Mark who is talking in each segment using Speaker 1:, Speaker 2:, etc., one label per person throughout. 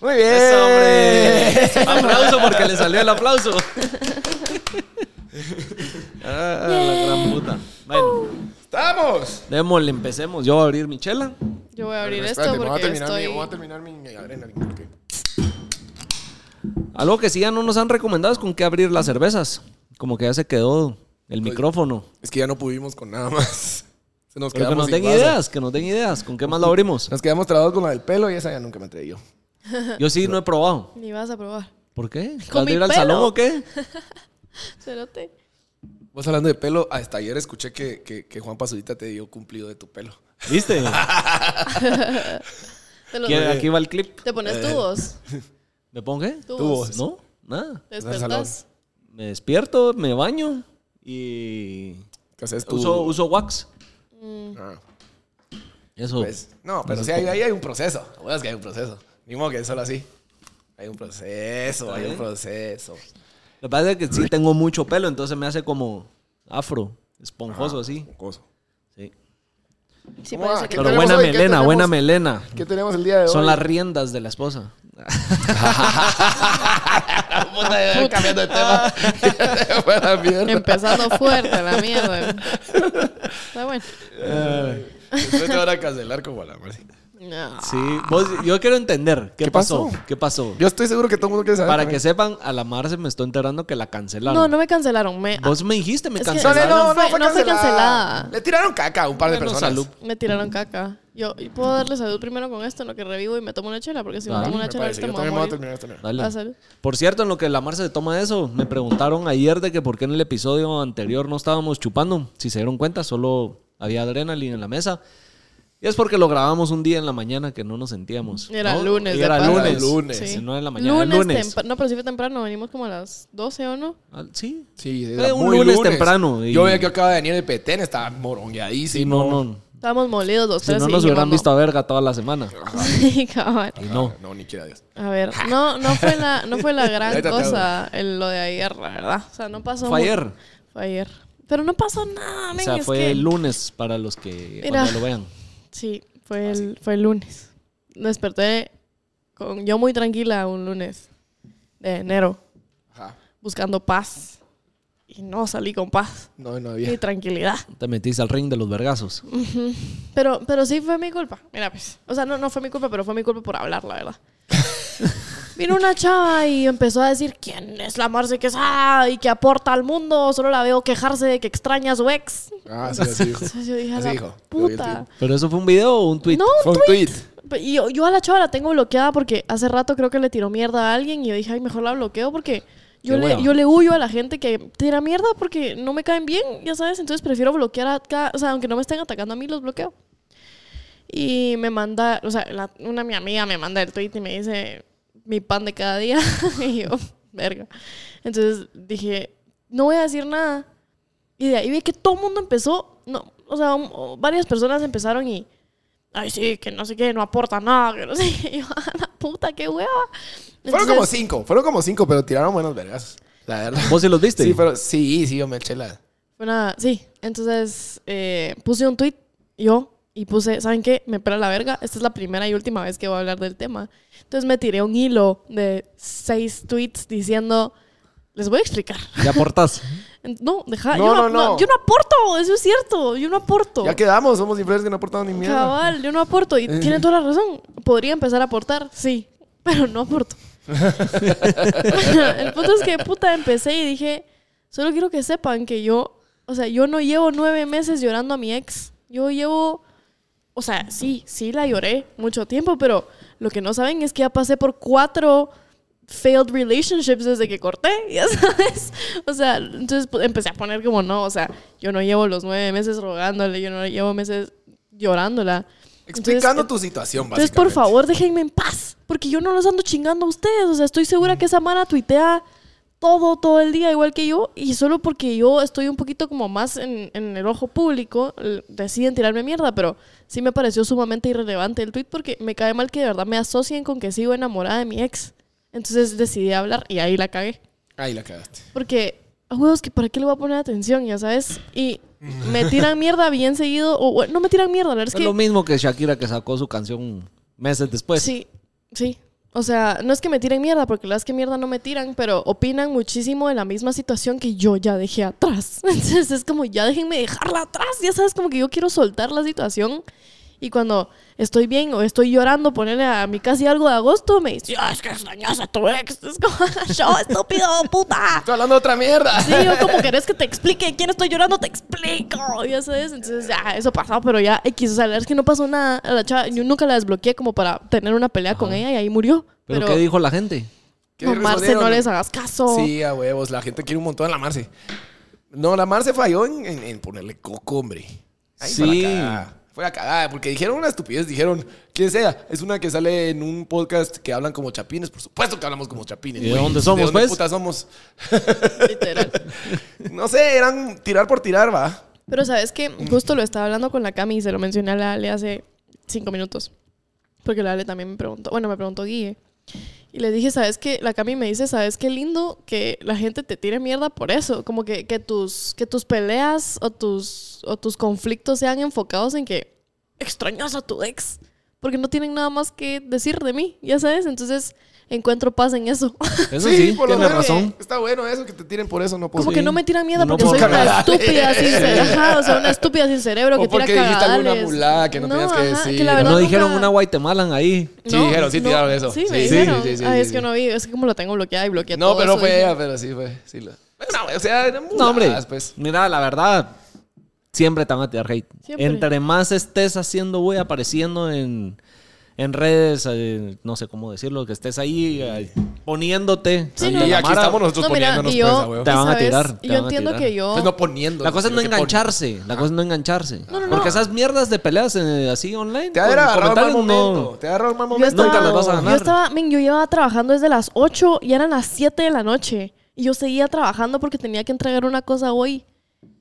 Speaker 1: Muy bien.
Speaker 2: ¡Eso, hombre! Aplauso porque le salió el aplauso. ah, la gran puta. Bueno,
Speaker 1: ¡Estamos!
Speaker 2: démosle, empecemos. Yo voy a abrir mi chela.
Speaker 3: Yo voy a abrir
Speaker 1: Pero
Speaker 3: esto
Speaker 1: espérate, voy a
Speaker 3: porque
Speaker 1: terminar
Speaker 3: estoy.
Speaker 1: mi- voy a terminar mi adrenalina. ok.
Speaker 2: Algo que sí ya no nos han recomendado es con qué abrir las cervezas. Como que ya se quedó el micrófono.
Speaker 1: Es que ya no pudimos con nada más. Se nos
Speaker 2: Pero que
Speaker 1: quedamos
Speaker 2: nos
Speaker 1: sin
Speaker 2: den
Speaker 1: vaso.
Speaker 2: ideas, que nos den ideas. ¿Con qué más lo abrimos?
Speaker 1: Nos quedamos trabados con la del pelo y esa ya nunca me atreví yo.
Speaker 2: Yo sí no he probado.
Speaker 3: Ni vas a probar.
Speaker 2: ¿Por qué? ¿Vas
Speaker 3: Con
Speaker 2: a
Speaker 3: mi
Speaker 2: ir al
Speaker 3: pelo.
Speaker 2: salón o qué?
Speaker 3: Cerote.
Speaker 1: Vos hablando de pelo, hasta ayer escuché que, que, que Juan Pazurita te dio cumplido de tu pelo.
Speaker 2: ¿Viste?
Speaker 3: Te, lo-
Speaker 2: Aquí, aquí va el clip.
Speaker 3: te pones
Speaker 1: Eh,
Speaker 3: tubos.
Speaker 2: ¿Me pongo qué? Pues
Speaker 3: Tubos.
Speaker 2: ¿No? Nada.
Speaker 3: Te
Speaker 1: Vas al salón.
Speaker 3: despertas.
Speaker 2: Me despierto, me baño y
Speaker 1: ¿Qué haces tú?
Speaker 2: uso, uso wax.
Speaker 1: Ah,
Speaker 2: Eso.
Speaker 1: pues, no, pero sí, ahí, ahí hay un proceso. La verdad es que hay un proceso. Ni modo que es solo así. Hay un proceso, hay un
Speaker 2: bien.
Speaker 1: proceso.
Speaker 2: Lo que pasa es que sí tengo mucho pelo, entonces me hace como afro, esponjoso así.
Speaker 1: Mocoso.
Speaker 2: Sí.
Speaker 3: Sí,
Speaker 1: ¿Cómo
Speaker 3: parece
Speaker 1: va?
Speaker 3: que
Speaker 1: ¿Qué
Speaker 2: Pero
Speaker 1: tenemos
Speaker 2: buena
Speaker 1: hoy? ¿Qué
Speaker 2: melena,
Speaker 1: tenemos?
Speaker 2: buena melena.
Speaker 1: ¿Qué tenemos el día de hoy?
Speaker 2: Son las riendas de la esposa.
Speaker 1: Puta, cambiando de tema. Buena mierda.
Speaker 3: Empezando fuerte la mierda. Está bueno.
Speaker 1: Después te van a cancelar como a la Marci.
Speaker 3: No.
Speaker 2: Sí, vos- yo quiero entender qué,
Speaker 1: ¿Qué pasó?
Speaker 2: pasó? ¿Qué pasó?
Speaker 1: Yo estoy seguro que todo el mundo quiere saber.
Speaker 2: Para que
Speaker 1: también.
Speaker 2: sepan, a la Mar se me estoy enterando que la cancelaron.
Speaker 3: No, no me cancelaron. Me,
Speaker 2: Vos me dijiste, me
Speaker 3: Es que-
Speaker 1: No, no,
Speaker 2: cancelaron.
Speaker 1: no, no,
Speaker 3: No fue-
Speaker 1: fue,
Speaker 3: no fue
Speaker 1: cancelada.
Speaker 3: cancelada.
Speaker 1: Le tiraron caca a un par de
Speaker 2: Bueno,
Speaker 1: personas.
Speaker 2: salud.
Speaker 3: me tiraron caca. Yo ¿y puedo darle salud primero con esto, en lo que revivo y me tomo una chela, porque si me
Speaker 2: Dale.
Speaker 3: tomo una
Speaker 1: Me
Speaker 3: chela este
Speaker 1: parece.
Speaker 3: ahorita
Speaker 1: Yo
Speaker 3: me voy a
Speaker 1: también me voy a terminar
Speaker 3: morir.
Speaker 1: esta mierda.
Speaker 2: Ah, Dale.
Speaker 3: Ah, salud.
Speaker 2: Por cierto, en lo que la Mar se toma eso, me preguntaron ayer de que por qué en el episodio anterior no estábamos chupando. Si se dieron cuenta, solo había adrenalina en la mesa. Y es porque lo grabamos un día en la mañana que no nos sentíamos.
Speaker 3: Era
Speaker 2: ¿no?
Speaker 3: lunes,
Speaker 2: Y
Speaker 3: de
Speaker 2: Era
Speaker 3: paso.
Speaker 2: lunes.
Speaker 1: lunes,
Speaker 2: Sí.
Speaker 3: Sí.
Speaker 2: no en la mañana. era Lunes.
Speaker 3: tempra- No, pero sí fue temprano. Venimos como a las 12 o no.
Speaker 2: Ah, Sí.
Speaker 1: Sí,
Speaker 2: Fue
Speaker 1: era
Speaker 2: un
Speaker 1: muy
Speaker 2: lunes temprano y-
Speaker 1: Yo veía que acaba de venir el Petén, estaba
Speaker 2: Y
Speaker 1: morongueadísimo.
Speaker 2: no, no.
Speaker 3: Estábamos molidos los
Speaker 2: Si
Speaker 3: tres.
Speaker 2: no
Speaker 3: y
Speaker 2: nos hubieran
Speaker 3: dijimos,
Speaker 2: visto a verga toda la semana.
Speaker 3: no. Sí, cabal.
Speaker 2: Y no.
Speaker 1: Ah, No, ni quiera Dios.
Speaker 3: A ver, no, no fue la, no fue la gran
Speaker 1: Ahorita te
Speaker 3: cosa el- lo de ayer, la verdad. O sea, no pasó.
Speaker 2: Fue
Speaker 3: mu-
Speaker 2: ayer.
Speaker 3: Fue ayer. Pero no pasó nada,
Speaker 2: O
Speaker 3: men,
Speaker 2: sea,
Speaker 3: es
Speaker 2: fue
Speaker 3: que-
Speaker 2: el lunes para los que
Speaker 3: Mira.
Speaker 2: cuando lo vean.
Speaker 3: Sí, fue el, fue el lunes. Desperté con yo muy tranquila un lunes de enero,
Speaker 1: Ajá.
Speaker 3: buscando paz. Y no salí con paz
Speaker 1: No, no
Speaker 3: ni
Speaker 1: había.
Speaker 3: tranquilidad.
Speaker 2: Te metiste al ring de los vergazos.
Speaker 3: Pero, pero sí fue mi culpa. Mira, pues. O sea, no, no fue mi culpa, pero fue mi culpa por hablar, la verdad. Vino una chava y empezó a decir quién es la Marce que es ah, y que aporta al mundo. Solo la veo quejarse de que extraña a su ex.
Speaker 1: Ah, sí, así dijo.
Speaker 3: Entonces yo dije, "A
Speaker 1: Así
Speaker 3: la
Speaker 1: dijo. Lo vi el
Speaker 3: puta.
Speaker 2: ¿Pero eso fue un video o un tweet?
Speaker 3: No,
Speaker 1: Fue un tweet.
Speaker 3: pe- y yo, yo a la chava la tengo bloqueada porque hace rato creo que le tiró mierda a alguien y yo dije, ay, mejor la bloqueo porque yo,
Speaker 2: Qué
Speaker 3: le,
Speaker 2: hueva.
Speaker 3: yo le huyo a la gente que tira mierda porque no me caen bien, ya sabes. Entonces prefiero bloquear a cada. O sea, aunque no me estén atacando a mí, los bloqueo. Y me manda, o sea, la- una mi amiga me manda el tweet y me dice mi pan de cada día. y yo, verga. Entonces dije, no voy a decir nada. Y de ahí vi que todo el mundo empezó, no, o sea, un- o varias personas empezaron y, ay, sí, que no sé qué, no aporta nada, que no sé qué. Y yo, a la puta, qué hueva.
Speaker 1: Fueron
Speaker 3: Entonces,
Speaker 1: como cinco, fueron como cinco, pero tiraron buenos vergas. La verdad.
Speaker 2: ¿Vos sí los viste?
Speaker 1: Sí, pero sí, sí, yo me eché la.
Speaker 3: fue una- sí, entonces eh, puse un tweet yo y puse, ¿saben qué? Me pela la verga. Esta es la primera y última vez que voy a hablar del tema. Entonces me tiré un hilo de seis tweets diciendo, les voy a explicar.
Speaker 2: ¿Ya aportas?
Speaker 3: En- No, deja,
Speaker 1: No,
Speaker 3: yo,
Speaker 1: no,
Speaker 3: no,
Speaker 1: no.
Speaker 3: no, yo no aporto, eso es cierto, yo no aporto.
Speaker 1: Ya quedamos, somos influencers que no aportamos ni mierda. Eh,
Speaker 3: Cabal, yo no aporto. Y tiene toda la razón. Podría empezar a aportar, sí, pero no aporto. el punto es que puta empecé y dije, solo quiero que sepan que yo, o sea, yo no llevo nueve meses llorando a mi ex. Yo llevo, o sea, sí, sí la lloré mucho tiempo, pero lo que no saben es que ya pasé por cuatro failed relationships desde que corté, ya sabes. O sea, entonces pues, empecé a poner como no, o sea, yo no llevo los nueve meses rogándole, yo no llevo meses llorándola. Entonces,
Speaker 1: Explicando
Speaker 3: eh,
Speaker 1: tu situación,
Speaker 3: entonces,
Speaker 1: básicamente.
Speaker 3: por favor, déjenme en paz, porque yo no los ando chingando a ustedes. O sea, estoy segura que esa mana tuitea todo, todo el día, igual que yo, y solo porque yo estoy un poquito como más en, en el ojo público, l- deciden tirarme mierda, pero sí me pareció sumamente irrelevante el tweet porque me cae mal que de verdad me asocien con que sigo enamorada de mi ex. Entonces decidí hablar y ahí la cagué.
Speaker 1: Ahí la cagaste.
Speaker 3: Porque, a huevos, que ¿para qué le voy a poner atención? Ya sabes. Y me tiran mierda bien seguido. O, bueno, no me tiran mierda, la verdad
Speaker 2: Es
Speaker 3: es que.
Speaker 2: pues. lo mismo que Shakira que sacó su canción meses después.
Speaker 3: Sí, sí. O sea, no es que me tiren mierda, porque la verdad es que mierda no me tiran, pero opinan muchísimo de la misma situación que yo ya dejé atrás. Entonces es como, ya déjenme dejarla atrás, ya sabes, como que yo quiero soltar la situación. Y cuando estoy bien o estoy llorando, ponerle a mi casi algo de agosto, me dice, "Ah, es que extrañas a tu ex. Es como, yo, estúpido, puta.
Speaker 1: Estoy hablando de otra mierda.
Speaker 3: Ah. Sí, yo como querés que te explique quién estoy llorando, te explico. Ya sabes, entonces ya, eso pasó, pero ya X, o sea, la verdad es que no pasó nada. A la chava, yo nunca la desbloqueé como para tener una pelea con ella y ahí murió.
Speaker 2: ¿Pero,
Speaker 3: Pero,
Speaker 2: qué dijo la gente?
Speaker 1: ¿Qué
Speaker 3: no, Marce,
Speaker 1: respondieron?
Speaker 3: no les hagas caso.
Speaker 1: Sí, a huevos. La gente quiere un montón a la Marce. No, la Marce falló en, en- en ponerle coco, hombre. Ahí fue la
Speaker 2: Sí.
Speaker 1: cagada. Fue la cagada, porque dijeron una estupidez. Dijeron, ¿quién sea? Es una que sale en un podcast que hablan como chapines. Por supuesto que hablamos como chapines.
Speaker 2: ¿Y de
Speaker 1: güey.
Speaker 2: dónde somos,
Speaker 1: ¿De dónde
Speaker 2: pues?
Speaker 1: puta somos?
Speaker 3: Literal.
Speaker 1: No sé, eran tirar por tirar, va.
Speaker 3: Pero sabes que justo lo estaba hablando con la Cami y se lo mencioné a la Ale hace cinco minutos. Porque la Ale también me preguntó, bueno, me preguntó Guille. Y le dije, ¿sabes qué? La Cami me dice, ¿sabes qué lindo que la gente te tire mierda por eso? Como que, que, tus, que tus peleas o tus, o tus conflictos sean enfocados en que extrañas a tu ex. Porque no tienen nada más que decir de mí, ya sabes. Entonces encuentro paz en eso.
Speaker 2: Eso sí,
Speaker 1: por lo
Speaker 2: tiene
Speaker 1: menos.
Speaker 2: razón.
Speaker 1: Está bueno eso, que te tiren por eso, no puedo.
Speaker 3: Como
Speaker 2: Sí.
Speaker 3: que no me tiran mierda
Speaker 2: No
Speaker 3: porque
Speaker 2: por
Speaker 3: soy una
Speaker 1: cagadales.
Speaker 3: estúpida sin cerebro. Ajá, o sea, una estúpida sin cerebro
Speaker 1: O
Speaker 3: que tira
Speaker 1: porque dijiste alguna
Speaker 3: cagadales.
Speaker 1: mulada que no tenías que decir.
Speaker 3: que la
Speaker 1: No
Speaker 3: verdad
Speaker 2: no dijeron
Speaker 3: nunca-
Speaker 2: una Guatemalan ahí.
Speaker 1: Sí, dijeron, sí tiraron eso.
Speaker 3: Sí, me
Speaker 1: Sí, sí,
Speaker 3: dijeron.
Speaker 1: sí, sí,
Speaker 3: Ay,
Speaker 1: sí,
Speaker 3: es
Speaker 1: sí.
Speaker 3: que no vi, es que como lo tengo bloqueado y bloqueé
Speaker 1: No,
Speaker 3: todo
Speaker 1: pero
Speaker 3: eso,
Speaker 1: fue
Speaker 3: dije,
Speaker 1: ella, pero sí fue. Sí, la- No, o sea, eran
Speaker 2: No, hombre.
Speaker 1: muladas, pues.
Speaker 2: Mira, la verdad, siempre te van a tirar hate.
Speaker 3: Siempre.
Speaker 2: Entre más estés haciendo, güey, apareciendo en, en redes, eh, no sé cómo decirlo, que estés ahí eh, poniéndote.
Speaker 3: Sí,
Speaker 2: ante
Speaker 3: no.
Speaker 1: Y
Speaker 2: la
Speaker 1: aquí
Speaker 2: mara.
Speaker 1: estamos nosotros
Speaker 3: No, mira,
Speaker 1: poniéndonos
Speaker 3: y
Speaker 1: pues, a
Speaker 3: yo,
Speaker 1: huevo.
Speaker 2: Te van a
Speaker 3: ¿sabes?
Speaker 2: tirar, te van
Speaker 3: Yo
Speaker 2: a
Speaker 3: entiendo
Speaker 2: tirar.
Speaker 3: que yo...
Speaker 1: Pues no poniendo.
Speaker 2: La cosa es no
Speaker 1: sino que pon-
Speaker 2: engancharse. La cosa es no engancharse.
Speaker 3: No, no, no.
Speaker 2: Porque esas mierdas de peleas eh, así online.
Speaker 1: Te haber
Speaker 2: con
Speaker 1: agarrado el mal
Speaker 2: comentarios, no.
Speaker 1: momento. Te agarró el mal
Speaker 3: Yo
Speaker 1: momento.
Speaker 2: Nunca
Speaker 3: estaba,
Speaker 2: las vas a ganar.
Speaker 3: Yo estaba, men, yo llevaba trabajando desde las 8 y eran las 7 de la noche. Y yo seguía trabajando porque tenía que entregar una cosa hoy.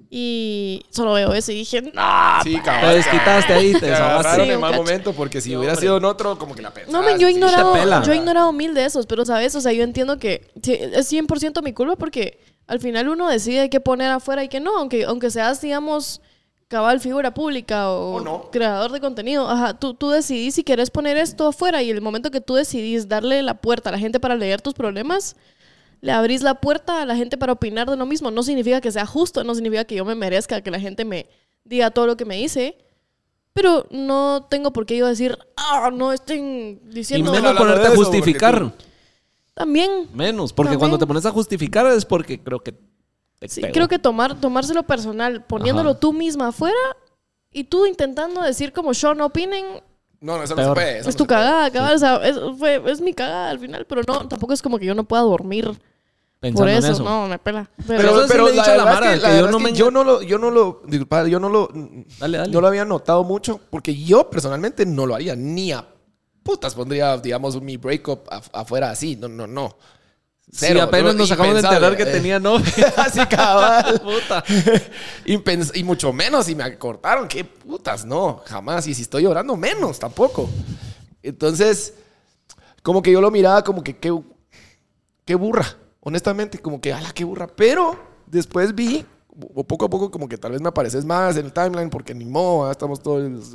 Speaker 3: Y solo veo eso y dije, no.
Speaker 1: Sí,
Speaker 2: Te
Speaker 1: cabrón.
Speaker 2: desquitaste ahí, te
Speaker 1: Te agarraron
Speaker 2: desahogaste.
Speaker 3: Sí,
Speaker 1: en
Speaker 3: un
Speaker 1: mal
Speaker 3: cacho.
Speaker 1: momento porque si
Speaker 2: No,
Speaker 1: hubiera
Speaker 2: hombre.
Speaker 1: sido en otro, como que la pensaste.
Speaker 3: No, men, yo he
Speaker 1: sí.
Speaker 3: ignorado,
Speaker 2: pela.
Speaker 3: yo he ignorado mil de esos, pero sabes, o sea, yo entiendo que sí, es 100% mi culpa porque al final uno decide qué poner afuera y qué no, aunque, aunque seas, digamos, cabal figura pública o,
Speaker 1: O no.
Speaker 3: creador de contenido, ajá, tú, tú decidís si querés poner esto afuera y el momento que tú decidís darle la puerta a la gente para leer tus problemas, le abrís la puerta a la gente para opinar de lo mismo. No significa que sea justo, no significa que yo me merezca que la gente me diga todo lo que me dice. Pero no tengo por qué yo decir, ah, no estén
Speaker 2: Y
Speaker 3: diciendo.
Speaker 2: menos
Speaker 1: hablando
Speaker 2: ponerte
Speaker 1: de
Speaker 2: a
Speaker 1: eso, porque
Speaker 2: justificar.
Speaker 3: También,
Speaker 2: Menos. Porque
Speaker 3: También.
Speaker 2: cuando te pones a justificar es porque creo que. te
Speaker 3: sí,
Speaker 2: pegó.
Speaker 3: creo que tomar, tomárselo personal, poniéndolo
Speaker 2: Ajá.
Speaker 3: tú misma afuera y tú intentando decir como yo no opinen,
Speaker 1: No, no, eso no
Speaker 2: Peor.
Speaker 1: se puede. eso
Speaker 3: es
Speaker 1: no
Speaker 3: tu
Speaker 1: se puede.
Speaker 3: cagada, cabal, o sea, es, fue- es mi cagada al final, pero no, tampoco es como que yo no pueda dormir
Speaker 2: Pensando
Speaker 3: por
Speaker 2: en
Speaker 3: eso, no, me pela.
Speaker 2: Pero
Speaker 1: Pero,
Speaker 2: eso sí
Speaker 1: pero
Speaker 2: le he
Speaker 1: la
Speaker 2: dicho a la
Speaker 1: verdad
Speaker 2: Mara,
Speaker 1: es que,
Speaker 2: que
Speaker 1: la
Speaker 2: yo
Speaker 1: verdad
Speaker 2: no
Speaker 1: es
Speaker 2: me
Speaker 1: que yo no lo, yo no lo, disculpa, yo no lo,
Speaker 2: Dale, dale.
Speaker 1: no lo había notado mucho porque yo personalmente no lo haría ni a putas pondría, digamos, mi breakup af- afuera así. No, no, no.
Speaker 2: Sí, apenas
Speaker 1: no,
Speaker 2: nos acabamos de
Speaker 1: impensable,
Speaker 2: enterar que
Speaker 1: eh.
Speaker 2: tenía novia.
Speaker 1: Así cabal.
Speaker 2: Puta.
Speaker 1: Impens- y mucho menos si me cortaron. Qué putas, no, jamás. Y si estoy llorando, menos tampoco. Entonces, como que yo lo miraba como que qué, qué burra, honestamente, como que, ala, qué burra. Pero después vi, o poco a poco, como que tal vez me apareces más en el timeline porque ni modo, ah, estamos todos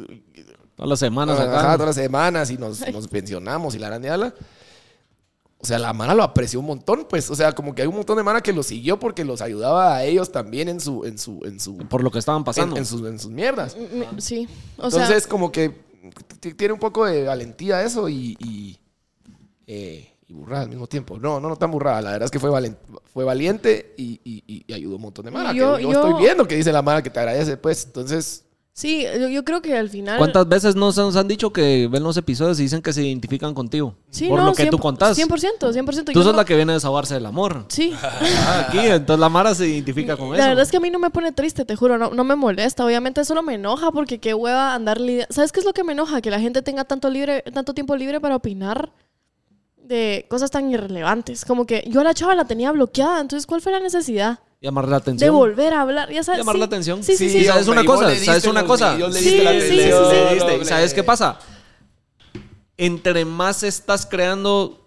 Speaker 2: Todas las semanas
Speaker 1: Ajá,
Speaker 2: acá.
Speaker 1: todas las semanas y nos, nos pensionamos y la gran ala. O sea, la Mara lo apreció un montón, pues. O sea, como que hay un montón de Mara que lo siguió porque los ayudaba a ellos también en su, en su, en su,
Speaker 2: Por lo que estaban pasando.
Speaker 1: en, en sus, en sus mierdas.
Speaker 3: Mm, Sí, o
Speaker 1: Entonces,
Speaker 3: sea,
Speaker 1: como que t- tiene un poco de valentía eso y, y, eh, y burrada al mismo tiempo. No, no, no tan burrada. La verdad es que fue, valen- fue valiente y, y- y- y ayudó un montón de Mara. que
Speaker 3: Yo-
Speaker 1: Yo,
Speaker 3: yo-
Speaker 1: estoy viendo que dice la Mara que te agradece, pues. Entonces,
Speaker 3: sí, yo, yo creo que al final...
Speaker 2: ¿Cuántas veces nos, nos han dicho que ven los episodios y dicen que se identifican contigo?
Speaker 3: Sí,
Speaker 2: por
Speaker 3: no,
Speaker 2: lo que tú
Speaker 3: 100%,
Speaker 2: contás.
Speaker 3: 100%, 100%.
Speaker 2: Tú
Speaker 3: yo
Speaker 2: sos
Speaker 3: no-
Speaker 2: la que viene a desahogarse del amor.
Speaker 3: Sí.
Speaker 2: Ah, aquí, entonces la Mara se identifica con
Speaker 3: la
Speaker 2: eso.
Speaker 3: verdad es que a mí no me pone triste, te juro, no, no me molesta, obviamente solo me enoja porque qué hueva andar lidia- ¿Sabes qué es lo que me enoja? Que la gente tenga tanto, libre, tanto tiempo libre para opinar de cosas tan irrelevantes. Como que yo a la chava la tenía bloqueada, entonces ¿cuál fue la necesidad?
Speaker 2: Llamar la atención.
Speaker 3: De volver a hablar, ya sabes.
Speaker 2: Llamar
Speaker 3: Ah, sí.
Speaker 2: la atención.
Speaker 3: Sí, sí,
Speaker 2: Y
Speaker 3: sí.
Speaker 1: Sí,
Speaker 2: sabes
Speaker 1: hombre,
Speaker 2: una
Speaker 1: y vos
Speaker 2: cosa,
Speaker 1: le diste
Speaker 2: sabes una
Speaker 1: los
Speaker 2: cosa.
Speaker 1: millones, le
Speaker 3: diste la
Speaker 2: sí,
Speaker 3: atención,
Speaker 2: sí, sí,
Speaker 3: doble.
Speaker 2: diste. ¿Y sabes qué pasa? Entre más estás creando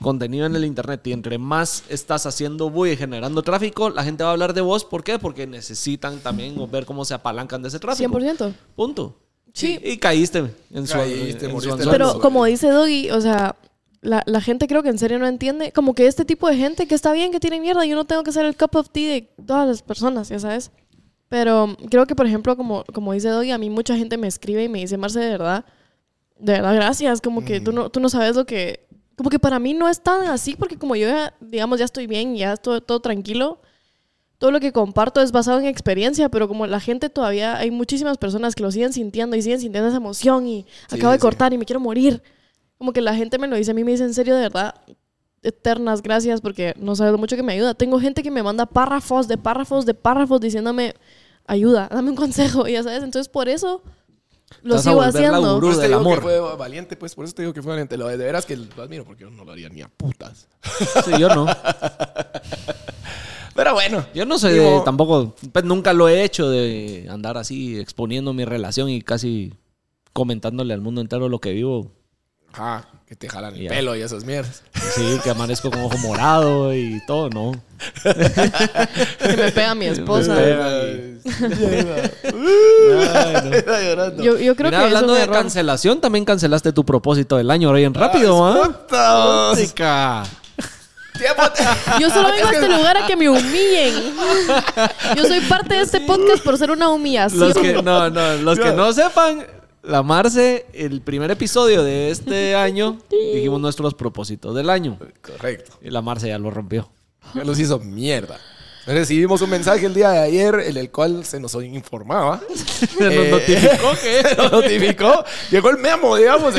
Speaker 2: contenido en el internet y entre más estás haciendo bulla y generando tráfico, la gente va a hablar de vos. ¿Por qué? Porque necesitan también ver cómo se apalancan de ese tráfico.
Speaker 3: 100%.
Speaker 2: Punto.
Speaker 3: Sí.
Speaker 2: Y caíste en su,
Speaker 1: Caíste,
Speaker 2: en su
Speaker 1: moriste
Speaker 2: anzuelo.
Speaker 1: la-
Speaker 3: Pero como dice Doggy, o sea, la, la gente creo que en serio no entiende. Como que este tipo de gente que está bien, que tiene mierda, yo no tengo que ser el cup of tea de todas las personas, ya sabes. Pero creo que, por ejemplo, como, como dice Doy, a mí mucha gente me escribe y me dice, Marce, de verdad, de verdad, gracias. Como que tú,
Speaker 2: Mm.
Speaker 3: no, tú no sabes lo que... Como que para mí no es tan así, porque como yo ya, digamos, ya estoy bien, ya estoy todo tranquilo, todo lo que comparto es basado en experiencia, pero como la gente todavía, hay muchísimas personas que lo siguen sintiendo y siguen sintiendo esa emoción y
Speaker 1: Sí,
Speaker 3: acabo de
Speaker 1: sí.
Speaker 3: cortar y me quiero morir. Como que la gente me lo dice, a mí me dice, en serio, de verdad, eternas gracias porque no sabes lo mucho que me ayuda. Tengo gente que me manda párrafos de párrafos de párrafos diciéndome, ayuda, dame un consejo, ya sabes. Entonces, por eso lo
Speaker 2: Vas a
Speaker 3: sigo
Speaker 2: volver la
Speaker 3: haciendo.
Speaker 2: gurú. Por eso te
Speaker 1: del
Speaker 2: digo que
Speaker 1: amor. fue valiente, pues, por eso te digo que fue valiente. Lo de, de veras que lo admiro, porque yo no lo haría ni a putas.
Speaker 2: Sí, yo no.
Speaker 1: Pero bueno.
Speaker 2: Yo no soy de-
Speaker 1: Digo-
Speaker 2: tampoco, pues nunca lo he hecho de andar así exponiendo mi relación y casi comentándole al mundo entero lo que vivo.
Speaker 1: Ajá, que te jalan el
Speaker 2: Ya.
Speaker 1: pelo y esas mierdas.
Speaker 2: Sí, que amanezco con ojo morado y todo, ¿no?
Speaker 3: Que me pega mi esposa.
Speaker 1: Está llorando.
Speaker 3: Yo, yo creo
Speaker 2: Mira,
Speaker 3: que
Speaker 2: hablando
Speaker 3: eso fue
Speaker 2: de
Speaker 3: error.
Speaker 2: cancelación, también cancelaste tu propósito del año bien rápido, ¿ah?
Speaker 1: Putos.
Speaker 2: Chica.
Speaker 1: Tiempo.
Speaker 3: Yo solo vengo a este lugar a que me humillen. Yo soy parte de este podcast por ser una humillación.
Speaker 2: Los que, no, no, los que no sepan, la Marce, el primer episodio de este año, dijimos nuestros propósitos del año.
Speaker 1: Correcto.
Speaker 2: Y la Marce ya lo rompió.
Speaker 1: Ya los hizo mierda. Recibimos un mensaje el día de ayer en el cual se nos informaba.
Speaker 2: Nos notificó que-
Speaker 1: se nos notificó. Llegó el memo, digamos.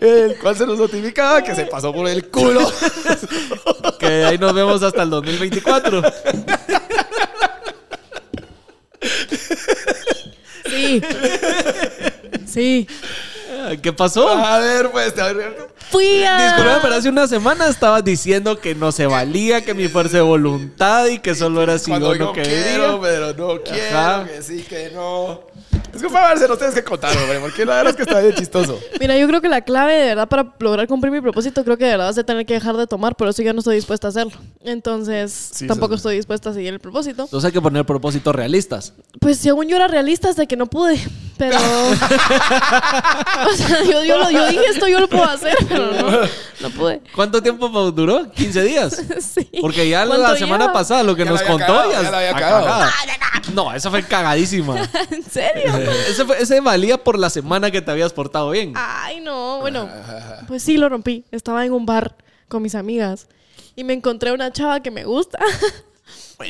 Speaker 1: el cual se nos notificaba que se pasó por el culo.
Speaker 2: Que ahí nos vemos hasta el 2024.
Speaker 3: Sí. Sí.
Speaker 2: ¿Qué pasó?
Speaker 1: A ver, pues. A ver.
Speaker 3: Fui a...
Speaker 2: Disculpa, pero hace una semana estabas diciendo que no se valía, que mi fuerza de voluntad y que solo era si
Speaker 1: Cuando
Speaker 2: yo
Speaker 1: yo
Speaker 2: no
Speaker 1: quiero,
Speaker 2: quería.
Speaker 1: pero no quiero,
Speaker 2: Ajá.
Speaker 1: que sí, que no. Disculpa, Marcelo, ustedes que contaron, hombre, porque la verdad es que está bien chistoso.
Speaker 3: Mira, yo creo que la clave de verdad para lograr cumplir mi propósito, creo que de verdad vas a tener que dejar de tomar, pero eso yo no estoy dispuesta a hacerlo. Entonces,
Speaker 1: eso
Speaker 3: tampoco
Speaker 1: es-
Speaker 3: estoy dispuesta a seguir el propósito.
Speaker 2: Entonces hay que poner propósitos realistas.
Speaker 3: Pues según yo era realista hasta que no pude, pero... o sea, yo, yo lo- yo dije esto, yo lo puedo hacer, pero no, no pude.
Speaker 2: ¿Cuánto tiempo duró? ¿15 días?
Speaker 3: Sí.
Speaker 2: Porque ya la
Speaker 3: ¿Cuánto
Speaker 2: semana
Speaker 3: lleva?
Speaker 2: pasada lo que
Speaker 1: Ya la
Speaker 2: nos
Speaker 1: había
Speaker 2: contó
Speaker 1: cagado,
Speaker 2: ya,
Speaker 1: ya la había
Speaker 2: está
Speaker 1: cagado.
Speaker 2: cagada. No, esa fue cagadísima.
Speaker 3: ¿En serio?
Speaker 2: ese, fue- ese valía por la semana que te habías portado bien.
Speaker 3: Ay, no, bueno,
Speaker 1: Ah,
Speaker 3: pues sí lo rompí. Estaba en un bar con mis amigas y me encontré una chava que me gusta.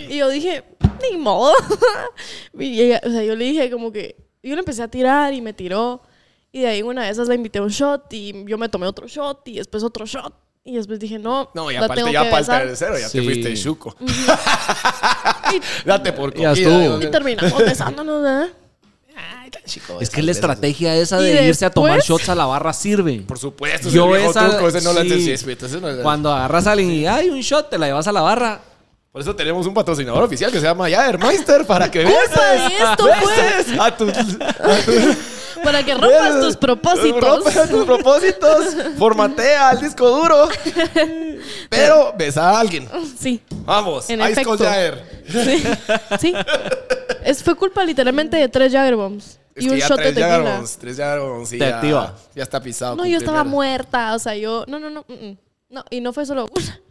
Speaker 3: Y yo dije, ni modo. Y ella- o sea, yo le dije como que, yo le empecé a tirar y me tiró. Y de ahí una de esas la invité a un shot y yo me tomé otro shot y después otro shot. Y después dije, no,
Speaker 1: No, y
Speaker 3: la tengo
Speaker 1: aparte ya
Speaker 3: que
Speaker 1: para el
Speaker 3: besar.
Speaker 1: tercero, ya
Speaker 2: Sí.
Speaker 1: te fuiste chuco. Date por
Speaker 2: Ya
Speaker 1: comida.
Speaker 2: estuvo.
Speaker 3: Y terminamos besándonos, ¿verdad?
Speaker 2: es que la estrategia esa de
Speaker 3: Y
Speaker 2: irse a tomar
Speaker 3: después-
Speaker 2: shots a la barra sirve.
Speaker 1: Por supuesto,
Speaker 2: Yo
Speaker 1: yo ese
Speaker 2: esa-
Speaker 1: truco, ese no lo
Speaker 2: sí.
Speaker 1: entendí. ese no lo-
Speaker 2: Cuando agarras a alguien y hay un shot, te la llevas a la barra.
Speaker 1: Por eso tenemos un patrocinador oficial que se llama Jadermeister para que veas
Speaker 3: Culpa de esto fue
Speaker 1: a tus, a tus
Speaker 3: para que rompas tus propósitos.
Speaker 1: Rompas tus propósitos. Formatea el disco duro. Pero besa a alguien.
Speaker 3: Sí.
Speaker 1: Vamos,
Speaker 3: En
Speaker 1: Ice Cold
Speaker 3: efecto.
Speaker 1: Jagger.
Speaker 3: Sí, sí. Es, fue culpa literalmente de tres Jagger Bombs
Speaker 1: Es
Speaker 3: y
Speaker 1: que
Speaker 3: un
Speaker 1: ya
Speaker 3: shot de
Speaker 1: tres
Speaker 3: tequila.
Speaker 1: Jaggerbombs, tres Jaggerbombs, sí,
Speaker 2: Te
Speaker 1: ya,
Speaker 2: activa.
Speaker 1: ya está pisado.
Speaker 3: No,
Speaker 1: con
Speaker 3: yo estaba
Speaker 1: primera.
Speaker 3: muerta, o sea, yo... No, no, no. mm, mm. No, y no fue solo una.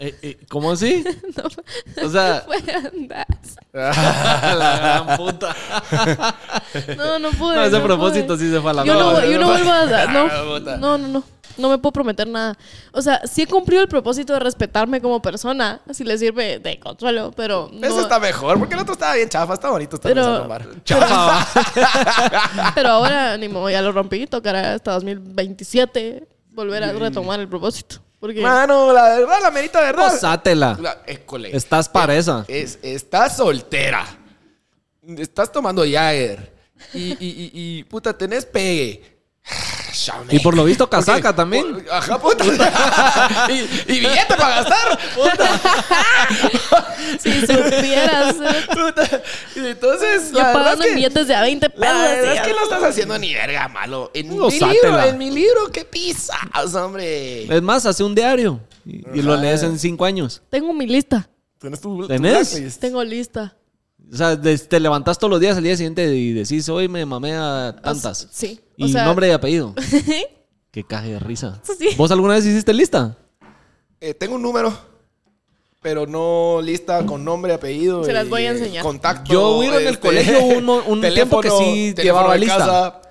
Speaker 2: Eh, eh, ¿Cómo así?
Speaker 3: No, fue-
Speaker 2: O sea,
Speaker 3: fueron das.
Speaker 1: Ah,
Speaker 2: la gran puta.
Speaker 3: No, no pude.
Speaker 2: No, ese propósito
Speaker 3: pude.
Speaker 2: sí se fue a la
Speaker 3: Yo no,
Speaker 2: mierda.
Speaker 3: yo no vuelvo a...
Speaker 1: Ah,
Speaker 3: No,
Speaker 1: puta.
Speaker 3: no, no, no. No me puedo prometer nada. O sea, sí he cumplido el propósito de respetarme como persona, si le sirve de consuelo, pero no,
Speaker 1: Eso está mejor, porque el otro estaba bien chafa, está bonito estar
Speaker 3: Pero-
Speaker 1: besando a Mar.
Speaker 2: Chafa,
Speaker 3: Pero ahora, ni modo, ya lo rompí. Tocará hasta 2027 volver a retomar el propósito. Porque...
Speaker 1: Mano, la verdad, la merita verdad.
Speaker 2: posátela.
Speaker 1: La- école.
Speaker 2: Estás para esa.
Speaker 1: Es, estás soltera. Estás tomando Jagger. Y, y, y, y, puta, tenés pegue. Chame.
Speaker 2: Y por lo visto,
Speaker 1: Porque-
Speaker 2: casaca también.
Speaker 1: por- Ajá, puta. y, y billete para gastar.
Speaker 3: Si supieras. eh,
Speaker 1: Puta. Y entonces,
Speaker 3: Yo
Speaker 1: la verdad
Speaker 3: pagando
Speaker 1: es que,
Speaker 3: en billetes de a 20 pesos.
Speaker 1: la verdad es
Speaker 3: ya.
Speaker 1: que no estás haciendo ni verga malo. En
Speaker 2: No,
Speaker 1: mi libro,
Speaker 2: sátela.
Speaker 1: en mi libro, qué pisas, hombre.
Speaker 2: Es más, hace un diario y, y lo
Speaker 1: Ajá.
Speaker 2: lees en cinco años.
Speaker 3: Tengo mi lista.
Speaker 1: ¿Tenés tu, tu
Speaker 2: ¿Tenés?
Speaker 1: blacklist?
Speaker 3: Tengo lista.
Speaker 2: O sea, des- te levantas todos los días al día siguiente y decís, hoy me mamé a
Speaker 3: O s-
Speaker 2: tantas.
Speaker 3: sí. O
Speaker 2: Y
Speaker 3: sea-
Speaker 2: nombre y apellido. Qué caje de risa.
Speaker 3: Sí.
Speaker 2: ¿Vos alguna vez hiciste lista?
Speaker 1: Eh, tengo un número, pero no lista con nombre, apellido.
Speaker 3: Se las
Speaker 1: y,
Speaker 3: voy a
Speaker 1: eh,
Speaker 3: enseñar.
Speaker 1: Contacto. este,
Speaker 2: Yo, güey, en el colegio hubo un mo- un tiempo que sí llevaba
Speaker 1: de
Speaker 2: lista.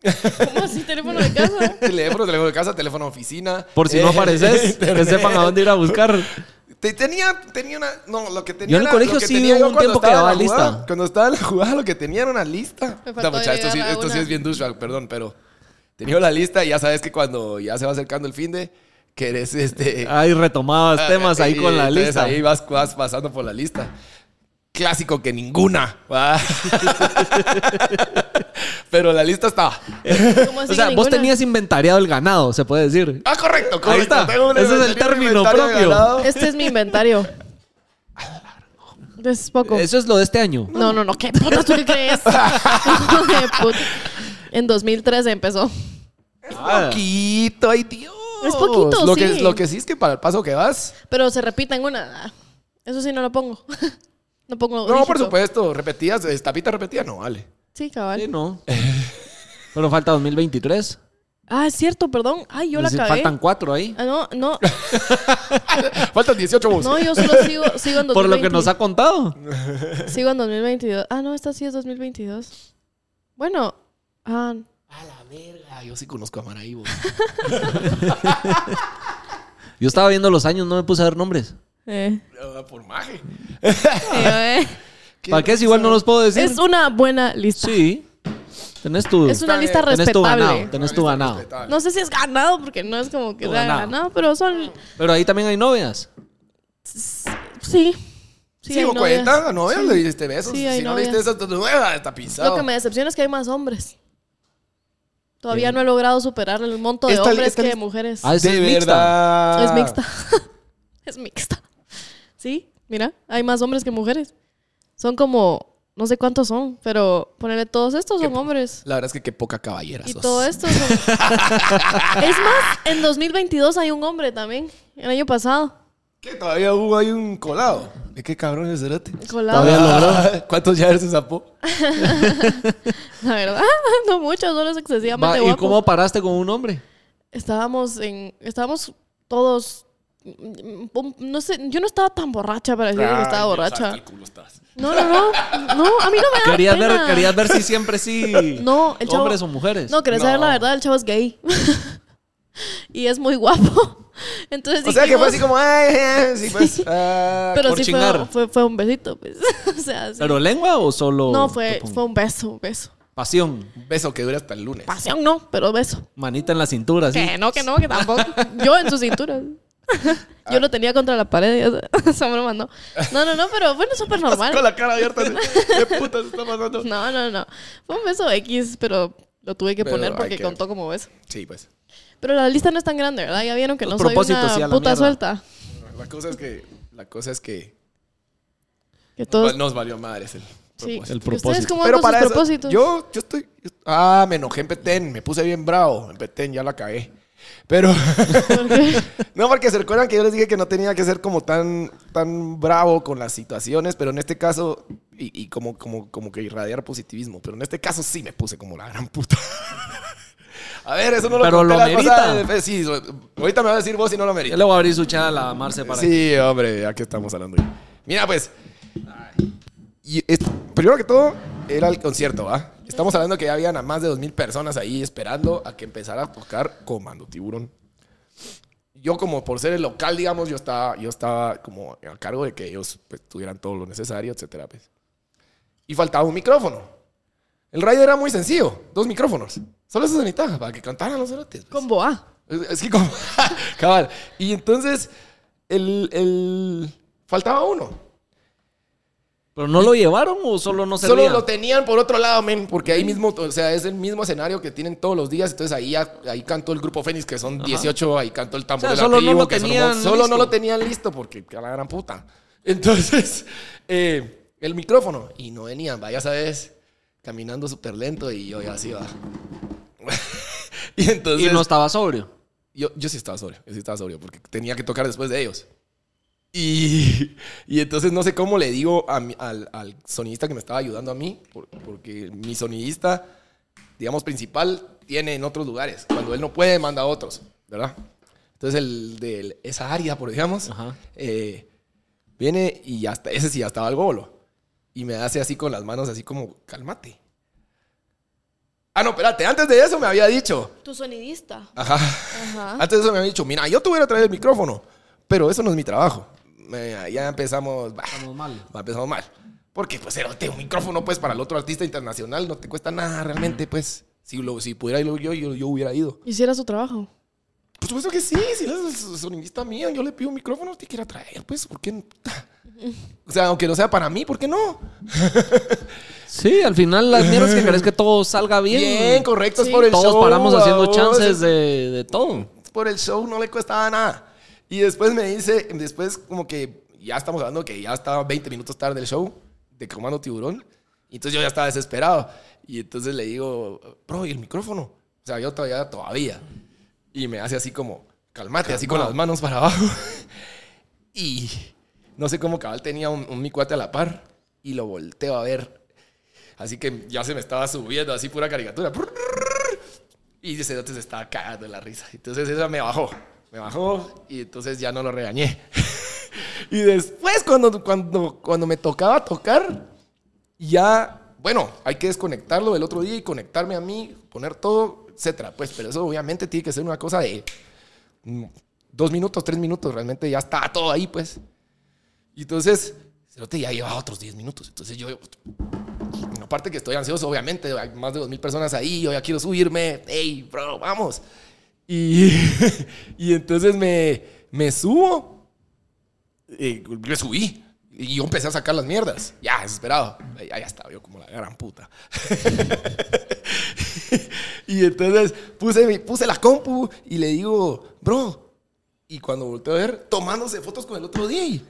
Speaker 1: Casa,
Speaker 3: ¿Cómo así teléfono de casa?
Speaker 1: teléfono, teléfono de casa, teléfono de oficina.
Speaker 2: Por si no
Speaker 1: eh,
Speaker 2: apareces, que
Speaker 1: internet.
Speaker 2: sepan a dónde ir a buscar.
Speaker 1: Te- tenía, tenía una. No, lo que tenía.
Speaker 2: Yo en el
Speaker 1: era-
Speaker 2: colegio
Speaker 1: lo que
Speaker 2: sí
Speaker 1: tenía
Speaker 2: hubo
Speaker 1: yo
Speaker 2: un
Speaker 1: cuando
Speaker 2: tiempo que
Speaker 1: estaba en
Speaker 2: llevaba
Speaker 1: la jugada-
Speaker 2: lista.
Speaker 1: Cuando estaba en la jugada, lo que tenía era una lista.
Speaker 3: Me
Speaker 1: Puta,
Speaker 3: faltó
Speaker 1: mucha, esto sí,
Speaker 3: agregar a
Speaker 1: esto sí
Speaker 3: una.
Speaker 1: es bien douchebag, perdón, pero. Tenía la lista y ya sabes que cuando ya se va acercando el fin de. Que eres este.
Speaker 2: Ahí retomabas temas ahí
Speaker 1: y
Speaker 2: con la
Speaker 1: entonces
Speaker 2: lista.
Speaker 1: Ahí vas, vas pasando por la lista. Clásico que ninguna. ¿va? Pero la lista estaba.
Speaker 3: ¿Cómo así
Speaker 2: O sea,
Speaker 3: que
Speaker 2: vos
Speaker 3: ninguna?
Speaker 2: tenías inventariado el ganado, se puede decir.
Speaker 1: Ah, correcto, correcto.
Speaker 2: Ahí está.
Speaker 1: Tengo un
Speaker 2: Ese es el
Speaker 1: inventario-
Speaker 2: término
Speaker 1: inventario
Speaker 2: propio.
Speaker 1: ganado.
Speaker 3: Este es mi inventario. Es poco.
Speaker 2: Eso es lo de este año.
Speaker 3: No, no, no. ¿Qué putas tú qué crees? Hijo de puta. En 2013 empezó.
Speaker 2: Ah.
Speaker 1: Poquito, ay Dios.
Speaker 3: Es poquito,
Speaker 1: lo
Speaker 3: sí.
Speaker 1: Que, lo que sí es que para el paso que vas.
Speaker 3: Pero se repita en una. Eso sí no lo pongo. No pongo
Speaker 1: No, por
Speaker 3: dígito.
Speaker 1: supuesto. Repetías, eh, tapita repetida, no vale.
Speaker 3: Sí,
Speaker 2: Sí,
Speaker 3: cabal.
Speaker 2: no. Pero falta 2023.
Speaker 3: Ah, es cierto, perdón. Ay, yo la
Speaker 2: Es decir,
Speaker 3: acabé.
Speaker 2: Faltan cuatro ahí.
Speaker 3: Ah, no, no,
Speaker 1: Faltan 18 votos.
Speaker 3: no, yo solo sigo, sigo en 2022.
Speaker 2: Por lo que nos ha contado.
Speaker 3: Sigo en 2022. Ah, no, esta sí es 2022. Bueno, ah,
Speaker 1: A la verga, yo sí conozco a Maraibo.
Speaker 2: Yo estaba viendo los años, no me puse a ver nombres.
Speaker 3: eh.
Speaker 1: Ah, Por maje. Ah.
Speaker 3: Eh,
Speaker 2: ¿Para qué? Si igual no los puedo decir.
Speaker 3: Es una buena lista.
Speaker 2: Sí. Tenés tu.
Speaker 3: Es una
Speaker 1: Está
Speaker 3: lista
Speaker 1: bien.
Speaker 2: tenés tu ganado.
Speaker 3: respetable.
Speaker 2: Tenés tu ganado.
Speaker 3: No sé si es ganado, porque no es como que
Speaker 2: Tu
Speaker 3: sea
Speaker 2: ganado.
Speaker 3: ganado. pero son.
Speaker 2: Pero ahí también hay novias.
Speaker 3: Sí. Sí, hay
Speaker 1: Sigo
Speaker 3: novias.
Speaker 1: 40, no, ya le diste besos.
Speaker 3: Sí, hay
Speaker 1: si no le
Speaker 3: novias.
Speaker 1: diste esas, nueva, está pisado.
Speaker 3: Lo que me decepciona es que hay más hombres. Todavía no he logrado superar el monto de
Speaker 1: Esta li-
Speaker 3: hombres
Speaker 1: esta
Speaker 3: que de
Speaker 1: lista- ah.
Speaker 3: mujeres.
Speaker 2: Ah, es
Speaker 1: De
Speaker 2: mixta.
Speaker 1: verdad.
Speaker 3: Es mixta. es mixta. Sí, mira, hay más hombres que mujeres. Son como, no sé cuántos son, pero ponerle todos estos son hombres.
Speaker 1: La verdad es que qué poca caballera
Speaker 3: Y
Speaker 1: sos.
Speaker 3: todo esto son... es más, en 2022 hay un hombre también, el año pasado,
Speaker 1: ¿Qué? Todavía hubo ahí un colado. ¿De qué cabrón es Cerati?
Speaker 3: colado.
Speaker 2: Todavía lo-
Speaker 1: ¿Cuántos ya se zapó?
Speaker 3: La verdad, no mucho, solo es
Speaker 2: Va,
Speaker 3: excesivamente
Speaker 2: ¿Y
Speaker 3: guapo.
Speaker 2: cómo paraste con un hombre?
Speaker 3: Estábamos en, estábamos todos, mm, mm, no sé, yo no estaba tan borracha para decir que estaba
Speaker 1: Ah,
Speaker 3: borracha. No, no, no, no, a mí no me da
Speaker 2: Querías
Speaker 3: pena.
Speaker 2: ver, querías ver si siempre sí.
Speaker 3: No, el chavo-
Speaker 2: Hombres o mujeres.
Speaker 3: No, querés
Speaker 1: No.
Speaker 3: saber la verdad, el chavo es gay. y es muy guapo. Entonces
Speaker 1: O sea que fue
Speaker 3: dijimos-
Speaker 1: así como, ay, ay, sí, pues. ah,
Speaker 3: Pero
Speaker 2: por
Speaker 3: sí fue,
Speaker 2: chingar.
Speaker 3: fue, fue un besito, pues. o sea, sí.
Speaker 2: ¿Pero lengua o solo.?
Speaker 3: no, fue,
Speaker 2: topón?
Speaker 3: fue un beso, un beso.
Speaker 2: Pasión.
Speaker 1: Beso que dura hasta el lunes.
Speaker 3: Pasión no, pero beso.
Speaker 2: Manita en la cintura, sí.
Speaker 3: Que no, que no, que tampoco. Yo en su cintura. Yo lo tenía contra la pared. y Esa broma, no. No, no, no, pero bueno, súper normal.
Speaker 1: Con la cara abierta. así, ¿Qué puta se está pasando?
Speaker 3: No, no, no. Fue un beso X, pero lo tuve que
Speaker 1: Pero
Speaker 3: poner
Speaker 1: hay
Speaker 3: porque
Speaker 1: que-
Speaker 3: contó como beso.
Speaker 1: Sí, pues.
Speaker 3: Pero la lista no es tan grande, ¿verdad? Ya vieron que
Speaker 2: Los
Speaker 3: no soy
Speaker 2: propósitos,
Speaker 3: una
Speaker 2: Pues sí, a la
Speaker 3: puta
Speaker 2: mierda.
Speaker 3: suelta.
Speaker 1: La cosa es que. La cosa es que.
Speaker 3: Que todos
Speaker 1: Nos valió madres el
Speaker 3: Sí.
Speaker 1: propósito.
Speaker 2: El
Speaker 3: ¿Y ¿Ustedes
Speaker 2: propósito.
Speaker 3: cómo van con sus
Speaker 1: eso,
Speaker 3: propósitos?
Speaker 1: Yo, yo estoy. yo- ah, me enojé en Petén. Me puse bien bravo. En Petén ya la cagué. Pero.
Speaker 3: ¿Por qué?
Speaker 1: No, porque se recuerdan que yo les dije que no tenía que ser como tan, tan bravo con las situaciones, pero en este caso, y, y como, como, como que irradiar positivismo, pero en este caso sí me puse como la gran puta. a ver, eso no lo
Speaker 2: Pero
Speaker 1: conté
Speaker 2: lo
Speaker 1: la
Speaker 2: merita.
Speaker 1: pasada. eh, Sí, lo- ahorita me va a decir vos si no lo
Speaker 2: Yo
Speaker 1: merita.
Speaker 2: le voy a abrir su chat a la Marce para que-
Speaker 1: Sí, hombre, ya que estamos hablando. ya. Mira, pues. y es- primero que todo, era el concierto, ¿va? Estamos hablando que ya habían a más de 2.000 personas ahí esperando a que empezara a tocar Comando Tiburón. Yo, como por ser el local, digamos, yo estaba, yo estaba como a cargo de que ellos pues, tuvieran todo lo necesario, etcétera. pues. Y faltaba un micrófono. El rider era muy sencillo, dos micrófonos. Solo eso se necesitaba para que cantaran los cerotes. pues.
Speaker 3: Con Boa.
Speaker 1: Es es que como... Cabal. Y entonces, el, el- Faltaba uno.
Speaker 2: ¿Pero no lo llevaron o solo no servía?
Speaker 1: Solo lo tenían por otro lado, men, porque ahí mismo, o sea, es el mismo escenario que tienen todos los días. Entonces ahí, ya- ahí cantó el grupo Fénix, que son 18, ahí cantó el tambor
Speaker 2: O sea,
Speaker 1: de la
Speaker 2: solo no
Speaker 1: tribu,
Speaker 2: lo
Speaker 1: que son un
Speaker 2: tenían
Speaker 1: montón. Solo no
Speaker 2: listo.
Speaker 1: lo tenían listo, porque a la gran puta. Entonces, eh, el micrófono. Y no venían, vaya, sabes, caminando súper lento y yo ya así va. y entonces.
Speaker 2: Y no estaba sobrio.
Speaker 1: Yo, yo sí estaba sobrio, yo sí estaba sobrio, porque tenía que tocar después de ellos. Y, y entonces no sé cómo le digo a mi- al, al sonidista que me estaba ayudando a mí, por- porque mi sonidista digamos, principal tiene en otros lugares. Cuando él no puede, manda a otros, ¿verdad? Entonces, el de esa área, por digamos,
Speaker 2: Ajá.
Speaker 1: eh, viene y ya está, ese sí ya estaba al golo. Y me hace así con las manos, así como, cálmate. Ah, no, espérate, antes de eso me había dicho.
Speaker 3: Tu sonidista.
Speaker 1: Ajá.
Speaker 2: Ah.
Speaker 3: Ajá.
Speaker 1: Antes de eso me había dicho, mira, yo te voy a ir a traer el micrófono, pero eso no es mi trabajo. Me- ya empezamos, bah,
Speaker 2: Estamos mal.
Speaker 1: empezamos mal. Porque, pues, cerote, un micrófono, pues, para el otro artista internacional no te cuesta nada realmente, pues. Si, lo, si pudiera ir yo, yo, yo hubiera ido.
Speaker 3: Hiciera su trabajo.
Speaker 1: Por supuesto que sí, si es el sonidista mío, yo le pido un micrófono, te quiera traer, pues, ¿por qué? no? O sea, aunque no sea para mí, ¿por qué no?
Speaker 2: Sí, al final las mierdas que querés que todo salga bien.
Speaker 1: Bien, correcto, es
Speaker 3: Sí.
Speaker 1: por el
Speaker 2: Todos
Speaker 1: show.
Speaker 2: paramos haciendo
Speaker 1: babos.
Speaker 2: chances de, de todo.
Speaker 1: por el show no le costaba nada. Y después me dice, después como que ya estamos hablando que ya estaba 20 minutos tarde el show de Comando Tiburón. Y entonces yo ya estaba desesperado. Y entonces le digo, bro, ¿y el micrófono? O sea, yo todavía, todavía. Y me hace así como, calmate, así con las manos para abajo. y no sé cómo cabal tenía un, un mi cuate a la par. Y lo volteo a ver. Así que ya se me estaba subiendo, así pura caricatura. Y ese dato se estaba cagando de la risa. Entonces eso me bajó. Me bajó y entonces ya no lo regañé. y después cuando, cuando, cuando me tocaba tocar, ya, bueno, hay que desconectarlo del otro día y conectarme a mí, poner todo, etcétera. Pues, pero eso obviamente tiene que ser una cosa de mm, dos minutos, tres minutos. Realmente ya está todo ahí, pues. Y entonces, te ya llevaba otros 10 minutos. Entonces yo, aparte que estoy ansioso, obviamente, hay más de 2.000 personas ahí, yo ya quiero subirme, hey, bro, vamos. Y, y entonces me, me subo, eh, me subí. Y yo empecé a sacar las mierdas. Ya, desesperado. Ya, ya estaba yo como la gran puta. y entonces puse, mi- puse la compu y le digo, bro. Y cuando volteo a ver, tomándose fotos con el otro DJ.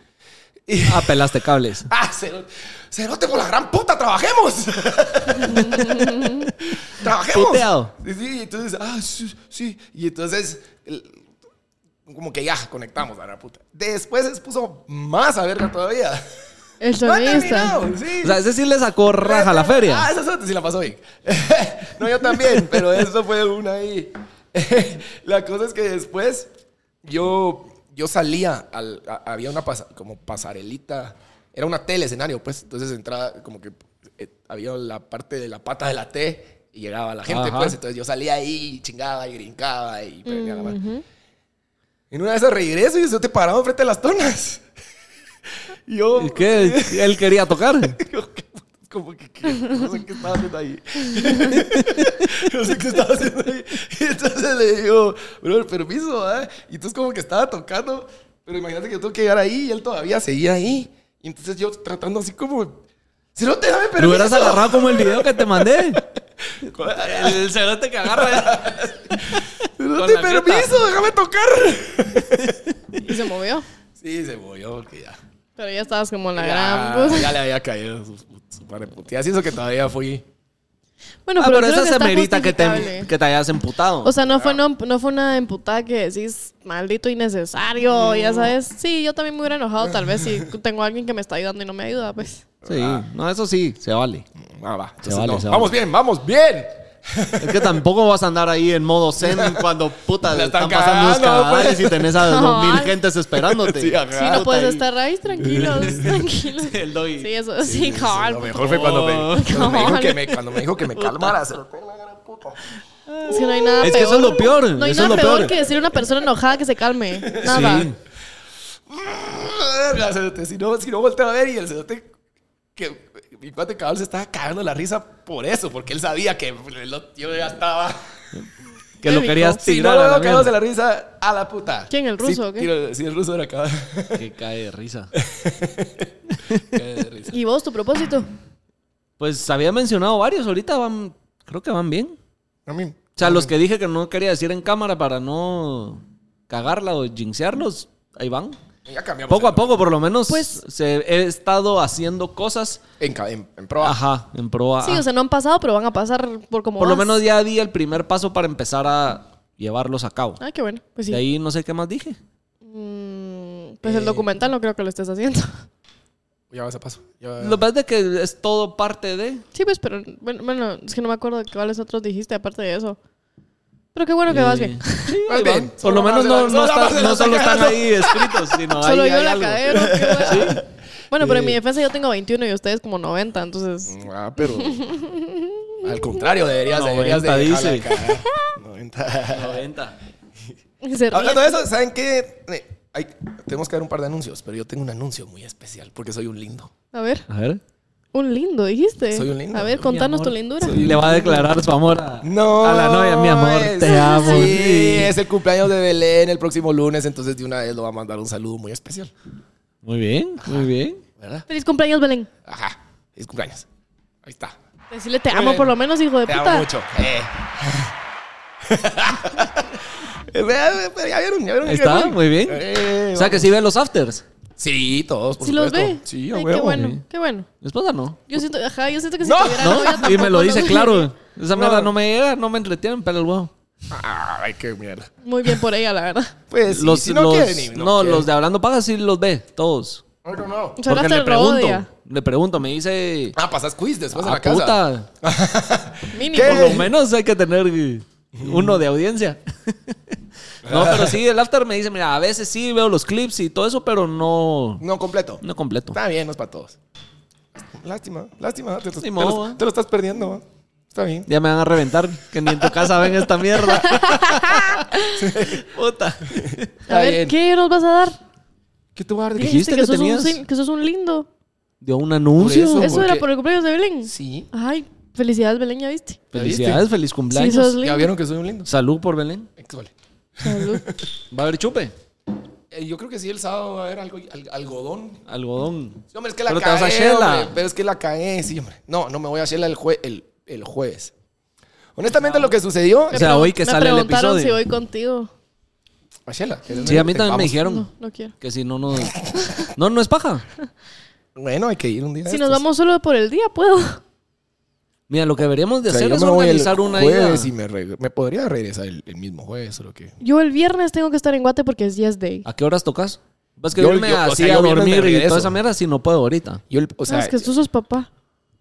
Speaker 2: Ah, pelaste cables.
Speaker 1: Ah, cerote, cerote por la gran puta, trabajemos. trabajemos.
Speaker 2: Puteado.
Speaker 1: Sí, sí, y entonces, ah, sí, sí. Y entonces, el- como que ya conectamos a la gran puta. Después se puso más a verga todavía.
Speaker 3: El
Speaker 1: No ha
Speaker 3: sonidista.
Speaker 1: terminado, sí.
Speaker 2: O sea, ese sí le sacó raja a la
Speaker 1: Ah,
Speaker 2: feria.
Speaker 1: esa suerte sí la pasó bien. no, yo también, pero eso fue una ahí. la cosa es que después yo, yo salía, al, a- había una pasa- como pasarelita, era una tele escenario, pues, entonces entraba como que eh, había la parte de la pata de la T y llegaba la gente,
Speaker 2: Ajá.
Speaker 1: pues, entonces yo salía ahí, chingaba y brincaba y perdía la mano. En una de esas regreso y yo te paraba frente a las tonas. Y yo...
Speaker 2: ¿Y ¿Qué? Él quería tocar.
Speaker 1: Yo, ¿qué putas? Como que, que- no sé qué estaba haciendo ahí. no sé qué estaba haciendo ahí. Y entonces le digo, bro, permiso, ¿ah? Y entonces como que estaba tocando, pero imagínate que yo tengo que llegar ahí y él todavía seguía ahí. Y entonces yo tratando así como, si no te dame
Speaker 2: Lo
Speaker 1: permiso.
Speaker 2: hubieras agarrado como el video que te mandé.
Speaker 1: El
Speaker 2: cerote que agarra. Ah,
Speaker 1: No
Speaker 2: Con
Speaker 1: te
Speaker 2: la jeta.
Speaker 1: permiso, déjame tocar.
Speaker 3: Y se movió.
Speaker 1: Sí, se movió porque ya.
Speaker 3: Pero ya estabas como en la gran.
Speaker 1: Ya,
Speaker 3: pues.
Speaker 1: ya le había caído su, su par de puteadas. Y eso que todavía fui.
Speaker 3: Bueno,
Speaker 2: Ah, pero
Speaker 3: creo
Speaker 2: esa
Speaker 3: que
Speaker 2: se
Speaker 3: está
Speaker 2: merita que te,
Speaker 3: justificable.
Speaker 2: que te hayas emputado.
Speaker 3: O sea, no fue, no, no fue una emputada que decís, maldito innecesario, ya sabes. Sí, yo también me hubiera enojado tal vez si tengo a alguien que me está ayudando y no me ayuda, pues.
Speaker 2: sí, no, eso sí, se vale.
Speaker 1: Ah, va. Entonces,
Speaker 2: vale,
Speaker 1: no.
Speaker 2: se vale.
Speaker 1: Vamos bien, vamos bien.
Speaker 2: Es que tampoco vas a andar ahí en modo zen cuando puta
Speaker 1: La
Speaker 2: le
Speaker 1: están
Speaker 2: están pasando los
Speaker 1: cagando,
Speaker 2: cadáveres
Speaker 1: pues.
Speaker 2: y tenés a dos mil
Speaker 3: Ay.
Speaker 2: gentes esperándote.
Speaker 1: Sí, ajá.
Speaker 3: Sí, no puedes
Speaker 2: Ah, ahí.
Speaker 3: estar ahí, tranquilos, tranquilos.
Speaker 2: Sí, el doy.
Speaker 3: Sí, eso, sí, cabal.
Speaker 1: Lo mejor fue cuando me,
Speaker 2: Oh,
Speaker 1: cuando me dijo
Speaker 3: cabal.
Speaker 1: que me, cuando me dijo que me calmara. se lo-
Speaker 3: Es que no hay nada
Speaker 2: Es
Speaker 3: peor.
Speaker 2: que eso es lo peor,
Speaker 3: No hay
Speaker 2: eso es lo
Speaker 3: nada peor
Speaker 2: peor.
Speaker 3: que decirle a una persona enojada que se calme. Nada.
Speaker 2: Sí.
Speaker 1: Verga, cerote, Si no, si no volteaba a ver y el cerote que mi cuate cabal se estaba cagando la risa por eso, porque él sabía que el otro- yo ya estaba.
Speaker 2: Que lo
Speaker 3: Qué
Speaker 2: querías
Speaker 3: rico.
Speaker 1: Si no
Speaker 2: tirar
Speaker 1: lo
Speaker 2: a
Speaker 1: veo
Speaker 2: la
Speaker 1: cagándose
Speaker 2: mierda.
Speaker 1: la risa, a la puta.
Speaker 3: ¿Quién, el
Speaker 1: Sí,
Speaker 3: ruso o qué?
Speaker 1: tiro- Sí, el ruso era cabal.
Speaker 2: Que cae de risa.
Speaker 1: Cae de risa.
Speaker 3: ¿Y vos, tu propósito?
Speaker 2: Pues había mencionado varios, ahorita van, creo que van bien.
Speaker 1: A mí.
Speaker 2: O sea, los que dije que no quería decir en cámara para no cagarla o jinxearlos, ahí van.
Speaker 1: Ya cambiamos.
Speaker 2: Poco
Speaker 1: el-
Speaker 2: a poco, por lo menos,
Speaker 3: Pues-
Speaker 2: pues se, he estado haciendo cosas,
Speaker 1: En, ca- en, en proa.
Speaker 2: ajá, en pro a...
Speaker 3: Sí, o sea, no han pasado, pero van a pasar por como
Speaker 2: Ah. por lo
Speaker 3: vas.
Speaker 2: menos ya di el primer paso para empezar a llevarlos a cabo.
Speaker 3: Ah, qué bueno. Pues sí.
Speaker 2: De Eh. ahí no sé qué más dije.
Speaker 3: Mm, pues el documental no creo que lo estés haciendo.
Speaker 1: Ya vas a paso. Ya-
Speaker 2: Lo que pasa es de que es todo parte de.
Speaker 3: Sí, pues, pero bueno, bueno, es que no me acuerdo de cuáles otros dijiste aparte de eso. Pero qué bueno que vas bien.
Speaker 1: Vas bien.
Speaker 2: Por lo
Speaker 1: Solo
Speaker 2: menos
Speaker 1: vas a-
Speaker 2: no, no,
Speaker 1: solo
Speaker 2: está-
Speaker 1: vas a-
Speaker 2: no solo están
Speaker 1: sacando.
Speaker 2: ahí escritos, sino ahí
Speaker 3: Solo yo
Speaker 2: hay
Speaker 3: la
Speaker 2: algo.
Speaker 3: cadero. qué bueno. Bueno, pero en mi
Speaker 2: Eh.
Speaker 3: defensa yo tengo 21 y ustedes como 90, entonces...
Speaker 1: Ah, pero. Al contrario, deberías, deberías de
Speaker 2: 90
Speaker 1: dejarla
Speaker 2: dice.
Speaker 1: caer. 90.
Speaker 2: 90.
Speaker 3: se ríen.
Speaker 1: Hablando de eso, ¿saben qué? Eh, hay- tenemos que dar un par de anuncios, pero yo tengo un anuncio muy especial porque soy un lindo.
Speaker 3: A ver,
Speaker 2: A ver.
Speaker 3: un lindo, dijiste.
Speaker 1: Soy un lindo.
Speaker 3: A ver, contanos
Speaker 2: amor,
Speaker 3: tu lindura.
Speaker 2: Le va a declarar su amor a,
Speaker 1: No.
Speaker 2: a la novia, mi amor.
Speaker 1: es-
Speaker 2: Te amo.
Speaker 1: Sí, es el cumpleaños de Belén el próximo lunes, entonces de una vez lo va a mandar un saludo muy especial,
Speaker 2: Muy bien, muy bien.
Speaker 1: ¿verdad?
Speaker 3: Feliz cumpleaños, Belén.
Speaker 1: Ajá, es cumpleaños. Ahí está.
Speaker 3: Decirle te
Speaker 1: Muy
Speaker 3: amo
Speaker 1: bien.
Speaker 3: por lo menos, hijo de
Speaker 1: Te
Speaker 3: puta.
Speaker 1: amo mucho. Eh. Eh, pero ya vieron, ya vieron.
Speaker 2: Ahí está, muy bien.
Speaker 1: Eh,
Speaker 2: O sea que sí ve los afters.
Speaker 1: Sí, todos, por
Speaker 3: Si los
Speaker 1: supuesto.
Speaker 3: ve.
Speaker 1: Sí, a
Speaker 3: Ay, Qué
Speaker 1: huevo.
Speaker 2: Sí.
Speaker 3: bueno, qué bueno.
Speaker 2: Mi esposa no.
Speaker 3: Yo siento, ajá, yo siento que si
Speaker 1: No,
Speaker 3: tuviera novia
Speaker 2: No, y
Speaker 3: tampoco
Speaker 2: me lo dice
Speaker 3: los-
Speaker 2: claro. Esa mierda
Speaker 1: No.
Speaker 2: no me llega, no me entretienen, pero el huevo.
Speaker 1: Ay, qué mierda.
Speaker 3: Muy bien por ella, la verdad.
Speaker 1: Pues sí,
Speaker 2: Los,
Speaker 1: si no
Speaker 2: los-
Speaker 1: quieren y
Speaker 2: no,
Speaker 1: no, quieren.
Speaker 2: los de Hablando Paja sí los ve, todos.
Speaker 1: Ay, no, no.
Speaker 3: O sea,
Speaker 2: Porque
Speaker 3: hasta
Speaker 2: le
Speaker 3: lo
Speaker 2: pregunto,
Speaker 3: odia.
Speaker 2: le pregunto, me dice...
Speaker 1: Ah, pasas quiz después de
Speaker 2: Ah,
Speaker 1: la casa.
Speaker 2: puta,
Speaker 3: Mínimo.
Speaker 1: ¿Qué?
Speaker 2: por lo menos hay que tener eh, uno de audiencia. no, pero sí, el after me dice, mira, a veces sí veo los clips y todo eso, pero no,
Speaker 1: No, completo.
Speaker 2: no completo.
Speaker 1: Está bien, no es para todos. Lástima, lástima. Te, lo-
Speaker 2: Ni
Speaker 1: te
Speaker 2: modo,
Speaker 1: lo-
Speaker 2: ¿eh?
Speaker 1: te lo estás perdiendo. ¿eh? Está bien.
Speaker 2: Ya me van a reventar, que ni en tu casa ven esta mierda. Puta.
Speaker 1: Está
Speaker 3: A ver,
Speaker 1: bien.
Speaker 3: ¿qué nos vas a dar?
Speaker 1: ¿Qué te voy a dar de-
Speaker 2: ¿Qué? Dijiste
Speaker 3: que,
Speaker 2: que
Speaker 3: sos un,
Speaker 2: tenías.
Speaker 3: sin- que sos un lindo.
Speaker 2: Dio un anuncio.
Speaker 1: Por
Speaker 3: ¿Eso
Speaker 1: ¿por
Speaker 3: era
Speaker 1: qué?
Speaker 3: por el cumpleaños de Belén?
Speaker 1: Sí.
Speaker 3: Ay, felicidades, Belén, ya viste.
Speaker 2: Felicidades, feliz cumpleaños.
Speaker 3: Sí, sos
Speaker 1: Ya
Speaker 3: lindo.
Speaker 1: vieron que soy un lindo.
Speaker 2: Salud por Belén.
Speaker 1: Exole.
Speaker 3: Salud.
Speaker 2: Va a haber chupe.
Speaker 1: Eh, yo creo que sí, el sábado va a haber algo, al- algodón.
Speaker 2: Algodón.
Speaker 1: Sí, hombre, es que la
Speaker 2: Pero te vas a
Speaker 1: cagué,
Speaker 2: Shela.
Speaker 1: hombre. Pero es que la cagué, sí, hombre. No, no me voy a Shela el, jue- el, el jueves. Honestamente, lo que sucedió...
Speaker 2: O sea,
Speaker 3: Me
Speaker 2: hoy que
Speaker 3: pregun-
Speaker 2: sale el
Speaker 3: Me preguntaron
Speaker 2: episodio.
Speaker 3: si voy contigo.
Speaker 1: A Shela.
Speaker 2: Sí, a mí también me dijeron
Speaker 3: No, no quiero.
Speaker 2: que si no, no. No, no es paja.
Speaker 1: Bueno, hay que ir un día de
Speaker 3: Si nos
Speaker 1: estos.
Speaker 3: vamos solo por el día, puedo.
Speaker 2: Mira, lo que deberíamos de
Speaker 1: O sea,
Speaker 2: hacer
Speaker 1: yo
Speaker 2: es
Speaker 1: me voy el
Speaker 2: organizar una ida.
Speaker 1: jueves y me, reg- me podría regresar el, el mismo jueves, solo que...
Speaker 3: Yo el viernes tengo que estar en Guate porque es Yes Day.
Speaker 1: Ah,
Speaker 2: ¿A qué horas tocas? Vas que
Speaker 1: Yo-
Speaker 2: irme
Speaker 1: yo- o
Speaker 2: así
Speaker 1: sea, yo
Speaker 2: a
Speaker 1: viernes me
Speaker 2: dormir y
Speaker 1: regreso.
Speaker 2: toda esa mierda si no puedo ahorita.
Speaker 1: Yo, el- o
Speaker 3: O sea,
Speaker 1: sea,
Speaker 3: Ah, es que tú sos papá.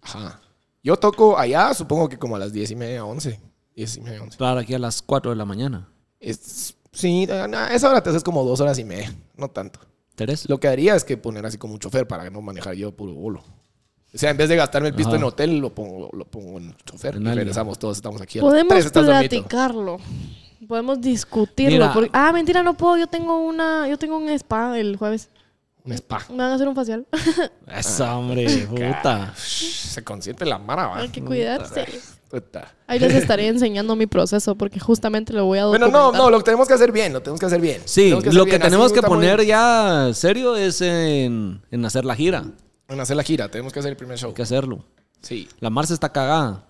Speaker 1: ajá. yo toco allá, supongo que como a las 10 y media, 11. 10 y media, 11.
Speaker 2: Claro, aquí a las 4 de la mañana.
Speaker 1: Es- sí, a a esa hora te haces como dos horas y media, no tanto.
Speaker 2: ¿Tres?
Speaker 1: Lo que haría es que poner así como un chofer para no manejar yo puro bolo. O sea, en vez de gastarme el pisto
Speaker 2: Ajá.
Speaker 1: en hotel, lo pongo, lo pongo en chofer.
Speaker 2: En
Speaker 1: y
Speaker 2: algo.
Speaker 1: regresamos todos, estamos aquí. a las tres,
Speaker 3: Podemos
Speaker 1: estás dormidito.
Speaker 3: platicarlo. Podemos discutirlo.
Speaker 2: Mira.
Speaker 3: porque- Ah, mentira, no puedo. Yo tengo una, yo tengo un spa el jueves.
Speaker 1: Un spa.
Speaker 3: Me van a hacer un facial.
Speaker 2: Esa, hombre, puta.
Speaker 1: Se consiente la mara, va.
Speaker 3: Hay que cuidarse.
Speaker 1: Puta.
Speaker 3: Ahí les estaré enseñando mi proceso porque justamente lo voy a
Speaker 1: Bueno,
Speaker 3: documentar.
Speaker 1: no, no, lo tenemos que hacer bien, lo tenemos que hacer bien.
Speaker 2: Sí,
Speaker 1: Tenemos hacer
Speaker 2: lo que
Speaker 1: bien, así
Speaker 2: tenemos que
Speaker 1: está muy
Speaker 2: poner
Speaker 1: bien.
Speaker 2: ya serio es en, en hacer la gira. Hay
Speaker 1: En hacer la gira, tenemos que hacer el primer show.
Speaker 2: que hacerlo.
Speaker 1: Sí.
Speaker 2: La Marce está cagada.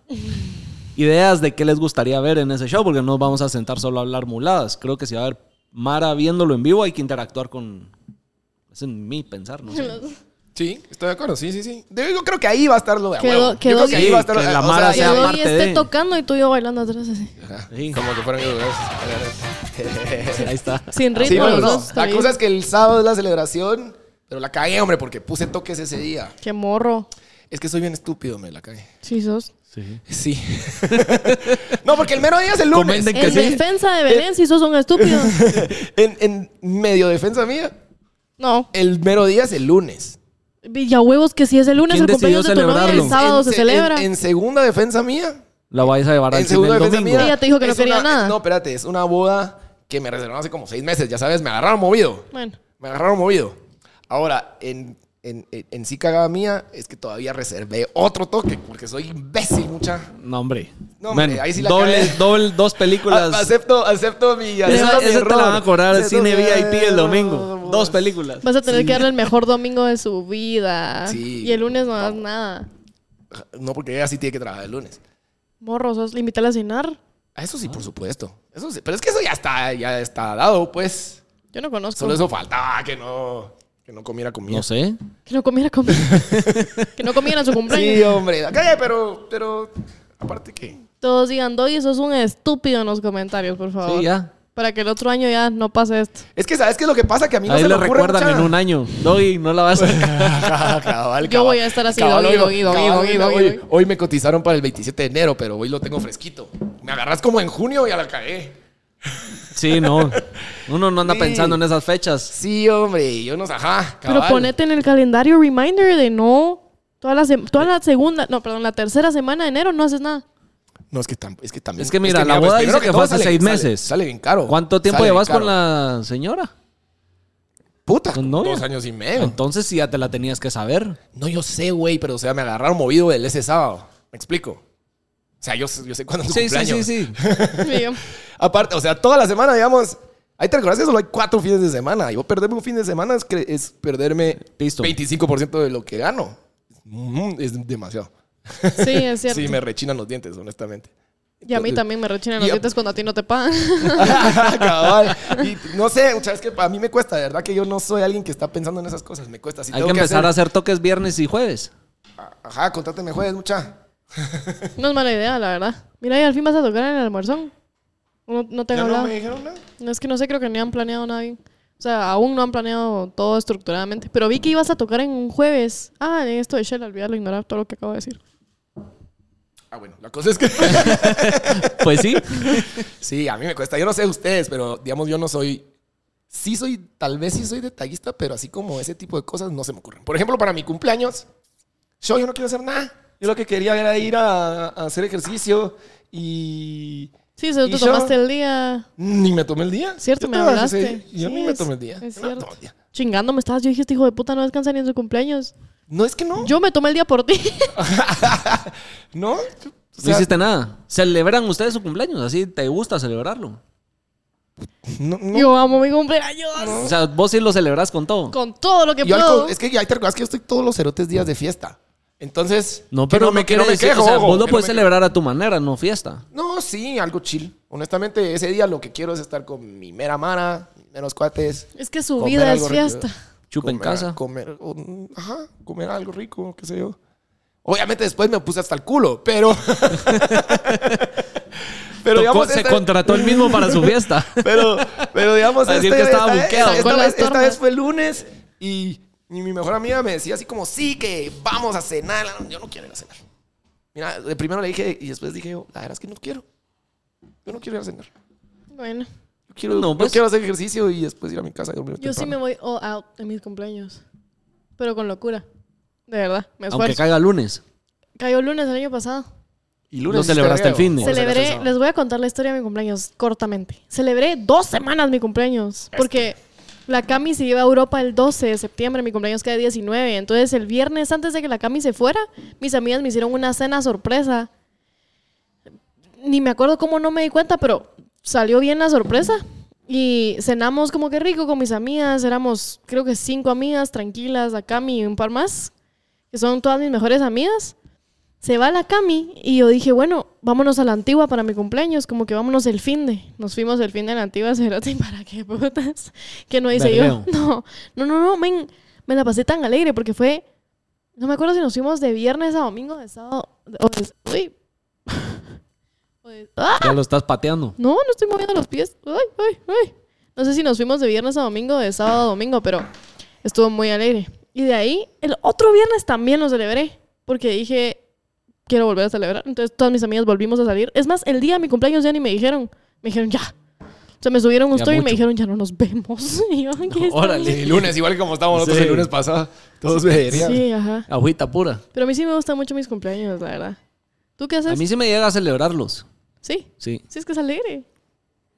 Speaker 2: Ideas de qué les gustaría ver en ese show, porque no nos vamos a sentar solo a hablar muladas. Creo que si va a haber Mara viéndolo en vivo, hay que interactuar con. Es en mí pensar, ¿no? sé.
Speaker 1: Sí, estoy de acuerdo, sí, sí, sí. De- Yo creo que ahí va a estar lo de a
Speaker 3: Quedó-
Speaker 1: huevo. Yo
Speaker 3: quedó
Speaker 1: creo que ahí
Speaker 2: bien.
Speaker 1: va a estar
Speaker 2: Que la
Speaker 1: o
Speaker 2: mara
Speaker 3: Que
Speaker 2: sea
Speaker 1: ya-
Speaker 3: hoy
Speaker 2: parte
Speaker 3: esté
Speaker 2: de-
Speaker 3: este tocando y tú y yo bailando atrás así.
Speaker 1: Ajá,
Speaker 2: Sí.
Speaker 1: Como que fueron ellos dos.
Speaker 2: Ahí está.
Speaker 3: Sin ritmo.
Speaker 1: Ah, Sí, bueno,
Speaker 3: los
Speaker 1: no.
Speaker 3: dos,
Speaker 1: La
Speaker 3: ahí.
Speaker 1: cosa es que el sábado es la celebración, pero la cagué, hombre, porque puse toques ese día.
Speaker 3: Qué morro.
Speaker 1: Es que soy bien estúpido, me la cagué.
Speaker 3: Sí, sos.
Speaker 2: Sí.
Speaker 1: Sí. no, porque el mero día es el lunes.
Speaker 2: Comenten que
Speaker 3: En
Speaker 2: sí.
Speaker 3: defensa de
Speaker 1: Eh,
Speaker 3: Belén, si sos un estúpido.
Speaker 1: En, en medio defensa mía,
Speaker 3: No.
Speaker 1: el mero día es el lunes.
Speaker 3: Villahuevos que si es el lunes
Speaker 2: ¿Quién
Speaker 3: el cumpleaños de
Speaker 2: decidió
Speaker 3: tu novia, el
Speaker 2: celebrarlo?
Speaker 3: sábado
Speaker 1: En
Speaker 3: se
Speaker 1: se-
Speaker 3: celebra.
Speaker 1: En, en segunda defensa mía,
Speaker 2: La vais a llevar al
Speaker 1: en
Speaker 2: cine
Speaker 1: segunda
Speaker 2: el
Speaker 1: defensa
Speaker 2: domingo.
Speaker 1: mía.
Speaker 3: Ella te dijo que no
Speaker 1: es
Speaker 3: quería
Speaker 1: una-
Speaker 3: nada.
Speaker 1: No, espérate, es una boda que me reservaron hace como seis meses, ya sabes, me agarraron movido.
Speaker 3: Bueno.
Speaker 1: Me agarraron movido. Ahora, en, en, en, en sí cagada mía, es que todavía reservé otro toque, porque soy imbécil, mucha.
Speaker 2: No, hombre.
Speaker 1: No, hombre,
Speaker 2: Bueno,
Speaker 1: ahí sí la
Speaker 2: doble,
Speaker 1: cagué.
Speaker 2: doble- dos películas.
Speaker 1: A- acepto, acepto mi.
Speaker 2: esa
Speaker 1: acepto mi
Speaker 2: esa te
Speaker 1: error.
Speaker 2: la van a cobrar al
Speaker 1: Acepto
Speaker 2: cine
Speaker 1: mi-
Speaker 2: VIP el domingo. Dos películas.
Speaker 3: Vas a tener que darle el mejor domingo de su vida.
Speaker 1: Sí.
Speaker 3: Y el lunes no das nada.
Speaker 1: No, porque ella sí tiene que trabajar el lunes.
Speaker 3: Morro, sos, le invítala a cenar.
Speaker 1: Ah, Eso sí, por supuesto. Eso sí. Pero es que eso ya está, ya está dado, pues.
Speaker 3: Yo no conozco.
Speaker 1: Solo eso faltaba que no, que no comiera comida.
Speaker 2: No sé.
Speaker 3: Que no comiera comida. que no comiera su cumpleaños.
Speaker 1: Sí, hombre. la cagué, pero, pero aparte que.
Speaker 3: Todos digan, Doy, sos un estúpido en los comentarios, por favor.
Speaker 2: Sí, ya.
Speaker 3: Para que el otro año ya no pase esto.
Speaker 1: Es que, ¿sabes qué es lo que pasa? Que a mí no
Speaker 2: Ahí
Speaker 1: se
Speaker 2: lo
Speaker 1: me ocurre
Speaker 2: recuerdan
Speaker 1: mucha-
Speaker 2: en un año. Doggy, no la vas a...
Speaker 1: Cabal, cabal.
Speaker 3: Yo voy a estar así,
Speaker 1: Cabal,
Speaker 3: doggy,
Speaker 1: hoy-
Speaker 3: doggy,
Speaker 1: cabal,
Speaker 3: doggy,
Speaker 1: hoy-
Speaker 3: doggy,
Speaker 1: hoy-
Speaker 3: doggy.
Speaker 1: Hoy me cotizaron para el 27 de enero, pero hoy lo tengo fresquito. Me agarras como en junio y a la cagué.
Speaker 2: Sí, no. Uno no anda
Speaker 1: Sí.
Speaker 2: pensando en esas fechas.
Speaker 1: Sí, hombre, yo no sé. Ajá, cabal.
Speaker 3: Pero ponete en el calendario reminder de no. Toda la, sem- toda la segunda, no, perdón, la tercera semana de enero no haces nada.
Speaker 1: No, es que, tam- es que también.
Speaker 2: Es que mira, la
Speaker 1: pues,
Speaker 2: boda
Speaker 1: primero
Speaker 2: dice que fue
Speaker 1: todo sale-
Speaker 2: hace seis
Speaker 1: sale-
Speaker 2: meses.
Speaker 1: Sale bien caro.
Speaker 2: ¿Cuánto tiempo
Speaker 1: Sale bien
Speaker 2: llevas
Speaker 1: caro.
Speaker 2: con la señora?
Speaker 1: Puta,
Speaker 2: con novia?
Speaker 1: dos años y medio.
Speaker 2: Entonces sí ya te la tenías que saber.
Speaker 1: No, yo sé, güey, pero o sea, me agarraron movido del ese sábado. ¿Me explico? O sea, yo, sé- yo sé cuándo es tu
Speaker 2: Sí, sí,
Speaker 1: cumpleaños.
Speaker 2: sí, sí.
Speaker 3: Y yo,
Speaker 1: Aparte, o sea, toda la semana, digamos. Ahí te recordás que solo hay cuatro fines de semana. Yo perderme un fin de semana es, cre- es perderme
Speaker 2: Pisto.
Speaker 1: 25% de lo que gano. Mm, Es demasiado.
Speaker 3: sí, es cierto.
Speaker 1: Sí, me rechinan los dientes, honestamente.
Speaker 3: Y a mí también me rechinan los
Speaker 1: Y a-
Speaker 3: dientes cuando a ti no te pagan.
Speaker 1: Cabal. Y no sé, muchas veces que a mí me cuesta, de verdad que yo no soy alguien que está pensando en esas cosas. Me cuesta. Si
Speaker 2: Hay
Speaker 1: tengo
Speaker 2: que empezar a
Speaker 1: hacer-
Speaker 2: hacer toques viernes y jueves.
Speaker 1: Ajá, contráteme jueves, mucha.
Speaker 3: no es mala idea, la verdad. Mira, y al fin vas a tocar en el almuerzón. No, no te han
Speaker 1: Ya no
Speaker 3: hablado.
Speaker 1: me dijeron nada.
Speaker 3: No, Es que no sé, creo que ni han planeado nada bien. O sea, aún no han planeado todo estructuradamente. Pero vi que ibas a tocar en un jueves. Ah, en esto de Shell, olvídalo, ignorar todo lo que acabo de decir.
Speaker 1: Ah, bueno, la cosa es que.
Speaker 2: Pues sí.
Speaker 1: sí, a mí me cuesta. Yo no sé ustedes, pero digamos, yo no soy. Sí, soy. Tal vez sí soy detallista, pero así como ese tipo de cosas no se me ocurren. Por ejemplo, para mi cumpleaños, yo, yo no quiero hacer nada. Yo lo que quería era ir a, a hacer ejercicio y.
Speaker 3: Sí, se
Speaker 1: ¿Y
Speaker 3: te
Speaker 1: yo?
Speaker 3: tomaste el día
Speaker 1: Ni me tomé el día.
Speaker 3: Cierto,
Speaker 1: Yo
Speaker 3: me
Speaker 1: te voy a decir,
Speaker 3: hablaste.
Speaker 1: Yo
Speaker 3: Sí,
Speaker 1: ni me
Speaker 3: es-
Speaker 1: tomé el día.
Speaker 3: es
Speaker 1: Yo no me
Speaker 3: cierto.
Speaker 1: tomé el día.
Speaker 3: chingando, me estabas. Yo dije, este hijo de puta no descansa ni en su cumpleaños.
Speaker 1: No es que no.
Speaker 3: Yo me tomé el día por ti.
Speaker 1: No. o
Speaker 2: no
Speaker 1: sea,
Speaker 2: hiciste nada. ¿Celebran ustedes su cumpleaños? Así te gusta celebrarlo.
Speaker 1: no- no.
Speaker 3: Yo amo mi cumpleaños.
Speaker 2: O sea, vos sí lo celebrás con todo.
Speaker 3: Con todo lo que
Speaker 1: Yo
Speaker 3: puedo.
Speaker 1: alco- es que ya te recuerdas que yo estoy todos los cerotes días de fiesta. Entonces.
Speaker 2: No,
Speaker 1: que
Speaker 2: pero no,
Speaker 1: me, que
Speaker 2: quiere
Speaker 1: me
Speaker 2: decir-
Speaker 1: quejo.
Speaker 2: o sea,
Speaker 1: ojo,
Speaker 2: vos lo
Speaker 1: que no
Speaker 2: puedes
Speaker 1: me
Speaker 2: celebrar a tu manera, no fiesta.
Speaker 1: No, sí, algo chill. Honestamente, ese día lo que quiero es estar con mi mera mara, mis meros cuates.
Speaker 3: Es que su
Speaker 1: comer
Speaker 3: vida
Speaker 1: algo
Speaker 3: es
Speaker 1: rico.
Speaker 3: fiesta.
Speaker 2: Chupa en
Speaker 1: comer-
Speaker 2: casa.
Speaker 1: Comer, un- ajá, comer algo rico, qué sé yo. Obviamente después me puse hasta el culo, pero... pero
Speaker 2: Tocó-
Speaker 1: digamos... este-
Speaker 2: se
Speaker 1: esta-
Speaker 2: contrató el mismo para su fiesta.
Speaker 1: Pero, pero digamos, este
Speaker 2: A decir que estaba
Speaker 1: esta, vez-
Speaker 2: buqueado.
Speaker 1: esta
Speaker 3: Sacó
Speaker 1: vez,
Speaker 3: las
Speaker 1: esta
Speaker 3: tornas.
Speaker 1: vez fue el lunes y, y mi mejor amiga me decía así como, sí, que vamos a cenar. Yo no quiero ir a cenar. Mira, de primero le dije y después dije yo, la verdad es que no quiero. Yo no quiero ir a cenar.
Speaker 3: Bueno,
Speaker 1: Yo quiero,
Speaker 2: No,
Speaker 1: yo
Speaker 2: pues.
Speaker 1: quiero hacer ejercicio y después ir a mi casa y dormir
Speaker 3: yo sí me
Speaker 1: temprano.
Speaker 3: voy all out en mis cumpleaños. Pero con locura. De verdad,
Speaker 2: Aunque
Speaker 3: me esfuerzo.
Speaker 2: caiga lunes.
Speaker 3: Cayó el lunes el año pasado.
Speaker 1: Y
Speaker 2: No
Speaker 1: sí
Speaker 2: celebraste
Speaker 1: celebro.
Speaker 2: el fin de-
Speaker 1: O celebraste el
Speaker 3: Celebré,
Speaker 1: sábado.
Speaker 3: les voy a contar la historia de mi cumpleaños cortamente. Celebré dos semanas mi cumpleaños. Porque la Cami se iba a Europa el 12 de septiembre, mi cumpleaños queda 19. Entonces, el viernes antes de que la Cami se fuera, mis amigas me hicieron una cena sorpresa. Ni me acuerdo cómo no me di cuenta, pero salió bien la sorpresa. Y cenamos como que rico con mis amigas. Éramos, creo que cinco amigas tranquilas, la Cami y un par más, que son todas mis mejores amigas. Se va la Cami y yo dije, bueno, vámonos a la antigua para mi cumpleaños, como que vámonos el fin de. Nos fuimos el fin de la antigua, Cerote, ¿para qué putas? Que no hice yo.
Speaker 2: Berreo.
Speaker 3: No, no, no, no, men, me la pasé tan alegre porque fue, no me acuerdo si nos fuimos de viernes a domingo, de sábado, o de, uy. O de- ¡Ah!
Speaker 2: Ya lo estás pateando.
Speaker 3: No, no estoy moviendo los pies. Ay, ay, ay. No sé si nos fuimos de viernes a domingo, de sábado a domingo, pero estuvo muy alegre. Y de ahí, el otro viernes también lo celebré, porque dije, quiero volver a celebrar. Entonces todas mis amigas volvimos a salir. Es más, el día de mi cumpleaños ya ni me dijeron, me dijeron ya. O sea, me subieron un
Speaker 2: Ya
Speaker 3: story y me
Speaker 2: mucho.
Speaker 3: dijeron, ya no nos vemos. Y yo, ¿qué está
Speaker 2: Órale.
Speaker 1: El lunes, igual que como estábamos nosotros
Speaker 2: Sí.
Speaker 1: el lunes pasado. Todos me dirían.
Speaker 3: bien? Sí, ajá.
Speaker 2: Agüita pura.
Speaker 3: Pero a mí sí me gustan mucho mis cumpleaños, la verdad. ¿Tú qué haces?
Speaker 2: A mí sí me llega a celebrarlos.
Speaker 3: Sí.
Speaker 2: Sí.
Speaker 3: Sí, es que es alegre.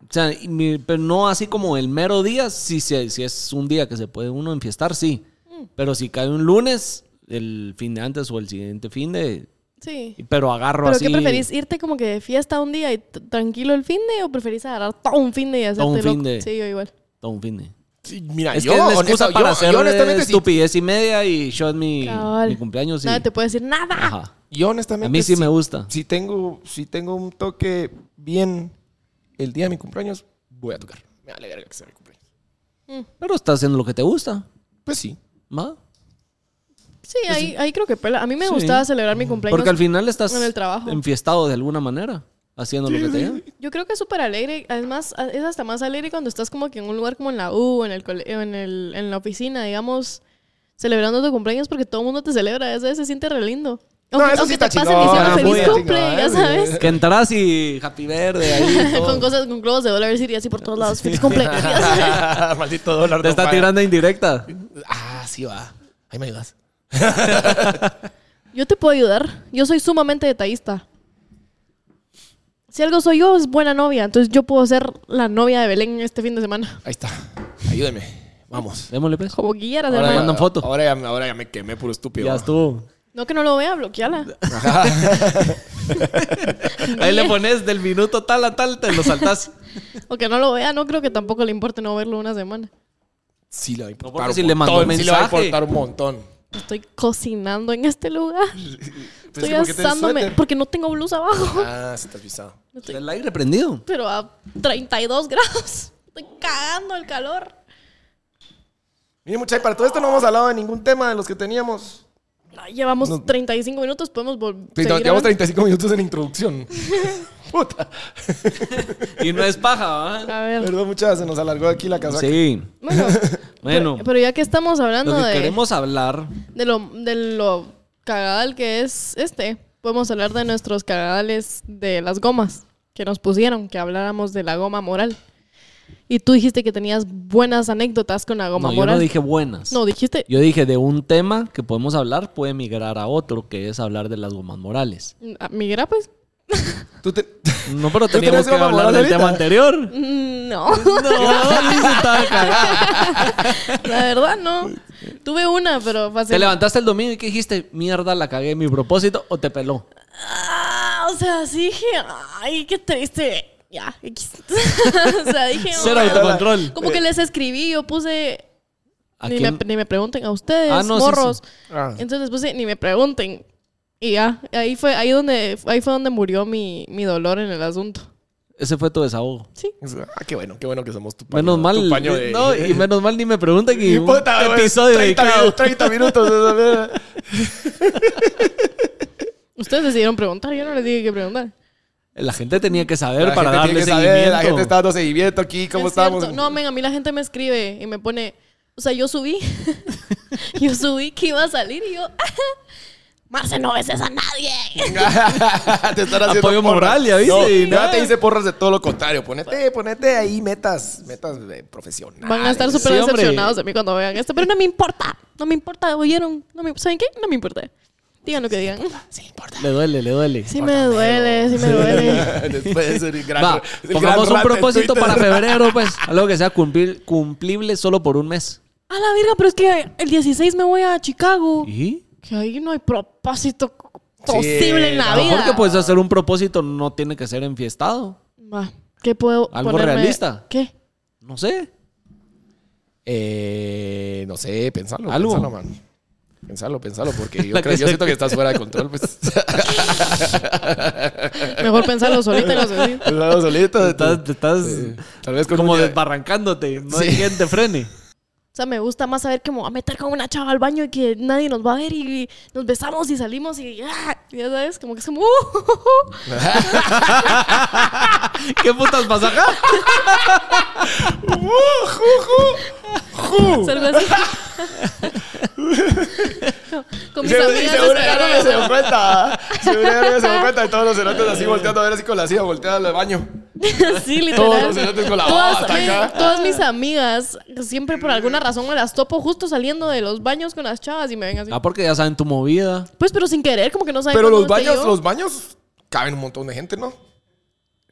Speaker 2: O sea, y mi- pero no así como el mero día, si, se- si es un día que se puede uno enfiestar, sí.
Speaker 3: Mm.
Speaker 2: Pero si cae un lunes, el fin de antes o el siguiente fin de...
Speaker 3: Sí.
Speaker 2: Pero agarro
Speaker 3: ¿Pero
Speaker 2: así...
Speaker 3: qué preferís? ¿Irte como que de fiesta un día y t- tranquilo el fin de o preferís agarrar todo un fin de y hacerte
Speaker 2: Todo un
Speaker 3: loco?
Speaker 2: finde.
Speaker 3: Sí, yo igual.
Speaker 2: Todo un fin de...
Speaker 1: Sí, mira,
Speaker 2: Es
Speaker 1: Ah, yo,
Speaker 2: que es la excusa
Speaker 1: honesta-
Speaker 2: para
Speaker 1: yo-
Speaker 2: hacer
Speaker 1: yo honestamente, sí-
Speaker 2: estupidez y media y yo en mi,
Speaker 3: Cabal.
Speaker 2: mi cumpleaños y...
Speaker 3: Nadie te puede decir nada.
Speaker 2: Ajá.
Speaker 1: yo honestamente
Speaker 2: A mí sí me gusta.
Speaker 1: Si tengo, si tengo un toque bien el día de mi cumpleaños, voy a tocar. Me alegra que sea mi cumpleaños.
Speaker 2: Pero estás haciendo lo que te gusta.
Speaker 1: Pues sí.
Speaker 2: ¿va?
Speaker 3: Sí, ahí, ahí creo que pela. A mí me
Speaker 2: Sí.
Speaker 3: gustaba celebrar mi cumpleaños.
Speaker 2: Porque al final estás
Speaker 3: en el trabajo.
Speaker 2: enfiestado de alguna manera. haciendo lo que te digan.
Speaker 3: Yo creo que es súper alegre. Además, a- es hasta más alegre cuando estás como que en un lugar como en la U, en, el cole- o en, el- en la oficina, digamos, celebrando tu cumpleaños porque todo el mundo te celebra. Esa vez se siente re lindo.
Speaker 1: No, eso sí
Speaker 3: te
Speaker 1: está
Speaker 3: pasen
Speaker 1: chingón,
Speaker 2: ah,
Speaker 3: diciendo
Speaker 2: muy
Speaker 3: feliz
Speaker 2: chingón,
Speaker 3: cumple,
Speaker 1: ¿eh?
Speaker 3: ya sabes.
Speaker 2: Que entras y happy verde ahí. todo.
Speaker 3: con cosas, con globos de dólar y así por todos lados. Feliz cumple. ya sabes.
Speaker 1: Maldito dólar.
Speaker 2: Te
Speaker 1: no
Speaker 2: está
Speaker 1: paga.
Speaker 2: tirando indirecta.
Speaker 1: Ah, sí va. Ahí me ayudas.
Speaker 3: Yo te puedo ayudar. Yo soy sumamente detallista. Si algo soy yo, es buena novia. Entonces yo puedo ser la novia de Belén este fin de semana.
Speaker 1: Ahí está. Ayúdeme. Vamos.
Speaker 2: Démosle pues.
Speaker 3: Como quieras,
Speaker 2: Ahora
Speaker 3: hermano.
Speaker 2: mandan foto.
Speaker 1: Ahora ya, ahora ya me quemé puro estúpido.
Speaker 2: Ya estuvo.
Speaker 3: No que no lo vea, bloqueala.
Speaker 2: Ahí le pones del minuto tal a tal, te lo saltas.
Speaker 3: O que no lo vea, no creo que tampoco le importe no verlo una semana.
Speaker 1: Sí le va a
Speaker 2: No,
Speaker 1: importar
Speaker 2: porque
Speaker 1: un
Speaker 2: si le mandó
Speaker 1: montón. Sí le va a
Speaker 2: mensaje.
Speaker 1: importar un montón.
Speaker 3: Estoy cocinando en este lugar.
Speaker 1: Pues
Speaker 3: Estoy
Speaker 1: es que, ¿por qué tenés
Speaker 3: asándome.
Speaker 1: suéter?
Speaker 3: Porque no tengo blusa abajo.
Speaker 1: Ah, se estás pisado.
Speaker 2: El aire prendido.
Speaker 3: Pero a 32 grados. Estoy cagando el calor.
Speaker 1: Miren, muchachos, para todo esto no hemos hablado de ningún tema de los que teníamos.
Speaker 3: Ay, llevamos
Speaker 1: No.
Speaker 3: 35 minutos, podemos volver.
Speaker 1: Sí, no, Llevamos 35 minutos en introducción. Puta.
Speaker 2: Y no es paja, ¿verdad?
Speaker 3: A ver.
Speaker 1: Perdón, muchachas, se nos alargó aquí la casaca.
Speaker 2: Sí.
Speaker 3: Bueno,
Speaker 2: Bueno,
Speaker 3: pero, pero ya que estamos hablando
Speaker 2: lo que
Speaker 3: de.
Speaker 2: queremos hablar.
Speaker 3: de lo, de lo cagadal que es este, podemos hablar de nuestros cagadales de las gomas que nos pusieron, que habláramos de la goma moral. Y tú dijiste que tenías buenas anécdotas con la goma
Speaker 2: No, yo
Speaker 3: moral.
Speaker 2: no dije buenas.
Speaker 3: No, dijiste.
Speaker 2: Yo dije de un tema que podemos hablar puede migrar a otro, que es hablar de las gomas morales.
Speaker 3: Ah, ¿Migra, pues?
Speaker 1: Tú te-
Speaker 2: No, pero
Speaker 1: ¿Tú tenías
Speaker 2: teníamos que
Speaker 1: goma
Speaker 2: hablar
Speaker 1: moral
Speaker 2: del
Speaker 1: ahorita?
Speaker 2: tema anterior.
Speaker 3: Mm, No,
Speaker 2: No, sí se estaba cagando.
Speaker 3: la verdad no. Tuve una, pero fácil.
Speaker 2: Te levantaste el domingo y que dijiste, mierda, la cagué mi propósito o te peló.
Speaker 3: Ah, o sea, sí dije, ay, qué triste. Ya, X. o sea, dije,
Speaker 2: Cero
Speaker 3: "Ah".
Speaker 2: autocontrol.
Speaker 3: como que les escribí, yo puse,
Speaker 2: ¿A
Speaker 3: ni,
Speaker 2: quién?
Speaker 3: me, ni me pregunten a ustedes,
Speaker 2: Ah, no, sí,
Speaker 3: morros.
Speaker 1: Ah.
Speaker 3: Entonces puse, ni me pregunten. Y ya, ahí fue, ahí donde, ahí fue donde murió mi, mi dolor en el asunto.
Speaker 2: Ese fue tu desahogo.
Speaker 3: Sí.
Speaker 1: Ah, qué bueno, qué bueno que somos tu paño.
Speaker 2: Menos
Speaker 1: Tu
Speaker 2: mal. eh,
Speaker 1: paño de...
Speaker 2: No, y menos mal ni me preguntan y
Speaker 1: Y
Speaker 2: un
Speaker 1: puta, güey,
Speaker 2: episodio
Speaker 1: 30,
Speaker 2: dedicado.
Speaker 1: minutos, 30 minutos. esa mierda.
Speaker 3: Ustedes decidieron preguntar, yo no les dije que preguntar.
Speaker 2: La gente tenía que saber
Speaker 1: La
Speaker 2: para
Speaker 1: gente
Speaker 2: darle
Speaker 1: tiene que
Speaker 2: seguimiento.
Speaker 1: saber, La gente está dando seguimiento aquí, ¿cómo
Speaker 3: Es cierto.
Speaker 1: estamos?
Speaker 3: No, men, a mí la gente me escribe y me pone, o sea, yo subí, yo subí que iba a salir y yo, Marce, no beses a nadie.
Speaker 1: te están haciendo
Speaker 2: Apoyo moral, ya viste,
Speaker 1: No,
Speaker 2: y
Speaker 1: nada,
Speaker 2: nada.
Speaker 1: te dice porras de todo lo contrario. Ponete, ponete ahí metas, metas eh, profesionales.
Speaker 3: Van a estar súper
Speaker 2: Sí, hombre.
Speaker 3: decepcionados de mí cuando vean esto, pero no me importa, no me importa, oyeron, no me, ¿saben qué? No me importa. Digan lo que digan.
Speaker 1: Sí, le importa.
Speaker 2: Le duele, le duele.
Speaker 3: Sí me duele, sí me duele.
Speaker 1: Después de ser el gran,
Speaker 2: Va,
Speaker 1: el gran
Speaker 2: pongamos un
Speaker 1: rant en
Speaker 2: propósito
Speaker 1: Twitter.
Speaker 2: para febrero, pues. Algo que sea cumplir- cumplible solo por un mes.
Speaker 3: A la verga, pero es que el 16 me voy a Chicago.
Speaker 2: ¿Y?
Speaker 3: Que ahí no hay propósito posible en la
Speaker 2: A lo
Speaker 3: vida.
Speaker 2: mejor que pues puedes hacer un propósito no tiene que ser enfiestado.
Speaker 3: Va, ¿Qué puedo
Speaker 2: Algo
Speaker 3: ponerme?
Speaker 2: realista.
Speaker 3: ¿Qué?
Speaker 2: No sé.
Speaker 1: Eh, no sé, pensalo.
Speaker 2: Algo.
Speaker 1: Pensalo, man. Pensalo, pensalo, porque yo,
Speaker 2: La
Speaker 1: creo,
Speaker 2: que
Speaker 1: yo
Speaker 2: se-
Speaker 1: siento que estás fuera de control. Pues.
Speaker 3: Mejor pensarlo solita y no sé.
Speaker 1: Pensalo solito. de
Speaker 2: Estás, te
Speaker 1: tu-
Speaker 2: estás
Speaker 1: eh, tal vez con
Speaker 2: como
Speaker 1: un día-
Speaker 2: desbarrancándote. No hay
Speaker 1: Sí.
Speaker 2: quien te frene.
Speaker 3: O sea, me gusta más saber que me voy a meter con una chava al baño y que nadie nos va a ver y nos besamos y salimos y ah, ya sabes, como que es como... "Uh".
Speaker 2: ¿Qué putas pasa acá? ¡Uh!
Speaker 3: Es algo así. con mis
Speaker 1: Se- y
Speaker 3: amigas
Speaker 1: seguro ya no se
Speaker 3: desesperadas.
Speaker 1: dio cuenta. Seguro ya no se dio cuenta de todos los cerotes así volteando a ver así con la silla, volteando al baño.
Speaker 3: sí,
Speaker 1: Todos los
Speaker 3: literal.
Speaker 1: cerotes con la baba
Speaker 3: Todas,
Speaker 1: hasta
Speaker 3: men,
Speaker 1: acá.
Speaker 3: todas mis amigas, siempre por alguna razón me las topo justo saliendo de los baños con las chavas y me ven así.
Speaker 2: Ah, porque ya saben tu movida.
Speaker 3: Pues, pero sin querer, como que no saben
Speaker 1: Pero
Speaker 3: cuándo
Speaker 1: los
Speaker 3: estoy
Speaker 1: baños,
Speaker 3: yo.
Speaker 1: los baños caben un montón de gente, ¿no?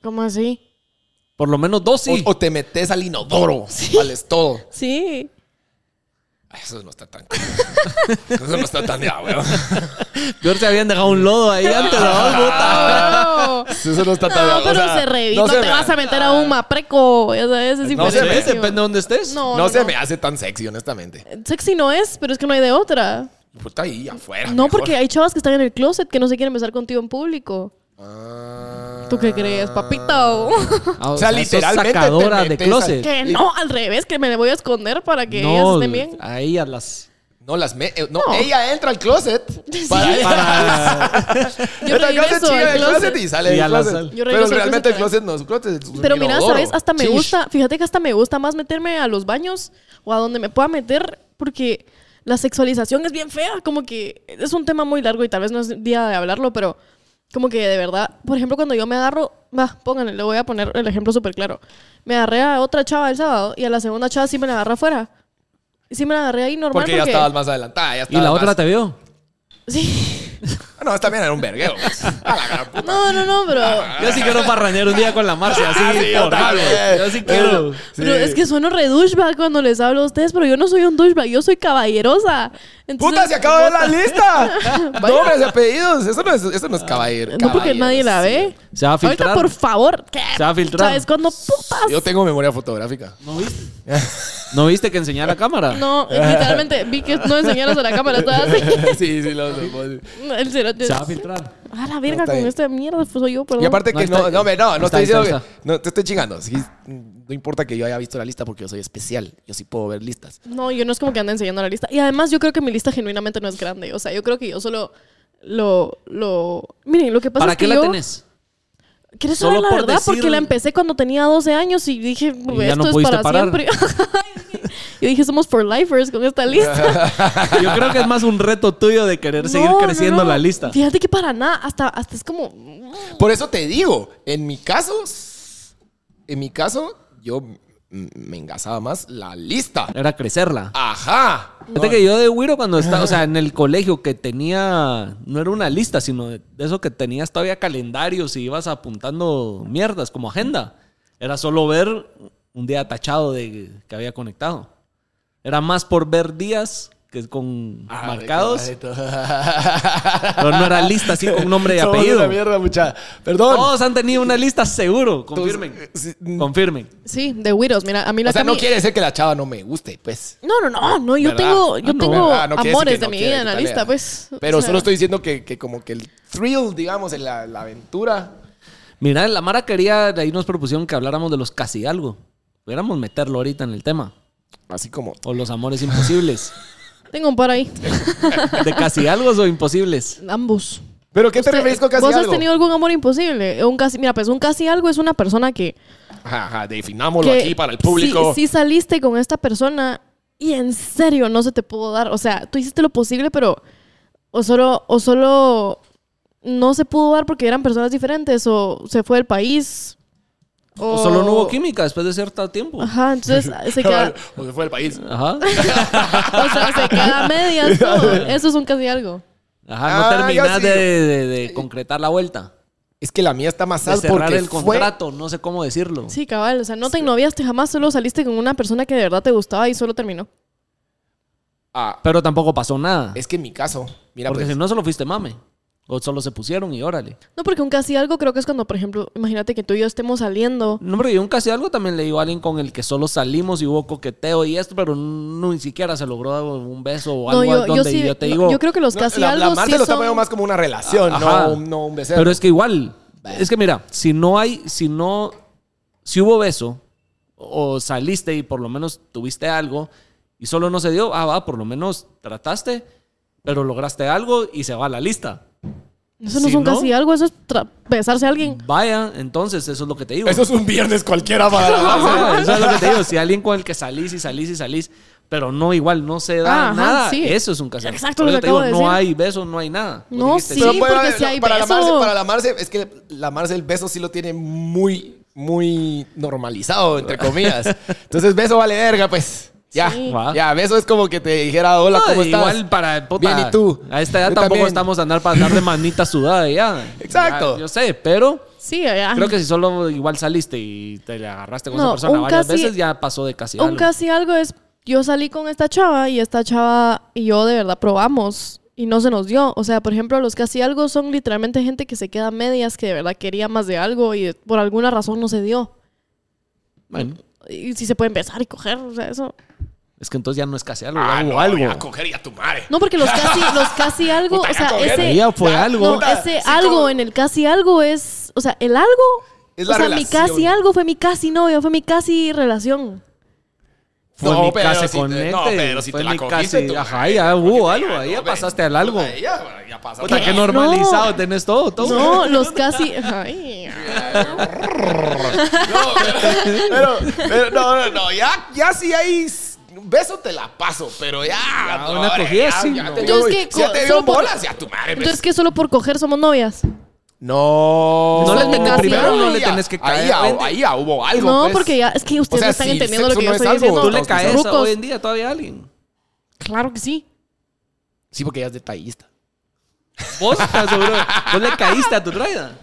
Speaker 3: ¿Cómo así?
Speaker 2: Por lo menos dos sí.
Speaker 1: O, o te metes al inodoro, vales todo.
Speaker 3: Sí.
Speaker 1: Eso no está tan. Eso no está tan de ah, weón.
Speaker 2: Peor te habían dejado un lodo ahí antes.
Speaker 1: Ah,
Speaker 2: ¿no?
Speaker 3: No,
Speaker 1: Eso no está tan de
Speaker 3: No,
Speaker 1: ah, o
Speaker 3: pero
Speaker 1: sea,
Speaker 3: se revisa. No,
Speaker 1: se
Speaker 3: te
Speaker 1: me-
Speaker 3: vas a meter a un mapreco. Ya sabes, es
Speaker 1: No
Speaker 2: No
Speaker 1: se
Speaker 2: sé,
Speaker 1: me-
Speaker 3: diferente.
Speaker 2: depende de dónde estés.
Speaker 3: No,
Speaker 1: No,
Speaker 3: no,
Speaker 1: se
Speaker 3: no.
Speaker 1: me hace tan sexy, honestamente.
Speaker 3: Sexy no es, pero es que no hay de otra.
Speaker 1: Puta, Pues, ahí afuera.
Speaker 3: No,
Speaker 1: mejor.
Speaker 3: porque hay chavas que están en el closet que no se quieren besar contigo en público.
Speaker 1: Ah.
Speaker 3: ¿Tú qué crees, papito?
Speaker 2: Ah,
Speaker 1: O sea,
Speaker 2: sos
Speaker 1: literalmente te
Speaker 2: sacadora de
Speaker 1: metes al-
Speaker 2: closet.
Speaker 3: que no, al revés, que me le voy a esconder para que ellas
Speaker 2: No,
Speaker 3: estén bien.
Speaker 2: a ellas las.
Speaker 1: No, las me- eh, no,
Speaker 3: No.
Speaker 1: ella entra al closet. Para,
Speaker 2: Para-
Speaker 3: Yo
Speaker 1: entra al closet,
Speaker 3: regreso
Speaker 1: chilla
Speaker 3: al
Speaker 1: del closet
Speaker 3: closet.
Speaker 1: y sale
Speaker 2: Y a
Speaker 1: del
Speaker 2: la
Speaker 1: closet.
Speaker 2: sal.
Speaker 3: Yo
Speaker 1: Pero
Speaker 3: regreso al
Speaker 1: realmente el closet
Speaker 3: closet
Speaker 1: no es un closet. es un
Speaker 3: Pero mira,
Speaker 1: inodoro.
Speaker 3: ¿sabes? Hasta me
Speaker 1: Pues Chish.
Speaker 3: gusta, fíjate que hasta me gusta más meterme a los baños o a donde me pueda meter porque la sexualización es bien fea, como que es un tema muy largo y tal vez no es día de hablarlo, pero como que de verdad, por ejemplo, cuando yo me agarro, va, pónganle, le voy a poner el ejemplo súper claro. Me agarré a otra chava el sábado y a la segunda chava sí me la agarré afuera. Sí me la agarré ahí normal
Speaker 1: Porque
Speaker 3: porque...
Speaker 1: ya estabas más adelantada. Ya
Speaker 2: Y la
Speaker 1: estabas
Speaker 2: otra
Speaker 1: más-
Speaker 2: te vio.
Speaker 3: Sí.
Speaker 1: Ah, No, esta bien era un vergueo. pues. A la gran puta.
Speaker 3: No, no, no, pero...
Speaker 2: Yo sí quiero parrañar un día con la Marcia, así
Speaker 1: Ah, Sí, yo
Speaker 2: formal,
Speaker 1: también.
Speaker 2: güey. Yo sí quiero.
Speaker 3: Pero es que sueno re douchebag cuando les hablo a ustedes, pero yo no soy un douchebag, yo soy caballerosa. Entonces-
Speaker 1: ¡Puta, se acaba de ver la lista! ¡Nombres y apellidos! Eso no es, eso no es caballero.
Speaker 3: No porque
Speaker 1: caballeros.
Speaker 3: nadie la ve.
Speaker 2: Se va a filtrar.
Speaker 3: Ahorita, por favor. ¿qué?
Speaker 2: Se va a filtrar.
Speaker 3: ¿Sabes cuándo putas?
Speaker 1: Yo tengo memoria fotográfica.
Speaker 2: ¿No viste? ¿No viste que enseñara a cámara?
Speaker 3: No, literalmente vi que no enseñaras a la cámara. Estaba así.
Speaker 1: sí, sí, lo sé.
Speaker 3: El cerote.
Speaker 2: Se va a filtrar.
Speaker 3: A la verga
Speaker 1: está
Speaker 3: con
Speaker 1: bien.
Speaker 3: esta mierda. pues, Soy yo, perdón.
Speaker 1: Y aparte
Speaker 2: No,
Speaker 1: que
Speaker 2: está-
Speaker 1: no, no, hombre, no, no estoy
Speaker 2: está,
Speaker 1: diciendo
Speaker 2: está,
Speaker 1: que- No, te estoy chingando. Sí, no importa que yo haya visto la lista porque yo soy especial. Yo sí puedo ver listas.
Speaker 3: No, yo no es como que anda enseñando la lista. Y además, yo creo que mi lista genuinamente no es grande. O sea, yo creo que yo solo lo. lo... Miren, lo que pasa
Speaker 2: ¿Para
Speaker 3: es
Speaker 2: qué
Speaker 3: que.
Speaker 2: la
Speaker 3: yo...
Speaker 2: tenés?
Speaker 3: ¿Quieres
Speaker 2: Solo
Speaker 3: saber la
Speaker 2: por
Speaker 3: verdad?
Speaker 2: decir-
Speaker 3: Porque la empecé cuando tenía 12 años y dije,
Speaker 2: Y ya
Speaker 3: esto
Speaker 2: no
Speaker 3: es
Speaker 2: pudiste
Speaker 3: para
Speaker 2: parar.
Speaker 3: siempre. Yo dije, somos for lifers con esta lista.
Speaker 2: Yo creo que es más un reto tuyo de querer seguir
Speaker 3: No, no,
Speaker 2: creciendo
Speaker 3: no.
Speaker 2: la lista.
Speaker 3: Fíjate que para nada, hasta, hasta es como.
Speaker 1: Por eso te digo, en mi caso, en mi caso, yo m- me engasaba más la lista.
Speaker 2: Era crecerla.
Speaker 1: Ajá.
Speaker 2: Fíjate que yo de Wiro cuando estaba, o sea, en el colegio que tenía, no era una lista, sino de eso que tenías todavía calendarios y ibas apuntando mierdas como agenda. Era solo ver un día tachado de que había conectado. Era más por ver días que con
Speaker 1: Ah,
Speaker 2: marcados, pero no era lista así con nombre y
Speaker 1: Somos una
Speaker 2: apellido.
Speaker 1: mierda, mucha. Perdón.
Speaker 2: Todos han tenido una lista seguro, confirmen.
Speaker 1: Sí.
Speaker 2: Confirmen.
Speaker 3: Sí, de Widows. Mira, a mí la
Speaker 1: O sea, no
Speaker 3: Cami-
Speaker 1: quiere decir que la chava no me guste, pues.
Speaker 3: No, no, no, no, yo
Speaker 1: ¿Verdad?
Speaker 3: tengo, yo
Speaker 2: Ah, no,
Speaker 3: tengo
Speaker 1: ¿verdad? No quiere decir
Speaker 3: amores
Speaker 1: que
Speaker 3: de
Speaker 1: no
Speaker 3: mi
Speaker 1: quiere
Speaker 3: vida en la
Speaker 1: que
Speaker 3: lista,
Speaker 1: tarea.
Speaker 3: pues.
Speaker 1: Pero
Speaker 3: O sea,
Speaker 1: solo estoy diciendo que, que como que el thrill, digamos, en la, la aventura.
Speaker 2: Mira, la Mara quería, de ahí nos propusieron que habláramos de los casi algo. Pudiéramos meterlo ahorita en el tema.
Speaker 1: Así como.
Speaker 2: O los amores imposibles.
Speaker 3: Tengo un par ahí.
Speaker 2: ¿De casi algo o imposibles?
Speaker 3: Ambos.
Speaker 1: ¿Pero qué te
Speaker 3: Usted-
Speaker 1: refieres con casi
Speaker 3: ¿Vos
Speaker 1: algo?
Speaker 3: has tenido algún amor imposible? Un casi, mira, pues un casi algo es una persona que.
Speaker 1: Ajá, ajá, definámoslo
Speaker 3: que
Speaker 1: aquí para el público.
Speaker 3: Si, si saliste con esta persona y en serio no se te pudo dar, o sea, tú hiciste lo posible, pero o solo, o solo no se pudo dar porque eran personas diferentes o se fue del país.
Speaker 2: O... solo no hubo química después de cierto tiempo.
Speaker 3: Ajá, entonces se queda,
Speaker 1: o se fue del país.
Speaker 2: Ajá.
Speaker 3: o sea, se queda a medias todo. Eso es un casi algo.
Speaker 2: Ajá, no
Speaker 1: Ah,
Speaker 2: terminás
Speaker 1: ya sí.
Speaker 2: de, de- de concretar la vuelta.
Speaker 1: Es que la mía está más
Speaker 2: De
Speaker 1: alta
Speaker 2: cerrar
Speaker 1: porque
Speaker 2: el
Speaker 1: fue-
Speaker 2: contrato, no sé cómo decirlo.
Speaker 3: Sí, cabal, o sea, no te noviaste jamás, solo saliste con una persona que de verdad te gustaba y solo terminó.
Speaker 1: Ah,
Speaker 2: Pero tampoco pasó nada.
Speaker 1: es que en mi caso, mira,
Speaker 2: Porque
Speaker 1: pues,
Speaker 2: si no, solo fuiste mame. O solo se pusieron y órale.
Speaker 3: No, porque un casi algo creo que es cuando, por ejemplo, imagínate que tú y yo estemos saliendo
Speaker 2: No, hombre, yo un casi algo también le digo a alguien con el que solo salimos y hubo coqueteo y esto, pero no, ni siquiera se logró un beso o algo donde yo, te
Speaker 3: no,
Speaker 2: digo.
Speaker 3: yo creo que los
Speaker 1: no,
Speaker 3: Pues casi
Speaker 1: la,
Speaker 3: algo
Speaker 1: la Mar
Speaker 3: sí
Speaker 1: se lo está
Speaker 3: son-
Speaker 1: poniendo más como una relación,
Speaker 2: Ah, Ajá.
Speaker 1: no, un- no un becerro.
Speaker 2: Pero es que igual, es que mira, si no hay, si no, si hubo beso o saliste y por lo menos tuviste algo y solo no se dio, ah, va, por lo menos trataste, pero lograste algo y se va a la lista.
Speaker 3: Eso no
Speaker 2: si
Speaker 3: es un
Speaker 2: no-
Speaker 3: casi algo, eso es tra- besarse a alguien.
Speaker 2: Vaya, entonces eso es lo que te digo.
Speaker 1: Eso es un viernes cualquiera
Speaker 2: O
Speaker 1: para
Speaker 2: sea, eso es lo que te digo. Si alguien con el que salís y salís y salís, pero no igual, no se da
Speaker 3: Ah, ajá,
Speaker 2: nada,
Speaker 3: sí.
Speaker 2: eso es un caso.
Speaker 3: Exacto,
Speaker 2: Por
Speaker 3: lo
Speaker 2: eso
Speaker 3: que
Speaker 2: te digo,
Speaker 3: acabo de
Speaker 2: no
Speaker 3: decir.
Speaker 2: hay beso, no hay nada.
Speaker 3: No,
Speaker 2: Dijiste,
Speaker 3: sí,
Speaker 1: para-
Speaker 3: porque si hay
Speaker 1: para la Marce-
Speaker 3: beso.
Speaker 1: para la Marce, es que la Marce el beso sí lo tiene muy, muy normalizado, entre comillas. Entonces, beso vale verga, pues. Ya,
Speaker 3: Sí.
Speaker 2: Va.
Speaker 1: ya, beso es como que te dijera, hola,
Speaker 2: Ah. No,
Speaker 1: ¿cómo estás?
Speaker 2: Igual para puta,
Speaker 1: Bien, ¿y tú?
Speaker 2: A esta edad
Speaker 1: Yo
Speaker 2: tampoco
Speaker 1: también.
Speaker 2: estamos a andar para andar de manita sudada ya.
Speaker 1: Exacto.
Speaker 2: Ya, yo sé, pero
Speaker 3: Sí, allá.
Speaker 2: creo que si solo igual saliste y te le agarraste con
Speaker 3: No,
Speaker 2: esa persona
Speaker 3: un
Speaker 2: varias
Speaker 3: casi-
Speaker 2: veces, ya pasó de casi
Speaker 3: un
Speaker 2: algo.
Speaker 3: casi algo es yo salí con esta chava y esta chava y yo de verdad probamos y no se nos dio. O sea, por ejemplo, los casi algo son literalmente gente que se queda a medias que de verdad quería más de algo y de- por alguna razón no se dio.
Speaker 2: Bueno,
Speaker 3: Y si se pueden besar y coger, o sea, eso.
Speaker 2: es que entonces ya no es casi algo,
Speaker 1: Ah,
Speaker 2: ya hubo
Speaker 1: no,
Speaker 2: algo.
Speaker 1: ya cogería a tu madre.
Speaker 3: No, porque los casi, los casi algo,
Speaker 1: Puta,
Speaker 3: o
Speaker 1: ya
Speaker 3: sea,
Speaker 1: coger.
Speaker 3: ese,
Speaker 2: Ya fue
Speaker 1: Ya,
Speaker 2: algo.
Speaker 3: No,
Speaker 1: Puta,
Speaker 3: ese
Speaker 1: sí,
Speaker 3: algo
Speaker 1: como-
Speaker 3: en el casi algo es. O sea, el algo.
Speaker 1: Es
Speaker 3: o
Speaker 1: la
Speaker 3: sea, mi
Speaker 1: relación.
Speaker 3: casi algo fue mi casi novio, fue mi casi relación.
Speaker 2: Fue mi
Speaker 1: pero
Speaker 2: casa
Speaker 1: si te-
Speaker 2: conecte.
Speaker 1: no, pero si
Speaker 2: fue
Speaker 1: te la
Speaker 2: mi
Speaker 1: cogiste,
Speaker 2: casa-
Speaker 1: tú,
Speaker 2: Ajá, ya hubo algo. Ahí ya
Speaker 1: no, ve.
Speaker 2: pasaste al algo.
Speaker 1: Puta, Ya, ya pasaste.
Speaker 2: Puta,
Speaker 1: al
Speaker 2: qué
Speaker 1: algo.
Speaker 2: normalizado tenés todo. todo.
Speaker 3: No, los casi. Ay.
Speaker 1: pues. No, pero, pero- pero no, no, no, ya, ya si hay s- un beso te la paso, pero ya.
Speaker 2: Ya,
Speaker 1: no,
Speaker 2: una
Speaker 1: hombre,
Speaker 2: cogida
Speaker 1: ya,
Speaker 2: sí,
Speaker 1: ya
Speaker 2: no.
Speaker 1: te
Speaker 3: Entonces,
Speaker 1: dio,
Speaker 3: ¿qué?
Speaker 1: si ya te
Speaker 3: Co-
Speaker 1: dio
Speaker 3: solo por-
Speaker 1: bolas, ya tu madre. pues.
Speaker 3: Entonces, que solo por coger somos novias.
Speaker 1: No.
Speaker 2: No le
Speaker 3: tenés-
Speaker 1: Ahí
Speaker 3: primero no
Speaker 2: le
Speaker 1: ya-
Speaker 2: tenés que
Speaker 1: Ahí
Speaker 2: caer,
Speaker 1: ya,
Speaker 2: vente.
Speaker 1: ahí ya hubo algo.
Speaker 3: No,
Speaker 1: pues.
Speaker 3: porque ya. Es que ustedes
Speaker 1: sea,
Speaker 3: no están
Speaker 1: si el
Speaker 3: entendiendo lo
Speaker 1: sexo
Speaker 3: que yo
Speaker 1: no es
Speaker 3: estoy
Speaker 1: algo,
Speaker 3: diciendo.
Speaker 2: Tú le
Speaker 1: Todos
Speaker 2: caes
Speaker 3: rucos.
Speaker 2: hoy en día todavía a alguien.
Speaker 3: Claro que sí.
Speaker 1: Sí, porque ya es detallista.
Speaker 2: Vos estás seguro. Vos le caíste a tu traida.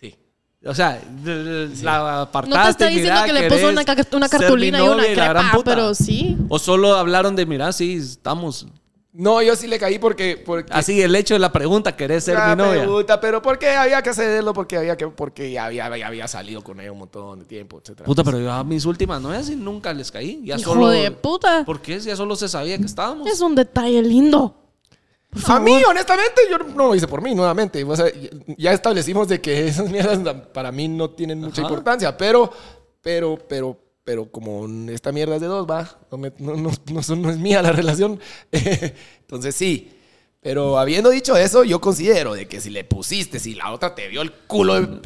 Speaker 1: Sí.
Speaker 2: O sea, de- de- la apartaste.
Speaker 3: No te está diciendo
Speaker 2: mirá,
Speaker 3: que le puso
Speaker 2: querés
Speaker 3: una, ca- una
Speaker 2: ser mi
Speaker 3: cartulina y una
Speaker 2: novia la gran
Speaker 3: crepa,
Speaker 2: puta.
Speaker 3: pero sí.
Speaker 2: O solo hablaron de, mira, sí, estamos.
Speaker 1: No, yo sí le caí porque. porque
Speaker 2: Así, el hecho de la pregunta, ¿querés Ah, ser
Speaker 1: la
Speaker 2: mi novia?
Speaker 1: pregunta, pero ¿por qué había que hacerlo? Porque había que. Porque ya había, ya había salido con ella un montón de tiempo, etcétera.
Speaker 2: Puta, pero yo a mis últimas novias y nunca les caí. Ya
Speaker 3: Hijo
Speaker 2: solo,
Speaker 3: de puta.
Speaker 2: ¿Por qué? Si Ya solo se sabía que estábamos.
Speaker 3: Es un detalle lindo.
Speaker 1: A mí, honestamente, yo no lo hice por mí, nuevamente. O sea, ya- ya establecimos de que esas mierdas na- para mí no tienen mucha
Speaker 2: Ajá.
Speaker 1: importancia, pero, pero, pero, pero como esta mierda es de dos, va, no, me- no, no- no son- no es mía la relación. Entonces sí. Pero habiendo dicho eso, yo considero de que si le pusiste, si la otra te vio el culo en-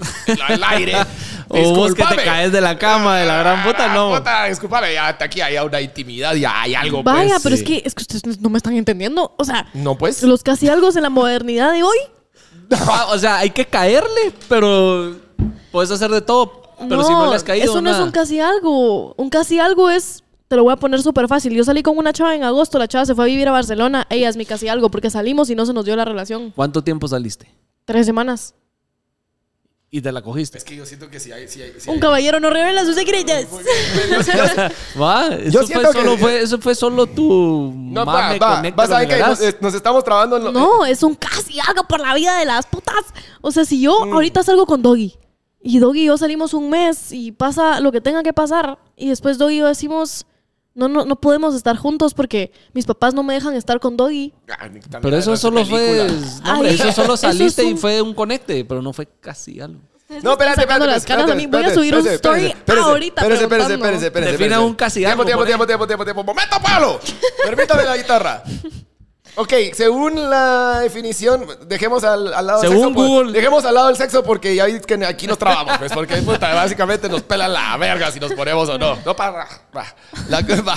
Speaker 1: al aire,
Speaker 2: O vos que
Speaker 1: discúlpame. Ah,
Speaker 2: te caes de la cama, de la gran Ah, puta, no.
Speaker 1: Puta, discúlpame, ya hasta aquí hay una intimidad, ya hay algo.
Speaker 3: Vaya,
Speaker 1: pues.
Speaker 3: pero es que, es que ustedes no me están entendiendo. O sea,
Speaker 1: No, pues.
Speaker 3: los casi algo en la modernidad de hoy.
Speaker 2: Ah, o sea, hay que caerle, pero puedes hacer de todo. Pero
Speaker 3: no,
Speaker 2: si no le has caído,
Speaker 3: eso no es
Speaker 2: nada.
Speaker 3: un casi algo. Un casi algo es. Te lo voy a poner súper fácil. Yo salí con una chava en agosto, la chava se fue a vivir a Barcelona. Ella es mi casi algo porque salimos y no se nos dio la relación.
Speaker 2: ¿Cuánto tiempo saliste?
Speaker 3: Tres semanas.
Speaker 2: Y te la cogiste.
Speaker 1: Es que yo siento que si hay. Si hay si
Speaker 3: Un
Speaker 1: hay-
Speaker 3: caballero no revela sus secretos.
Speaker 2: Va, eso,
Speaker 1: siento
Speaker 2: fue
Speaker 1: que-
Speaker 2: solo, fue, eso fue solo tu
Speaker 1: No, va,
Speaker 2: mame,
Speaker 1: va,
Speaker 2: conecta,
Speaker 1: vas a
Speaker 2: lo
Speaker 1: ver que
Speaker 2: mirarás.
Speaker 1: nos, eh, nos estamos trabando en lo...
Speaker 3: No, es un casi algo por la vida de las putas. O sea, si yo ahorita salgo con Doggy y Doggy y yo salimos un mes y pasa lo que tenga que pasar y después Doggy y yo decimos, no, no, no podemos estar juntos porque mis papás no me dejan estar con Doggy.
Speaker 1: Ah, ni tan
Speaker 2: Pero
Speaker 1: mierda
Speaker 2: eso
Speaker 1: de
Speaker 2: solo fue.
Speaker 1: película.
Speaker 2: no, hombre,
Speaker 3: Ahí-
Speaker 2: eso
Speaker 3: eso
Speaker 2: solo
Speaker 3: es
Speaker 2: saliste y
Speaker 3: un-
Speaker 2: fue un conecte, pero no fue casi algo.
Speaker 1: No, espérate, espérate.
Speaker 3: sacando las caras a mí. Voy a subir un story ahorita
Speaker 1: Espérate, espérate,
Speaker 3: preguntando.
Speaker 1: espérate. espérate,
Speaker 2: Defina
Speaker 1: espérate.
Speaker 2: un casi
Speaker 1: Tiempo,
Speaker 2: algo,
Speaker 1: tiempo,
Speaker 2: por
Speaker 1: tiempo, tiempo, tiempo, tiempo. ¡Momento, Pablo! Permítame la guitarra. Ok, según la definición, dejemos al, al lado
Speaker 2: Según
Speaker 1: el sexo. por-
Speaker 2: Google.
Speaker 1: dejemos al lado el sexo porque ya vi que aquí nos trabamos, pues, porque puta, básicamente nos pelan la verga si nos ponemos o no. No para. va, La, va.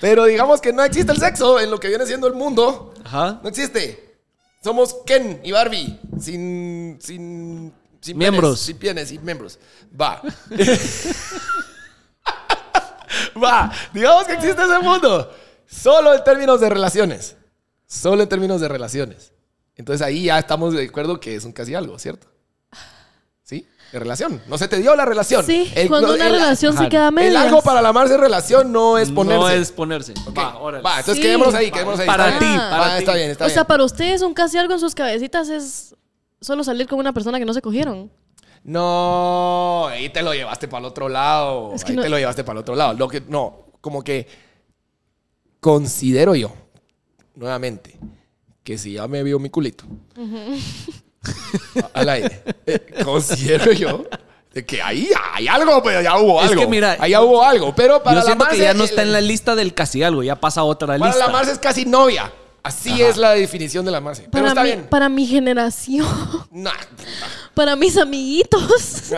Speaker 1: Pero digamos que no existe el sexo en lo que viene siendo el mundo.
Speaker 2: Ajá.
Speaker 1: No existe. Somos Ken y Barbie. Sin. Sin. sin
Speaker 2: Miembros.
Speaker 1: penes, sin pienes, sin miembros. Va. Va. Digamos que existe ese mundo. Solo en términos de relaciones. Solo en términos de relaciones. Entonces ahí ya estamos de acuerdo que es un casi algo, ¿cierto? ¿Sí? De relación. No se te dio la relación.
Speaker 3: Sí,
Speaker 1: El-
Speaker 3: cuando
Speaker 1: no,
Speaker 3: una
Speaker 1: el-
Speaker 3: relación
Speaker 2: ajá,
Speaker 3: se queda a
Speaker 1: El
Speaker 3: medias.
Speaker 1: algo para la amarse relación no es ponerse.
Speaker 2: No es ponerse.
Speaker 1: Ok.
Speaker 2: Va, órale.
Speaker 1: Va, entonces
Speaker 3: Sí.
Speaker 1: quedémonos ahí, quedémonos ahí.
Speaker 2: Para
Speaker 1: Está bien.
Speaker 2: ti,
Speaker 1: Va,
Speaker 2: para ti.
Speaker 1: está bien, está
Speaker 3: o
Speaker 1: bien.
Speaker 3: sea, para ustedes un casi algo en sus cabecitas es solo salir con una persona que no se cogieron.
Speaker 1: No, ahí te lo llevaste para el otro lado.
Speaker 3: Es que
Speaker 1: ahí
Speaker 3: no-
Speaker 1: te lo llevaste para el otro lado. Lo que, no, como que considero yo, nuevamente, que si ya me vio mi culito a- al aire, eh, considero yo de que ahí hay algo, pero ya hubo
Speaker 2: Es
Speaker 1: algo.
Speaker 2: que mira,
Speaker 1: ahí ya hubo algo, pero para
Speaker 2: Yo
Speaker 1: la
Speaker 2: siento que
Speaker 1: Marce,
Speaker 2: ya no está
Speaker 1: el-
Speaker 2: en la lista del casi algo, ya pasa a otra
Speaker 1: Para
Speaker 2: lista.
Speaker 1: la Marce es casi novia. Así es la definición de la Marce. Pero
Speaker 3: Para,
Speaker 1: está
Speaker 3: mi,
Speaker 1: bien.
Speaker 3: para mi generación,
Speaker 1: Nah.
Speaker 3: para mis amiguitos.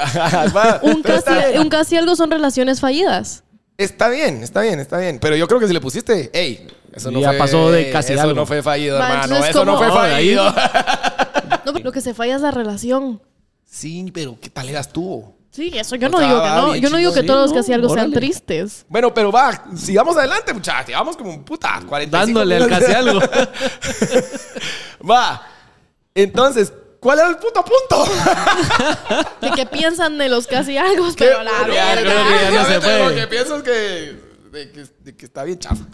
Speaker 1: Va,
Speaker 3: un,
Speaker 1: pero
Speaker 3: casi,
Speaker 1: está bien.
Speaker 3: un casi algo son relaciones fallidas.
Speaker 1: Está bien, está bien, está bien. Pero yo creo que si le pusiste, hey, eso no
Speaker 2: Ya
Speaker 1: fue,
Speaker 2: pasó de casi
Speaker 1: eso
Speaker 2: algo.
Speaker 1: no fue fallido,
Speaker 3: Va,
Speaker 1: hermano.
Speaker 3: entonces,
Speaker 1: Eso no fue
Speaker 3: ¿cómo?
Speaker 2: No, de ahí-
Speaker 1: fallido.
Speaker 3: No, lo que se falla es la relación.
Speaker 1: sí, pero ¿qué tal eras tú?
Speaker 3: Sí, eso yo no
Speaker 1: O sea,
Speaker 3: digo que
Speaker 1: va
Speaker 3: no.
Speaker 1: bien
Speaker 3: Yo no digo
Speaker 1: chido,
Speaker 3: que
Speaker 2: sí,
Speaker 3: todos los
Speaker 2: ¿no?
Speaker 3: casi algo sean
Speaker 2: Órale.
Speaker 3: tristes.
Speaker 1: Bueno, pero va, sigamos adelante, muchachos. Llevamos como un puta 45
Speaker 2: Dándole al
Speaker 1: minutos.
Speaker 2: casi algo.
Speaker 1: Va. Entonces, ¿cuál era el puto punto?
Speaker 3: De que piensan de los casi algo, pero la
Speaker 2: Ya,
Speaker 3: verga.
Speaker 2: creo que ya no se puede.
Speaker 1: Porque piensas que, de que, de que está bien chafa.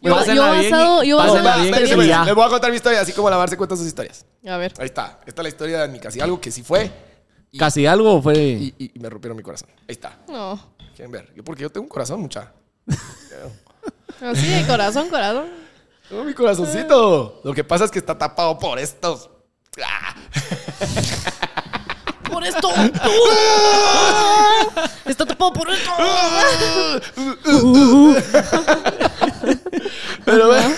Speaker 3: Yo-
Speaker 2: Pásenla
Speaker 3: yo
Speaker 2: bien y-
Speaker 3: basado- yo basado en
Speaker 2: pásenla
Speaker 3: la
Speaker 2: bien y
Speaker 1: Espérense,
Speaker 2: ya.
Speaker 1: Les voy a contar mi historia, así como la Marce cuenta sus historias.
Speaker 3: A ver.
Speaker 1: Ahí está. Esta es la historia de mi casi algo que sí fue
Speaker 2: Casi algo fue.
Speaker 1: y, y- y me rompieron mi corazón. Ahí está.
Speaker 3: No.
Speaker 1: Quieren ver. Yo- Porque yo tengo un corazón, mucha.
Speaker 3: Así de corazón, corazón.
Speaker 1: Tengo mi corazoncito. Lo que pasa es que está tapado por estos. Ah.
Speaker 3: Por por esto. Está tapado por esto.
Speaker 1: Pero bueno,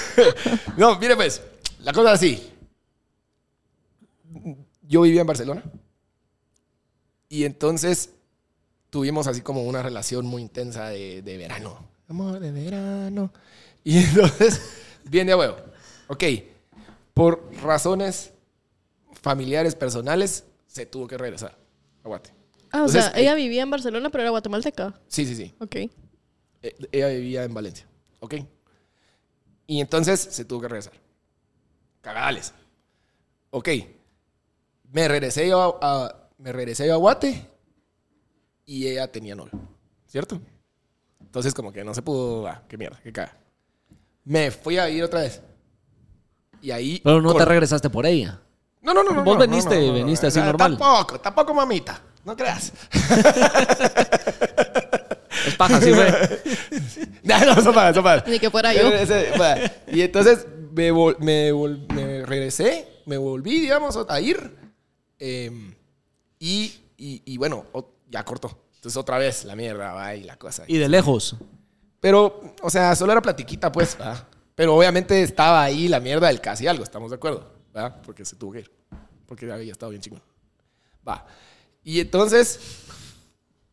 Speaker 1: no, mire pues, la cosa es así. Yo vivía en Barcelona y entonces tuvimos así como una relación muy intensa de, de verano. Amor de verano. Y entonces, bien de huevo. Ok, por razones familiares, personales, se tuvo que regresar. Aguante.
Speaker 3: Ah, o
Speaker 1: Entonces,
Speaker 3: sea, ella vivía en Barcelona, pero era guatemalteca.
Speaker 1: Sí, sí, sí.
Speaker 3: Ok.
Speaker 1: Eh, Ella vivía en Valencia, ¿ok? Y entonces se tuvo que regresar. Cagadales. Ok. Me regresé yo a, a- me regresé yo a Guate y ella tenía novio, ¿cierto? Entonces como que no se pudo, ah, qué mierda, qué caga. Me fui a ir otra vez. Y ahí...
Speaker 2: Pero no te
Speaker 1: con-
Speaker 2: regresaste por ella.
Speaker 1: no, no, no, no.
Speaker 2: Vos
Speaker 1: no,
Speaker 2: veniste,
Speaker 1: no, no, no,
Speaker 2: veniste
Speaker 1: no,
Speaker 2: así
Speaker 1: no,
Speaker 2: normal.
Speaker 1: Tampoco, tampoco mamita. No creas.
Speaker 2: Es paja, sí fue.
Speaker 1: No, no, eso para, eso para.
Speaker 3: Ni que fuera yo.
Speaker 1: Ese, va. Y entonces me, vol- me, vol- me regresé, me volví, digamos, a ir. Em, y, y- y bueno, o- ya cortó. Entonces otra vez la mierda, va y la cosa.
Speaker 2: Y de lejos.
Speaker 1: Pero, o sea, solo era platiquita, pues. ¿verdad? Pero obviamente estaba ahí la mierda del casi algo, estamos de acuerdo. ¿verdad? Porque se tuvo que ir. Porque había estado bien chingón. Va. Y entonces.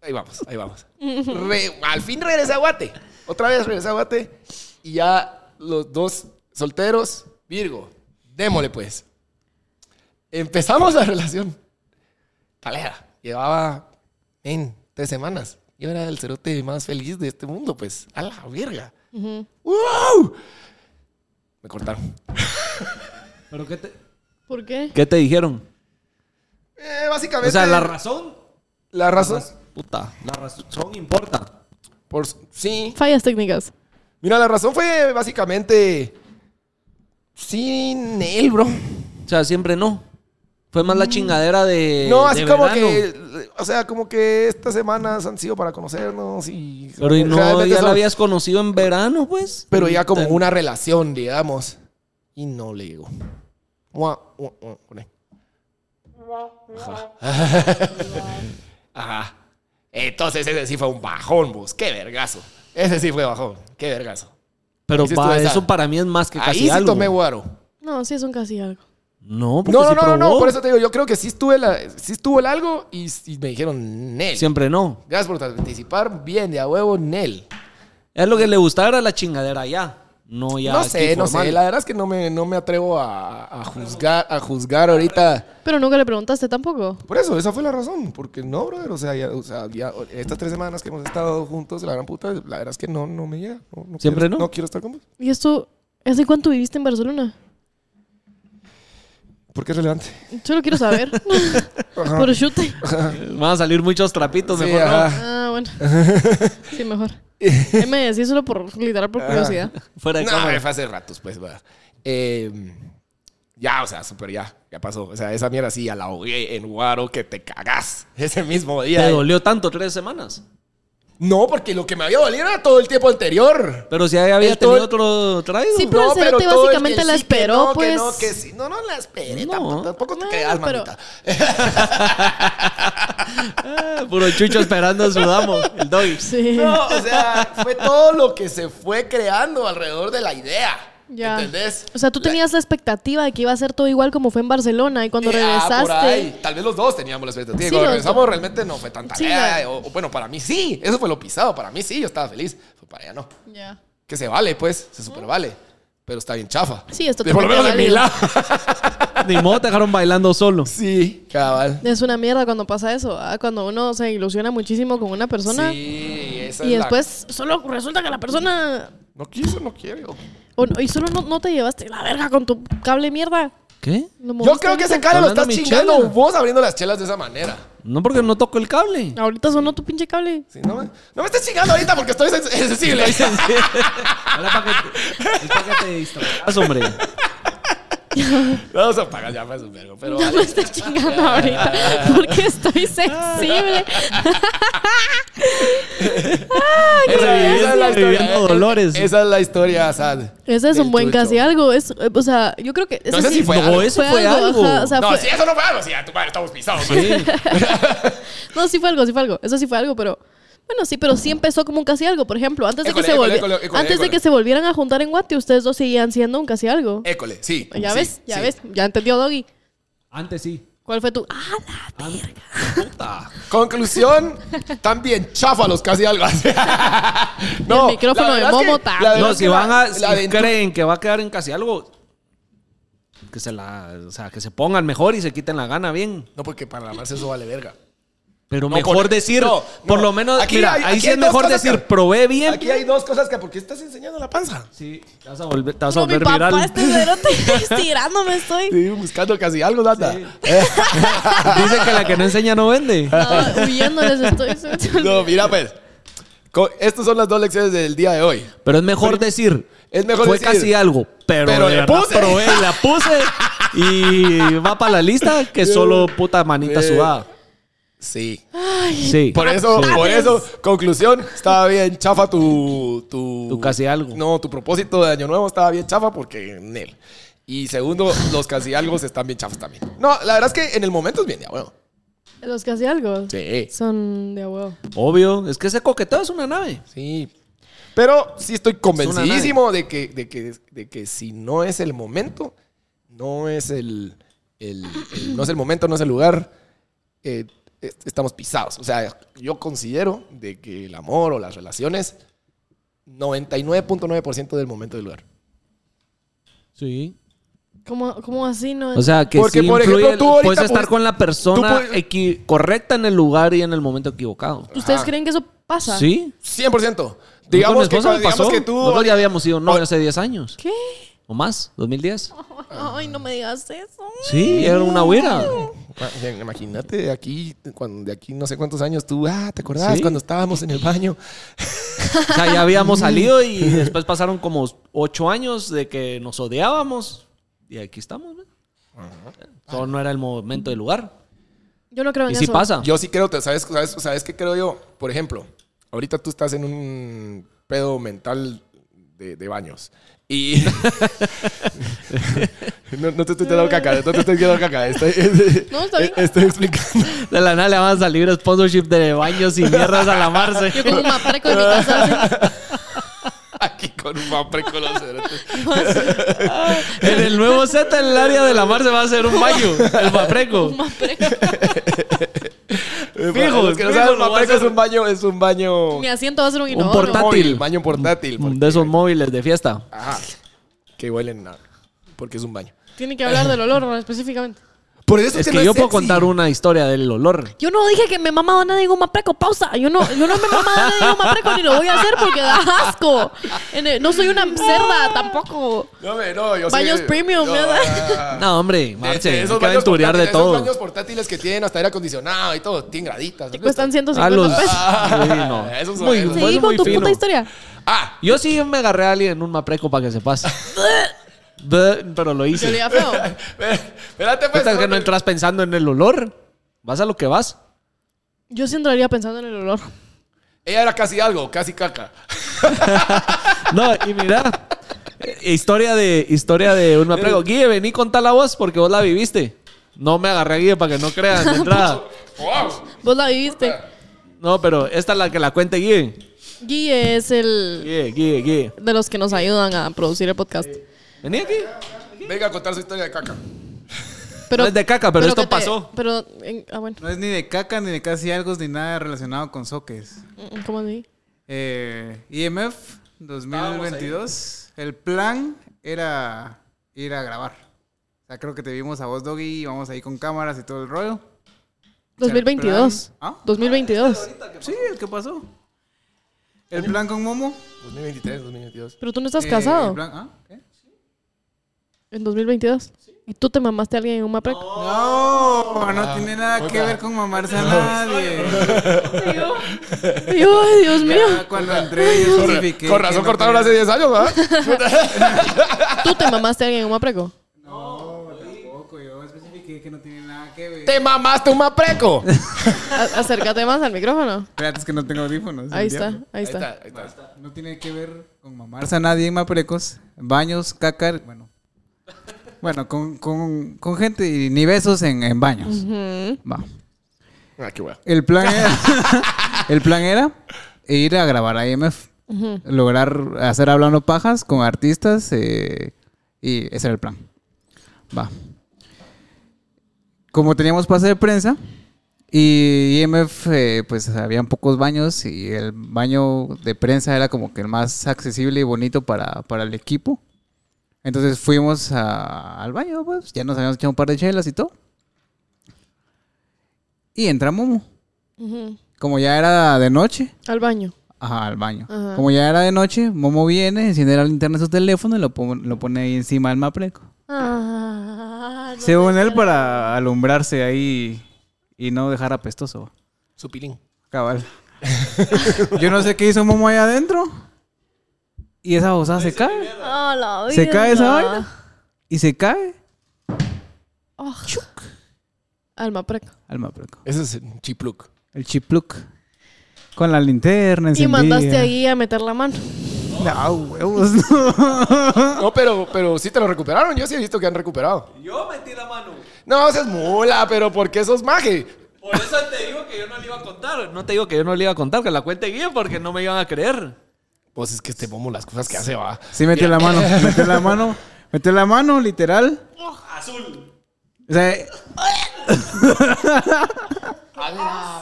Speaker 1: Ahí vamos, ahí vamos. Re- al fin regresé a Guate. Otra vez regresé a Guate. Y ya los dos solteros, Virgo, démosle pues. Empezamos la relación. Talera. Llevaba en tres semanas. Yo era el cerote más feliz de este mundo, pues. A la verga. ¡Wow! Me cortaron.
Speaker 2: ¿Pero qué te,
Speaker 3: ¿Por qué?
Speaker 2: qué te dijeron?
Speaker 1: Eh, básicamente.
Speaker 2: O sea, la razón.
Speaker 1: la razón.
Speaker 2: Puta, la razón importa.
Speaker 1: Por, sí.
Speaker 3: Fallas técnicas.
Speaker 1: Mira, la razón fue básicamente. Sin él, bro.
Speaker 2: O sea, siempre no. Fue más la chingadera de.
Speaker 1: Mm. Eh, No, así
Speaker 2: de
Speaker 1: como
Speaker 2: verano.
Speaker 1: que. O sea, como que estas semanas han sido para conocernos y.
Speaker 2: Pero y no,
Speaker 1: realmente
Speaker 2: ya
Speaker 1: solo-
Speaker 2: la habías conocido en verano, pues.
Speaker 1: Pero ya como una relación, digamos. Y no le llegó. Guau, guau, guau, poné. Ajá. Ajá. Entonces ese sí fue un bajón, vos. Qué vergazo. Ese sí fue bajón. Qué vergazo.
Speaker 2: Pero
Speaker 1: Dices tú,
Speaker 2: pa-
Speaker 1: esa-
Speaker 2: eso para mí es más que casi
Speaker 1: Ahí sí
Speaker 2: algo.
Speaker 1: tomé guaro.
Speaker 3: No, sí es un casi algo.
Speaker 2: No, porque
Speaker 1: No, no,
Speaker 2: sí
Speaker 1: no, no, no,
Speaker 2: probó.
Speaker 1: por eso te digo, yo creo que sí estuve la, sí estuvo el algo y, y me dijeron Nel.
Speaker 2: Siempre no.
Speaker 1: Gracias por participar, bien de a huevo, Nel.
Speaker 2: Es lo que le gustaba era la chingadera ya. No ya.
Speaker 1: no
Speaker 2: aquí
Speaker 1: sé, no sé,
Speaker 2: formal.
Speaker 1: la verdad es que no me, no me atrevo a, a juzgar, a juzgar ahorita.
Speaker 3: Pero nunca le preguntaste tampoco.
Speaker 1: Por eso, esa fue la razón. Porque no, brother. O sea, ya, o sea, ya estas tres semanas que hemos estado juntos, la gran puta, la verdad es que no, no me llega. No, no
Speaker 2: ¿Siempre
Speaker 1: quiero-
Speaker 2: no?
Speaker 1: quiero estar con vos.
Speaker 3: ¿Y esto? ¿Hace cuánto viviste en Barcelona?
Speaker 1: Porque es relevante.
Speaker 3: Solo quiero saber.
Speaker 1: Ajá.
Speaker 3: Por chute.
Speaker 2: Van a salir muchos trapitos,
Speaker 1: Sí,
Speaker 2: Pues mejor no.
Speaker 1: ajá.
Speaker 3: Ah, bueno. Sí, mejor. Ahí Me decís solo por literal por curiosidad.
Speaker 2: Fuera de
Speaker 1: No,
Speaker 2: cámara.
Speaker 1: fue hace ratos, pues, va. Eh, ya, o sea, súper ya. Ya pasó. O sea, esa mierda sí, ya la ahogué en Guaro que te cagás. Ese mismo
Speaker 2: Te
Speaker 1: día.
Speaker 2: dolió tanto tres semanas.
Speaker 1: No, porque lo que me había dolido era todo el tiempo anterior.
Speaker 2: Pero si ahí había
Speaker 1: El todo-
Speaker 2: tenido otro traído.
Speaker 3: Sí, pero el cerote
Speaker 1: todo el
Speaker 3: básicamente
Speaker 1: que
Speaker 3: la
Speaker 1: sí, que
Speaker 3: esperó,
Speaker 1: no, que
Speaker 3: pues.
Speaker 1: no, que sí. No, no la esperé.
Speaker 2: No.
Speaker 1: Tampoco, tampoco te
Speaker 3: No,
Speaker 1: creas,
Speaker 3: pero-
Speaker 1: mamita.
Speaker 2: Ah, Puro chucho esperando a su damo, el doggy.
Speaker 3: Sí.
Speaker 1: No, o sea, fue todo lo que se fue creando alrededor de la idea.
Speaker 3: Ya.
Speaker 1: ¿Entendés?
Speaker 3: O sea, tú tenías la expectativa de que iba a ser todo igual como fue en Barcelona y cuando
Speaker 1: Ah, por ahí.
Speaker 3: regresaste.
Speaker 1: Tal vez los dos teníamos la expectativa.
Speaker 3: Sí,
Speaker 1: Cuando
Speaker 3: los
Speaker 1: regresamos
Speaker 3: dos.
Speaker 1: realmente no fue tanta
Speaker 3: Sí,
Speaker 1: idea.
Speaker 3: la-
Speaker 1: O, o bueno, para mí sí. Eso fue lo pisado. Para mí sí, yo estaba feliz. Fue para ella no.
Speaker 3: Ya.
Speaker 1: Que se vale, pues. Se super vale. Pero está bien chafa.
Speaker 3: Sí, es
Speaker 1: Por lo menos de
Speaker 3: totalmente
Speaker 1: mi
Speaker 3: válido.
Speaker 1: lado.
Speaker 2: Ni modo te dejaron bailando solo.
Speaker 1: Sí, cabal.
Speaker 3: Es una mierda cuando pasa eso, ¿ah? cuando uno se ilusiona muchísimo con una persona
Speaker 1: Sí, esa
Speaker 3: y
Speaker 1: es la-
Speaker 3: después solo resulta que la persona
Speaker 1: No quiso, no quiere. o-
Speaker 3: o no- y solo no, no te llevaste la verga con tu cable mierda.
Speaker 2: ¿Qué?
Speaker 3: Lo
Speaker 1: Yo
Speaker 3: moviste
Speaker 1: creo que
Speaker 3: ahorita.
Speaker 1: ese cara lo
Speaker 2: Hablando
Speaker 1: estás
Speaker 2: de mi
Speaker 1: chingando
Speaker 2: chela.
Speaker 1: vos abriendo las chelas de esa manera.
Speaker 2: No porque no tocó el cable.
Speaker 3: Ahorita sonó tu pinche cable.
Speaker 1: Sí, no, me, no me estés chingando ahorita porque estoy sen- sensible.
Speaker 2: Era para que te, para que te distrajeras, hombre.
Speaker 1: No, se apaga ya, pues, un vergo. Pero
Speaker 3: Ya me
Speaker 1: vale.
Speaker 3: estás chingando ahorita porque estoy sensible.
Speaker 1: Esa- esa es la historia.
Speaker 2: Viviendo
Speaker 1: eh,
Speaker 2: dolores.
Speaker 1: Esa es la historia, Asad.
Speaker 3: Ese es
Speaker 1: Del
Speaker 3: un buen
Speaker 1: chucho.
Speaker 3: casi algo. Es, eh, o sea, yo creo que.
Speaker 1: No
Speaker 3: ese
Speaker 1: sé si fue
Speaker 2: no,
Speaker 1: algo.
Speaker 2: eso fue algo.
Speaker 3: ajá, o sea,
Speaker 1: No,
Speaker 3: Ah, fue-
Speaker 1: si eso no fue algo, si a tu madre estamos pisados. pues. man.
Speaker 2: Sí.
Speaker 3: No, sí fue algo, sí fue algo. Eso sí fue algo, pero. Bueno, sí, pero sí empezó como un casi algo. Por ejemplo, antes de, que,
Speaker 1: École,
Speaker 3: se
Speaker 1: école,
Speaker 3: volvi-
Speaker 1: école, école,
Speaker 3: antes de
Speaker 1: école.
Speaker 3: que se volvieran a juntar en Guate, ustedes dos seguían siendo un casi algo.
Speaker 1: École, sí.
Speaker 3: ya
Speaker 1: Eh, sí,
Speaker 3: ves, ya
Speaker 1: sí.
Speaker 3: ves, ya entendió Doggy.
Speaker 2: Antes sí.
Speaker 3: ¿Cuál fue tu.? ¡Ah, la
Speaker 2: Antes. Puta.
Speaker 1: Conclusión, también cháfalos casi algo así. no,
Speaker 3: el micrófono
Speaker 1: la
Speaker 3: de
Speaker 1: verdad es que-
Speaker 3: Momo
Speaker 1: la
Speaker 3: también.
Speaker 1: verdad
Speaker 2: No,
Speaker 1: es
Speaker 2: si
Speaker 1: que la-
Speaker 2: van a.
Speaker 1: la
Speaker 2: Si
Speaker 1: aventura-
Speaker 2: creen que va a quedar en casi algo. Que se la. O sea, que se pongan mejor y se quiten la gana bien.
Speaker 1: No, porque para la Marce eso vale verga.
Speaker 2: Pero
Speaker 1: No,
Speaker 2: mejor
Speaker 1: por-
Speaker 2: decir.
Speaker 1: no,
Speaker 2: Por
Speaker 1: no.
Speaker 2: lo menos.
Speaker 1: Aquí
Speaker 2: mira,
Speaker 1: hay-
Speaker 2: ahí
Speaker 1: aquí
Speaker 2: sí
Speaker 1: hay
Speaker 2: es
Speaker 1: dos
Speaker 2: mejor
Speaker 1: cosas que-
Speaker 2: decir, probé bien.
Speaker 1: Aquí hay dos cosas que, ¿por qué estás enseñando la panza?
Speaker 2: Sí, te vas a volver, te vas a
Speaker 3: Pero mi
Speaker 2: volver
Speaker 3: papá
Speaker 2: viral.
Speaker 3: este cerote estirándome estoy.
Speaker 1: Sí, buscando casi algo, Data.
Speaker 2: Sí. Dicen que la que no enseña no vende.
Speaker 3: Ah, huyéndoles estoy. cerote.
Speaker 1: No, mira, pues. co- Estas son las dos lecciones del día de hoy.
Speaker 2: Pero es mejor decir.
Speaker 1: Es mejor
Speaker 2: fue
Speaker 1: decir,
Speaker 2: casi algo, pero,
Speaker 1: pero
Speaker 2: de
Speaker 1: le
Speaker 2: verdad
Speaker 1: puse.
Speaker 2: probé y la puse. Y va para la lista que solo puta manita
Speaker 1: Eh.
Speaker 2: sudada.
Speaker 1: Sí.
Speaker 2: Sí.
Speaker 1: Por eso,
Speaker 3: Patanes.
Speaker 1: por eso, conclusión, estaba bien chafa tu, tu...
Speaker 2: Tu casi algo.
Speaker 1: No, tu propósito de Año Nuevo estaba bien chafa porque en él. Y segundo, los casi algo están bien chafas también. No, la verdad es que en el momento es bien, ya, bueno.
Speaker 3: Los casi algo.
Speaker 1: Sí.
Speaker 3: Son de a huevo.
Speaker 2: Obvio, es que ese coqueteo es una nave.
Speaker 1: Sí. Pero sí estoy convencidísimo de que, de, que, de que si no es el momento, no es el, el- el- no es el momento, no es el lugar, eh, es- estamos pisados. O sea, yo considero de que el amor o las relaciones, 99.9% del momento del lugar.
Speaker 2: Sí.
Speaker 3: ¿Cómo, cómo así no?
Speaker 2: O sea, que
Speaker 1: Porque,
Speaker 2: sí
Speaker 1: por
Speaker 2: influye
Speaker 1: ejemplo,
Speaker 2: el-
Speaker 1: tú ahorita
Speaker 2: puedes estar
Speaker 1: puedes-
Speaker 2: con la persona
Speaker 1: tú puedes-
Speaker 2: equi- correcta en el lugar y en el momento equivocado.
Speaker 3: ¿Ustedes
Speaker 1: Ajá.
Speaker 3: creen que eso pasa?
Speaker 2: Sí.
Speaker 1: 100%. Digamos
Speaker 2: Digamos con
Speaker 1: que,
Speaker 2: mi esposa
Speaker 1: cuando-
Speaker 2: me
Speaker 1: digamos
Speaker 2: pasó.
Speaker 1: que tú...
Speaker 2: Nosotros ya habíamos sido novios
Speaker 1: o-
Speaker 2: hace 10 años.
Speaker 3: ¿Qué?
Speaker 2: O más, 2010.
Speaker 1: Ah.
Speaker 3: Ay, no me digas eso.
Speaker 2: Sí, era una güera.
Speaker 1: Ah, Imagínate, aquí, cuando, de aquí no sé cuántos años tú, ah, ¿te acordás
Speaker 2: Sí.
Speaker 1: cuando estábamos en el baño?
Speaker 2: O sea, ya habíamos salido y después pasaron como 8 años de que nos odiábamos. Y aquí estamos, ¿no? Solo no era el momento del lugar.
Speaker 3: Yo no creo en
Speaker 2: Y
Speaker 3: eso.
Speaker 2: si pasa.
Speaker 1: Yo sí creo, te- ¿sabes, sabes, ¿sabes qué creo yo? Por ejemplo, ahorita tú estás en un pedo mental de, de baños. Y. no, no te estoy tirando caca, no te estoy tirando caca. Estoy,
Speaker 3: No, está bien.
Speaker 1: estoy explicando.
Speaker 2: De la nada le van a salir sponsorship de baños y mierdas a la Marce.
Speaker 3: Yo como un mapreco en mi casa. así.
Speaker 1: Aquí con un mapre con los cerotes.
Speaker 2: En el nuevo set, en el área de la mar se va a hacer un baño. El mapreco.
Speaker 1: Para los que no saben,
Speaker 2: fijo, lo voy a
Speaker 1: mapreco es
Speaker 2: hacer.
Speaker 1: un baño. Es un baño.
Speaker 3: Mi asiento va a ser un inodoro.
Speaker 2: portátil.
Speaker 1: Móvil, baño portátil. porque-
Speaker 2: De esos móviles de fiesta.
Speaker 1: Ajá. Que huelen a. Porque es un baño.
Speaker 3: Tiene que hablar del olor ¿no? específicamente.
Speaker 1: Por eso
Speaker 2: Es
Speaker 1: no
Speaker 2: que yo puedo
Speaker 1: sexy.
Speaker 2: contar una historia del olor.
Speaker 3: Yo no dije que me mamaba nada de un mapreco. Pausa. Yo no, yo no me mamaba nada de un mapreco ni lo voy a hacer porque da asco. En el- no soy una cerda tampoco.
Speaker 1: No, hombre, no, yo sí-
Speaker 3: Baños premium,
Speaker 1: no,
Speaker 3: ¿verdad?
Speaker 1: ah.
Speaker 2: No, hombre,
Speaker 1: De- de
Speaker 2: Marce, hay
Speaker 1: esos
Speaker 2: que
Speaker 1: baños
Speaker 2: aventurear de
Speaker 1: portátiles, esos
Speaker 2: todo.
Speaker 1: baños portátiles que tienen hasta aire acondicionado y todo, tienen graditas.
Speaker 3: Te cuestan
Speaker 2: A
Speaker 3: 150
Speaker 2: los.
Speaker 3: pesos.
Speaker 2: Sí, no.
Speaker 1: Esos son
Speaker 2: Muy,
Speaker 1: esos.
Speaker 2: fue
Speaker 3: Seguí con
Speaker 2: muy
Speaker 3: tu
Speaker 2: fino.
Speaker 3: puta historia.
Speaker 1: Ah,
Speaker 2: Yo sí me agarré a alguien en un mapreco para que se pase. Bleh, Pero lo
Speaker 3: Yo
Speaker 2: hice.
Speaker 3: olía feo.
Speaker 1: espérate, pues.
Speaker 2: Puta, que no
Speaker 1: porque-
Speaker 2: entras pensando en el olor. Vas a lo que vas.
Speaker 3: Yo sí entraría pensando en el olor.
Speaker 1: Ella era casi algo, casi caca.
Speaker 2: No, y mira. eh, Historia de, historia de un mapreco. Guille, vení contar la voz porque vos la viviste. No me agarré a Guille para que no crean de entrada.
Speaker 1: Wow.
Speaker 3: Vos la viviste.
Speaker 2: No, pero esta es la que la cuente Guille.
Speaker 3: Guille es el
Speaker 2: Guille, Guille, Guille.
Speaker 3: de los que nos ayudan a producir el podcast.
Speaker 2: Vení aquí.
Speaker 1: Venga a contar su historia de caca.
Speaker 3: Pero,
Speaker 2: No es de caca, pero esto
Speaker 3: que te-
Speaker 2: pasó.
Speaker 3: Pero, en- ah, bueno.
Speaker 4: No es ni de caca, ni de casi algo, ni nada relacionado con soques.
Speaker 3: Mm, ¿Cómo así?
Speaker 4: Eh, IMF 2022. El plan era ir a grabar. O sea, creo que te vimos a vos, Doggy, y vamos ahí con cámaras y todo el rollo.
Speaker 3: 2022.
Speaker 4: ¿Ah?
Speaker 3: 2022.
Speaker 4: Sí, el que pasó. El plan con Momo.
Speaker 1: 2023, 2022.
Speaker 3: Pero tú no estás
Speaker 4: eh, el
Speaker 3: casado
Speaker 4: plan- ¿ah? ¿Qué?
Speaker 3: en 2022. ¿Y tú te mamaste a alguien en un mapreco?
Speaker 4: No, no tiene nada que ver con mamarse a nadie.
Speaker 3: Ay, Dios mío.
Speaker 4: Ya Cuando entré, yo justifiqué
Speaker 1: Con
Speaker 4: que
Speaker 1: razón
Speaker 4: no
Speaker 1: cortaron hace
Speaker 4: tenía-
Speaker 1: 10 años, ¿verdad?
Speaker 3: ¿Tú te mamaste a alguien en un mapreco?
Speaker 4: No, tampoco. Yo especifiqué que no tiene nada que qué?
Speaker 1: ¡Te mamaste un mapreco!
Speaker 3: A- Acércate más al micrófono.
Speaker 4: Espérate, es que no tengo audífonos.
Speaker 3: Ahí
Speaker 4: el diablo.
Speaker 3: está, ahí está.
Speaker 1: ahí está.
Speaker 4: No tiene que ver con mamarse a nadie en Maprecos. Baños, caca, bueno. Bueno, con, con- con gente y ni besos en, en baños.
Speaker 3: Ujú.
Speaker 4: Va.
Speaker 1: Ah, qué huevo.
Speaker 4: El plan era, el plan era ir a grabar a IMF. Lograr hacer hablando pajas con artistas eh, y ese era el plan. Va. Como teníamos pase de prensa y IMF, eh, pues habían pocos baños y el baño de prensa era como que el más accesible y bonito para, para el equipo. Entonces fuimos a- al baño, pues ya nos habíamos echado un par de chelas y todo. Y entra Momo.
Speaker 3: Ujú.
Speaker 4: Como ya era de noche,
Speaker 3: Al baño.
Speaker 4: ajá, al baño.
Speaker 3: Ajá.
Speaker 4: Como ya era de noche, Momo viene, enciende la linterna de su teléfono y lo, pon- lo pone ahí encima del mapreco.
Speaker 3: Ah, no
Speaker 4: Según
Speaker 3: te
Speaker 4: él,
Speaker 3: creo.
Speaker 4: para alumbrarse ahí y no dejar apestoso.
Speaker 1: Su pilín.
Speaker 4: Cabal. Yo no sé qué hizo Momo ahí adentro. Y esa bozada se cae.
Speaker 3: Ah, la
Speaker 4: Se cae esa
Speaker 3: virga.
Speaker 4: vaina. Y se cae
Speaker 3: Ah. Alma preca.
Speaker 4: al mapreco.
Speaker 1: Ese es un chipluc.
Speaker 4: El chipluc. Con la
Speaker 3: Y
Speaker 4: linterna encendida.
Speaker 3: mandaste ahí a meter la mano.
Speaker 4: No, huevos, no.
Speaker 1: No, pero, pero sí te lo recuperaron. Yo sí he visto que han recuperado.
Speaker 2: Yo metí la mano.
Speaker 1: No, esa es mula, pero ¿por qué sos maje?
Speaker 2: Por eso te digo que yo no le iba a contar. No te digo que yo no le iba a contar, que la cuente bien porque no me iban a creer.
Speaker 1: Pues es que este momo las cosas que hace va.
Speaker 4: Sí, metió la mano, metió la mano, metió la mano, literal.
Speaker 2: azul.
Speaker 4: O sea,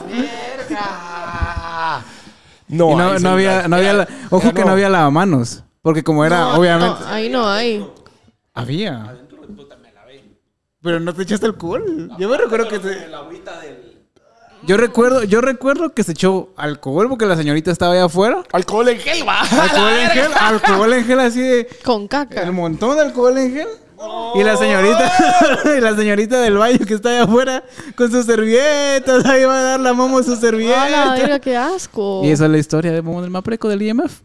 Speaker 1: No,
Speaker 4: y no,
Speaker 1: Oh, ahí sí,
Speaker 4: no había, no había, la- ojo que no había lavamanos, porque como era, obviamente,
Speaker 3: No, ahí no hay.
Speaker 4: había. Pero no te echaste alcohol. Yo me recuerdo que se,
Speaker 2: El agüita del.
Speaker 4: yo recuerdo, yo recuerdo que se echó alcohol porque la señorita estaba allá afuera.
Speaker 1: Alcohol en gel va.
Speaker 4: Alcohol en gel, alcohol en gel así de
Speaker 3: Con caca.
Speaker 4: el montón de alcohol en gel. Y la señorita, y la señorita del baño que está allá afuera con sus servietas, ahí va a dar la momo su
Speaker 3: Ah, la
Speaker 4: servieta.
Speaker 3: verga, qué asco.
Speaker 4: Y esa es la historia de Momo del Mapreco del IMF.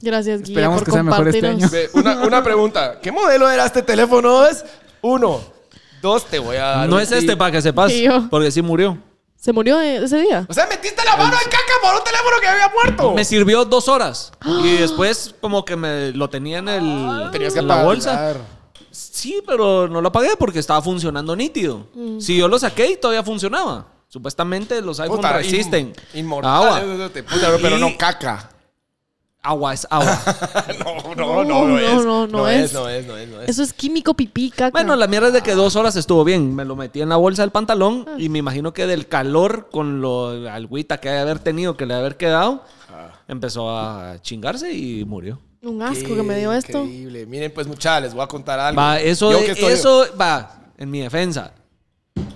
Speaker 3: Gracias, Guille,
Speaker 4: Esperamos
Speaker 3: por
Speaker 4: que sea mejor este
Speaker 3: compartirnos.
Speaker 4: año.
Speaker 1: Ve, Una, una pregunta. ¿Qué modelo era este teléfono? Es uno. Dos, te voy a dar.
Speaker 2: No
Speaker 1: un
Speaker 2: es
Speaker 1: tip.
Speaker 2: este, para que sepas.
Speaker 3: Sí, yo.
Speaker 2: Porque sí murió.
Speaker 3: ¿Se murió eh, ese día?
Speaker 1: O sea, metiste la mano en caca por un teléfono que había muerto.
Speaker 2: Me sirvió dos horas. Y después, como que me lo tenía en,
Speaker 3: Ah.
Speaker 2: el,
Speaker 1: Tenías que
Speaker 2: en la
Speaker 1: apagar.
Speaker 2: bolsa. Sí, pero no lo apagué porque estaba funcionando nítido.
Speaker 3: Mm.
Speaker 2: Si yo lo saqué y todavía funcionaba. Supuestamente los iPhone
Speaker 1: Puta,
Speaker 2: resisten.
Speaker 1: in- inmortal.
Speaker 2: Agua.
Speaker 1: Puta, no, pero no caca.
Speaker 2: Agua es agua.
Speaker 1: No, no,
Speaker 3: No,
Speaker 1: no,
Speaker 3: no,
Speaker 1: no es.
Speaker 3: no, no es.
Speaker 1: No es, no es, no es.
Speaker 3: Eso es químico pipí, caca.
Speaker 2: bueno, la mierda es de que dos horas estuvo bien. Me lo metí en la bolsa del pantalón
Speaker 3: Ah.
Speaker 2: y me imagino que del calor con lo la agüita que ha de haber tenido, que le ha de haber quedado,
Speaker 1: Ah.
Speaker 2: empezó a chingarse y murió.
Speaker 3: Un asco que me dio esto.
Speaker 1: Increíble. Miren, pues, muchachos, les voy a contar algo.
Speaker 2: Va, eso,
Speaker 1: Yo
Speaker 2: de-
Speaker 1: que estoy-
Speaker 2: eso va, en mi defensa.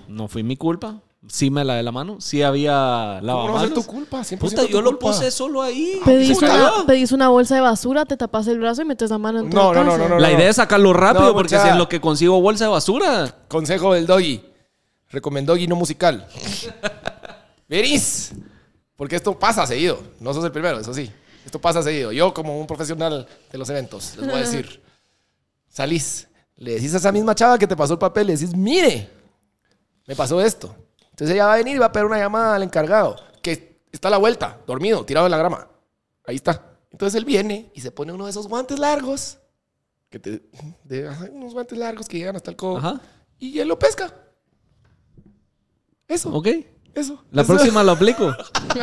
Speaker 2: No fui mi culpa. Sí me lavé la mano. Sí había
Speaker 1: ¿Cómo no va a
Speaker 2: lavamanos.
Speaker 1: ser tu culpa? 100%
Speaker 2: Puta,
Speaker 1: tu
Speaker 2: yo lo
Speaker 1: culpa.
Speaker 2: puse solo ahí.
Speaker 3: Pedís
Speaker 2: Se
Speaker 3: una,
Speaker 2: cayó.
Speaker 3: pedís una bolsa de basura, te tapas el brazo y metes la mano en tu
Speaker 1: No, no, no,
Speaker 3: taza.
Speaker 1: no, no,
Speaker 2: La idea es sacarlo rápido
Speaker 1: No,
Speaker 2: porque
Speaker 1: mucha-
Speaker 2: si es lo que consigo bolsa de basura.
Speaker 1: Consejo del doggy. Recomendó doggy no musical. Verís. Porque esto pasa seguido. No sos el primero, eso sí. Esto pasa seguido. Yo, como un profesional de los eventos, les voy a decir. Salís. Le decís a esa misma chava que te pasó el papel, le decís, mire, me pasó esto. Entonces ella va a venir y va a pedir una llamada al encargado, que está a la vuelta, dormido, tirado en la grama. Ahí está. Entonces él viene y se pone uno de esos guantes largos, que te, de- ajá, unos guantes largos que llegan hasta el codo.
Speaker 2: Ajá.
Speaker 1: Y él lo pesca. Eso,
Speaker 2: Ok.
Speaker 1: eso.
Speaker 2: La
Speaker 1: eso,
Speaker 2: próxima lo aplico.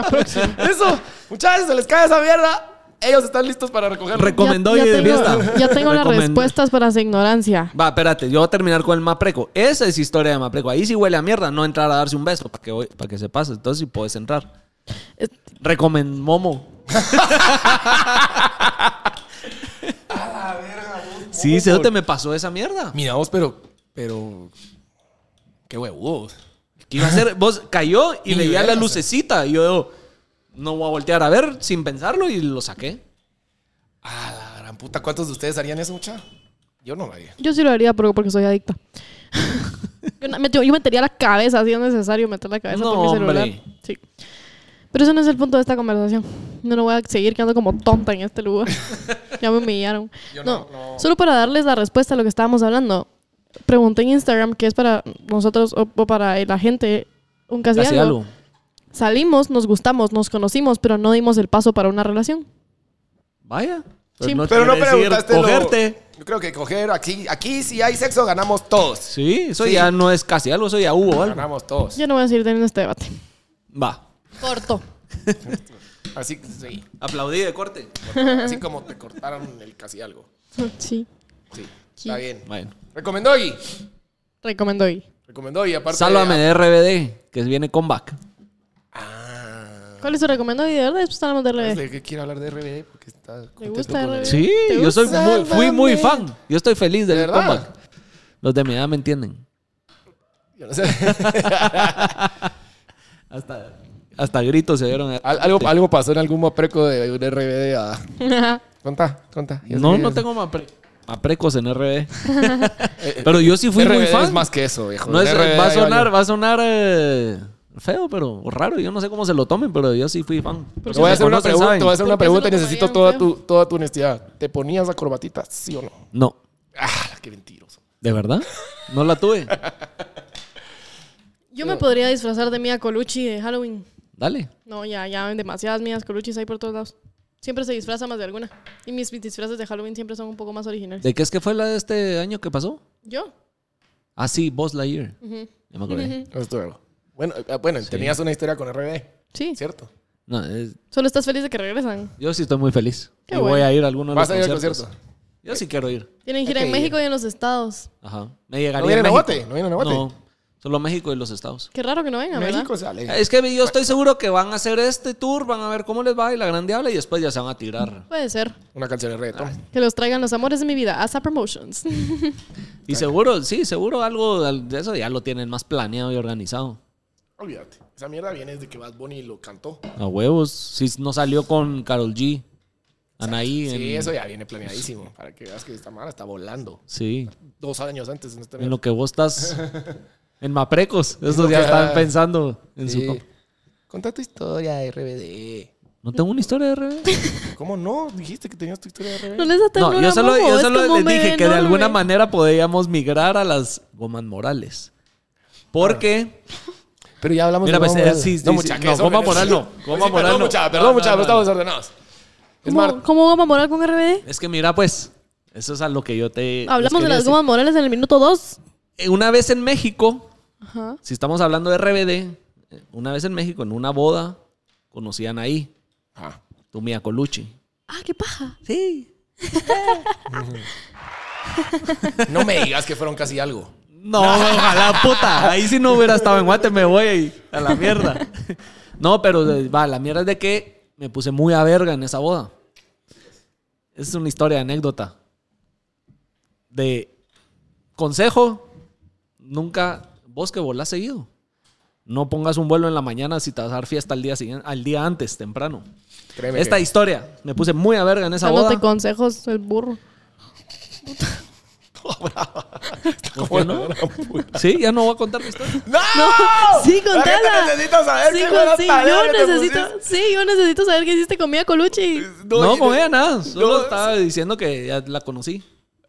Speaker 1: Eso. Muchachos, se les cae esa mierda. Ellos están listos para recogerlo.
Speaker 2: Reco- Recomendó
Speaker 3: ya,
Speaker 2: ir de
Speaker 3: tengo,
Speaker 2: fiesta.
Speaker 3: Ya tengo las
Speaker 2: Recomendó.
Speaker 3: respuestas para esa ignorancia.
Speaker 2: Va, espérate, yo voy a terminar con el Mapreco. Esa es historia de Mapreco. Ahí sí huele a mierda, no entrar a darse un beso para que, hoy- para que se pase. Entonces sí puedes entrar.
Speaker 3: Es-
Speaker 2: Recomen Momo. Sí, se te me pasó esa mierda.
Speaker 1: Mira vos, pero. Pero. Qué huevos.
Speaker 2: ¿Qué iba a hacer? Vos cayó y
Speaker 1: Ni
Speaker 2: le di a la
Speaker 1: vergas.
Speaker 2: lucecita. Y yo no voy a voltear a ver sin pensarlo y lo saqué.
Speaker 1: Ah, la gran puta. ¿Cuántos de ustedes harían eso, muchacha? Yo no lo haría.
Speaker 3: Yo sí lo haría, pero porque soy adicta. yo, na- me tengo- yo metería la cabeza, si es necesario meter la cabeza
Speaker 2: No,
Speaker 3: por mi celular.
Speaker 2: hombre.
Speaker 3: Sí. Pero eso no es el punto de esta conversación. No, no voy a seguir quedando como tonta en este lugar. ya me humillaron.
Speaker 1: Yo
Speaker 3: no,
Speaker 1: no, no.
Speaker 3: solo para darles la respuesta a lo que estábamos hablando. pregunté en Instagram que es para nosotros o, o para la gente un casi,
Speaker 2: Casi
Speaker 3: algo.
Speaker 2: algo.
Speaker 3: Salimos, nos gustamos, nos conocimos, pero no dimos el paso para una relación.
Speaker 2: Vaya. Pues
Speaker 3: Sí.
Speaker 1: Pero no
Speaker 2: quiere decir
Speaker 1: preguntaste. lo-
Speaker 2: Cogerte.
Speaker 1: Yo creo que coger aquí, aquí si hay sexo, ganamos todos.
Speaker 2: Sí, eso
Speaker 1: Sí.
Speaker 2: ya no es casi algo, eso ya hubo algo.
Speaker 1: Ganamos todos.
Speaker 3: Yo no voy a seguir teniendo este debate.
Speaker 2: Va.
Speaker 3: Corto.
Speaker 1: Así, sí.
Speaker 2: Aplaudí de corte.
Speaker 1: Así como te cortaron el casi algo.
Speaker 3: Sí.
Speaker 1: Sí. Está
Speaker 3: Sí.
Speaker 1: bien.
Speaker 2: Bueno.
Speaker 1: Recomendó y.
Speaker 3: Recomendó hoy.
Speaker 1: Recomendó y aparte.
Speaker 2: Sálvame de RBD, que viene comeback.
Speaker 1: Ah.
Speaker 3: ¿Cuál es tu recomendado? Y de verdad, pues, después hablamos de
Speaker 1: Es
Speaker 3: RBD.
Speaker 1: de que quiero hablar de RBD porque está.
Speaker 3: ¿Te
Speaker 1: contento
Speaker 3: gusta
Speaker 1: con
Speaker 3: RBD?
Speaker 1: el-
Speaker 2: Sí,
Speaker 3: ¿Te
Speaker 2: yo soy
Speaker 3: gusta?
Speaker 2: muy, fui muy
Speaker 3: Sálvame.
Speaker 2: fan. Yo estoy feliz
Speaker 1: ¿De
Speaker 2: del
Speaker 1: verdad?
Speaker 2: comeback. Los de mi edad me entienden.
Speaker 1: Yo no sé.
Speaker 2: Hasta, hasta gritos se dieron.
Speaker 1: Al- algo, algo pasó en algún mopreco de, de RBD a. Conta, conta. Yo
Speaker 2: No,
Speaker 1: sé que
Speaker 2: no
Speaker 1: es-
Speaker 2: tengo mapre- maprecos en RBD. pero yo sí fui
Speaker 1: RBD
Speaker 2: muy fan.
Speaker 1: es más que eso, viejo.
Speaker 2: No es-
Speaker 1: RBD
Speaker 2: va a
Speaker 1: ahí yo.
Speaker 2: sonar, va a sonar eh, feo, pero o raro. Yo no sé cómo se lo tomen, pero yo sí fui fan.
Speaker 1: Te voy a hacer una
Speaker 2: Reconocen,
Speaker 1: pregunta,
Speaker 2: ¿saben?
Speaker 1: te voy a hacer
Speaker 3: ¿Por
Speaker 1: una
Speaker 3: qué se
Speaker 1: pregunta y
Speaker 3: lo
Speaker 1: necesito
Speaker 3: tomarían
Speaker 1: toda
Speaker 3: feo?
Speaker 1: tu, toda tu honestidad. ¿Te ponías la corbatita, sí o no?
Speaker 2: No,
Speaker 1: Ah, qué mentiroso.
Speaker 2: ¿de verdad? No la tuve.
Speaker 3: Yo me podría disfrazar de Mia Colucci de Halloween.
Speaker 2: Dale.
Speaker 3: No, ya, ya, hay demasiadas Mias Coluchis hay por todos lados. Siempre se disfraza más de alguna. Y mis mis disfraces de Halloween siempre son un poco más originales.
Speaker 2: ¿De qué es que fue la de este año que pasó?
Speaker 3: ¿Yo?
Speaker 2: Ah, sí, Boss Lightyear. Ya me acordé.
Speaker 1: Esto luego. Bueno, eh, bueno tenías una historia con RBD,
Speaker 3: Sí.
Speaker 1: ¿cierto?
Speaker 2: No, es-
Speaker 3: Solo estás feliz de que regresan.
Speaker 2: yo sí estoy muy feliz.
Speaker 3: Qué
Speaker 2: y voy
Speaker 3: bueno.
Speaker 2: a ir a alguno de los
Speaker 1: Vas a ir al
Speaker 2: conciertos.
Speaker 1: concierto.
Speaker 2: Yo sí quiero ir.
Speaker 3: Tienen gira
Speaker 1: Hay
Speaker 3: en
Speaker 1: que ir.
Speaker 3: México y en los estados.
Speaker 2: Ajá. Me llegaría
Speaker 1: ¿No vienen a
Speaker 2: México.
Speaker 1: Guate? ¿No vienen a Guate?
Speaker 2: No, solo México y los estados.
Speaker 3: Qué raro que no vengan, ¿verdad?
Speaker 1: México se aleja.
Speaker 2: Es que yo estoy seguro que van a hacer este tour, van a ver cómo les va y la gran diabla y después ya se van a tirar.
Speaker 3: Puede ser.
Speaker 1: Una canción de reggaetón.
Speaker 2: Ah.
Speaker 3: Que los traigan los amores de mi vida. Asa Promotions.
Speaker 2: Y seguro, sí, seguro algo de eso ya lo tienen más planeado y organizado.
Speaker 1: Olvídate. Esa mierda viene desde que Bad Bunny lo cantó.
Speaker 2: A huevos. Si no salió con Carol G. Anaí.
Speaker 1: Sí,
Speaker 2: en-
Speaker 1: eso ya viene planeadísimo. Para que veas que esta mala está volando.
Speaker 2: Sí.
Speaker 1: Dos años antes. En este esta
Speaker 2: En
Speaker 1: mierda.
Speaker 2: lo que vos estás. En Maprecos. Estos
Speaker 1: lo
Speaker 2: ya
Speaker 1: que-
Speaker 2: están pensando en su.
Speaker 1: Sí.
Speaker 2: top.
Speaker 1: Contá tu historia de RBD.
Speaker 2: No tengo una historia de RBD.
Speaker 1: ¿Cómo no? Dijiste que tenías tu historia de
Speaker 3: no
Speaker 1: RBD.
Speaker 3: les da
Speaker 2: No,
Speaker 3: ternura,
Speaker 2: yo solo,
Speaker 3: Momo,
Speaker 2: yo
Speaker 3: es
Speaker 2: solo
Speaker 3: como
Speaker 2: les
Speaker 3: un
Speaker 2: dije
Speaker 3: bebé
Speaker 2: que de alguna
Speaker 3: enorme.
Speaker 2: manera podíamos migrar a las gomas morales. Porque.
Speaker 1: Pero ya hablamos
Speaker 2: Mira,
Speaker 1: de
Speaker 2: pues,
Speaker 1: Goma
Speaker 2: eh,
Speaker 1: Moral.
Speaker 2: sí, sí,
Speaker 1: No,
Speaker 2: sí.
Speaker 1: mucha, que
Speaker 2: No,
Speaker 1: eso
Speaker 2: Goma
Speaker 1: merece-
Speaker 2: Moral no.
Speaker 1: Pues
Speaker 2: Goma
Speaker 1: sí,
Speaker 2: Moral
Speaker 1: Perdón,
Speaker 2: no.
Speaker 1: mucha,
Speaker 2: No,
Speaker 1: perdón, mucha,
Speaker 2: no,
Speaker 1: pero estamos
Speaker 2: no.
Speaker 1: ordenados. Es
Speaker 3: ¿Cómo,
Speaker 1: Marta.
Speaker 3: ¿Cómo goma moral con RBD?
Speaker 2: Es que mira, pues. Eso es a lo que yo te. les
Speaker 3: Hablamos de
Speaker 2: quería
Speaker 3: las
Speaker 2: decir.
Speaker 3: gomas morales en el minuto 2.
Speaker 2: Eh, Una vez en México,
Speaker 3: Ajá.
Speaker 2: si estamos hablando de RBD, eh, una vez en México, en una boda, conocían ahí,
Speaker 1: Ah.
Speaker 2: tu Mia Colucci.
Speaker 3: Ah, qué paja.
Speaker 2: Sí.
Speaker 1: No me digas que fueron casi algo.
Speaker 2: No, ojalá, puta. Ahí si no hubiera estado en Guate, me voy a la mierda. No, pero eh, va, la mierda es de que me puse muy a verga en esa boda. Es una historia, anécdota. De consejo, nunca, vos que volás seguido, no pongas un vuelo en la mañana si te vas a dar fiesta al día, siguiente, al día antes, temprano.
Speaker 1: Créeme.
Speaker 2: Esta
Speaker 1: que-
Speaker 2: historia, me puse muy a verga en esa boda.
Speaker 3: Dándote consejos, el burro.
Speaker 2: ¿Por qué no? Sí, ya no voy a contar mi historia.
Speaker 1: ¡No!
Speaker 3: Sí,
Speaker 1: La gente
Speaker 3: contala.
Speaker 1: necesita saber
Speaker 3: Sí,
Speaker 1: qué
Speaker 3: con-
Speaker 1: buena
Speaker 3: sí,
Speaker 1: tarea
Speaker 3: yo
Speaker 1: que te Eh,
Speaker 3: necesito, sí, yo necesito saber qué hiciste con Mia Colucci.
Speaker 1: pusiste.
Speaker 2: No,
Speaker 1: y-
Speaker 2: con ella nada. Solo
Speaker 1: no,
Speaker 2: estaba diciendo que ya la conocí.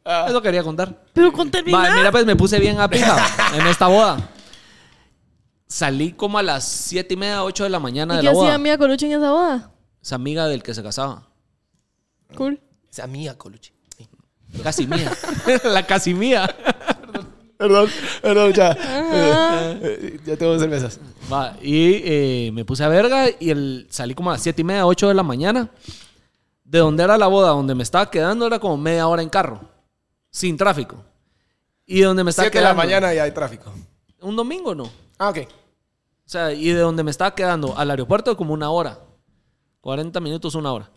Speaker 1: Ah.
Speaker 2: Eso quería contar.
Speaker 3: Pero con
Speaker 2: Va,
Speaker 3: terminar.
Speaker 2: mira, pues me puse bien a pija en esta boda. Salí como a las siete y media, ocho de la mañana
Speaker 3: ¿Y
Speaker 2: de
Speaker 3: qué
Speaker 2: la
Speaker 3: hacía
Speaker 2: boda.
Speaker 3: Mia Colucci en esa boda?
Speaker 2: Es amiga del que se casaba.
Speaker 3: Cool.
Speaker 1: Esa mía, Coluche. Sí.
Speaker 2: Casi mía. la casi mía.
Speaker 1: Perdón, perdón, ya.
Speaker 3: Ah.
Speaker 1: Eh, Ya tengo cervezas.
Speaker 2: Va, y eh, me puse a verga y el, salí como a las siete y media, ocho de la mañana. De donde era la boda, donde me estaba quedando, era como media hora en carro. Sin tráfico. Y donde me estaba
Speaker 1: Siete de la
Speaker 2: quedando...
Speaker 1: mañana y hay tráfico.
Speaker 2: Un domingo, ¿no?
Speaker 1: Ah, ok.
Speaker 2: O sea, y de donde me estaba quedando al aeropuerto como una hora. 40 minutos, una hora.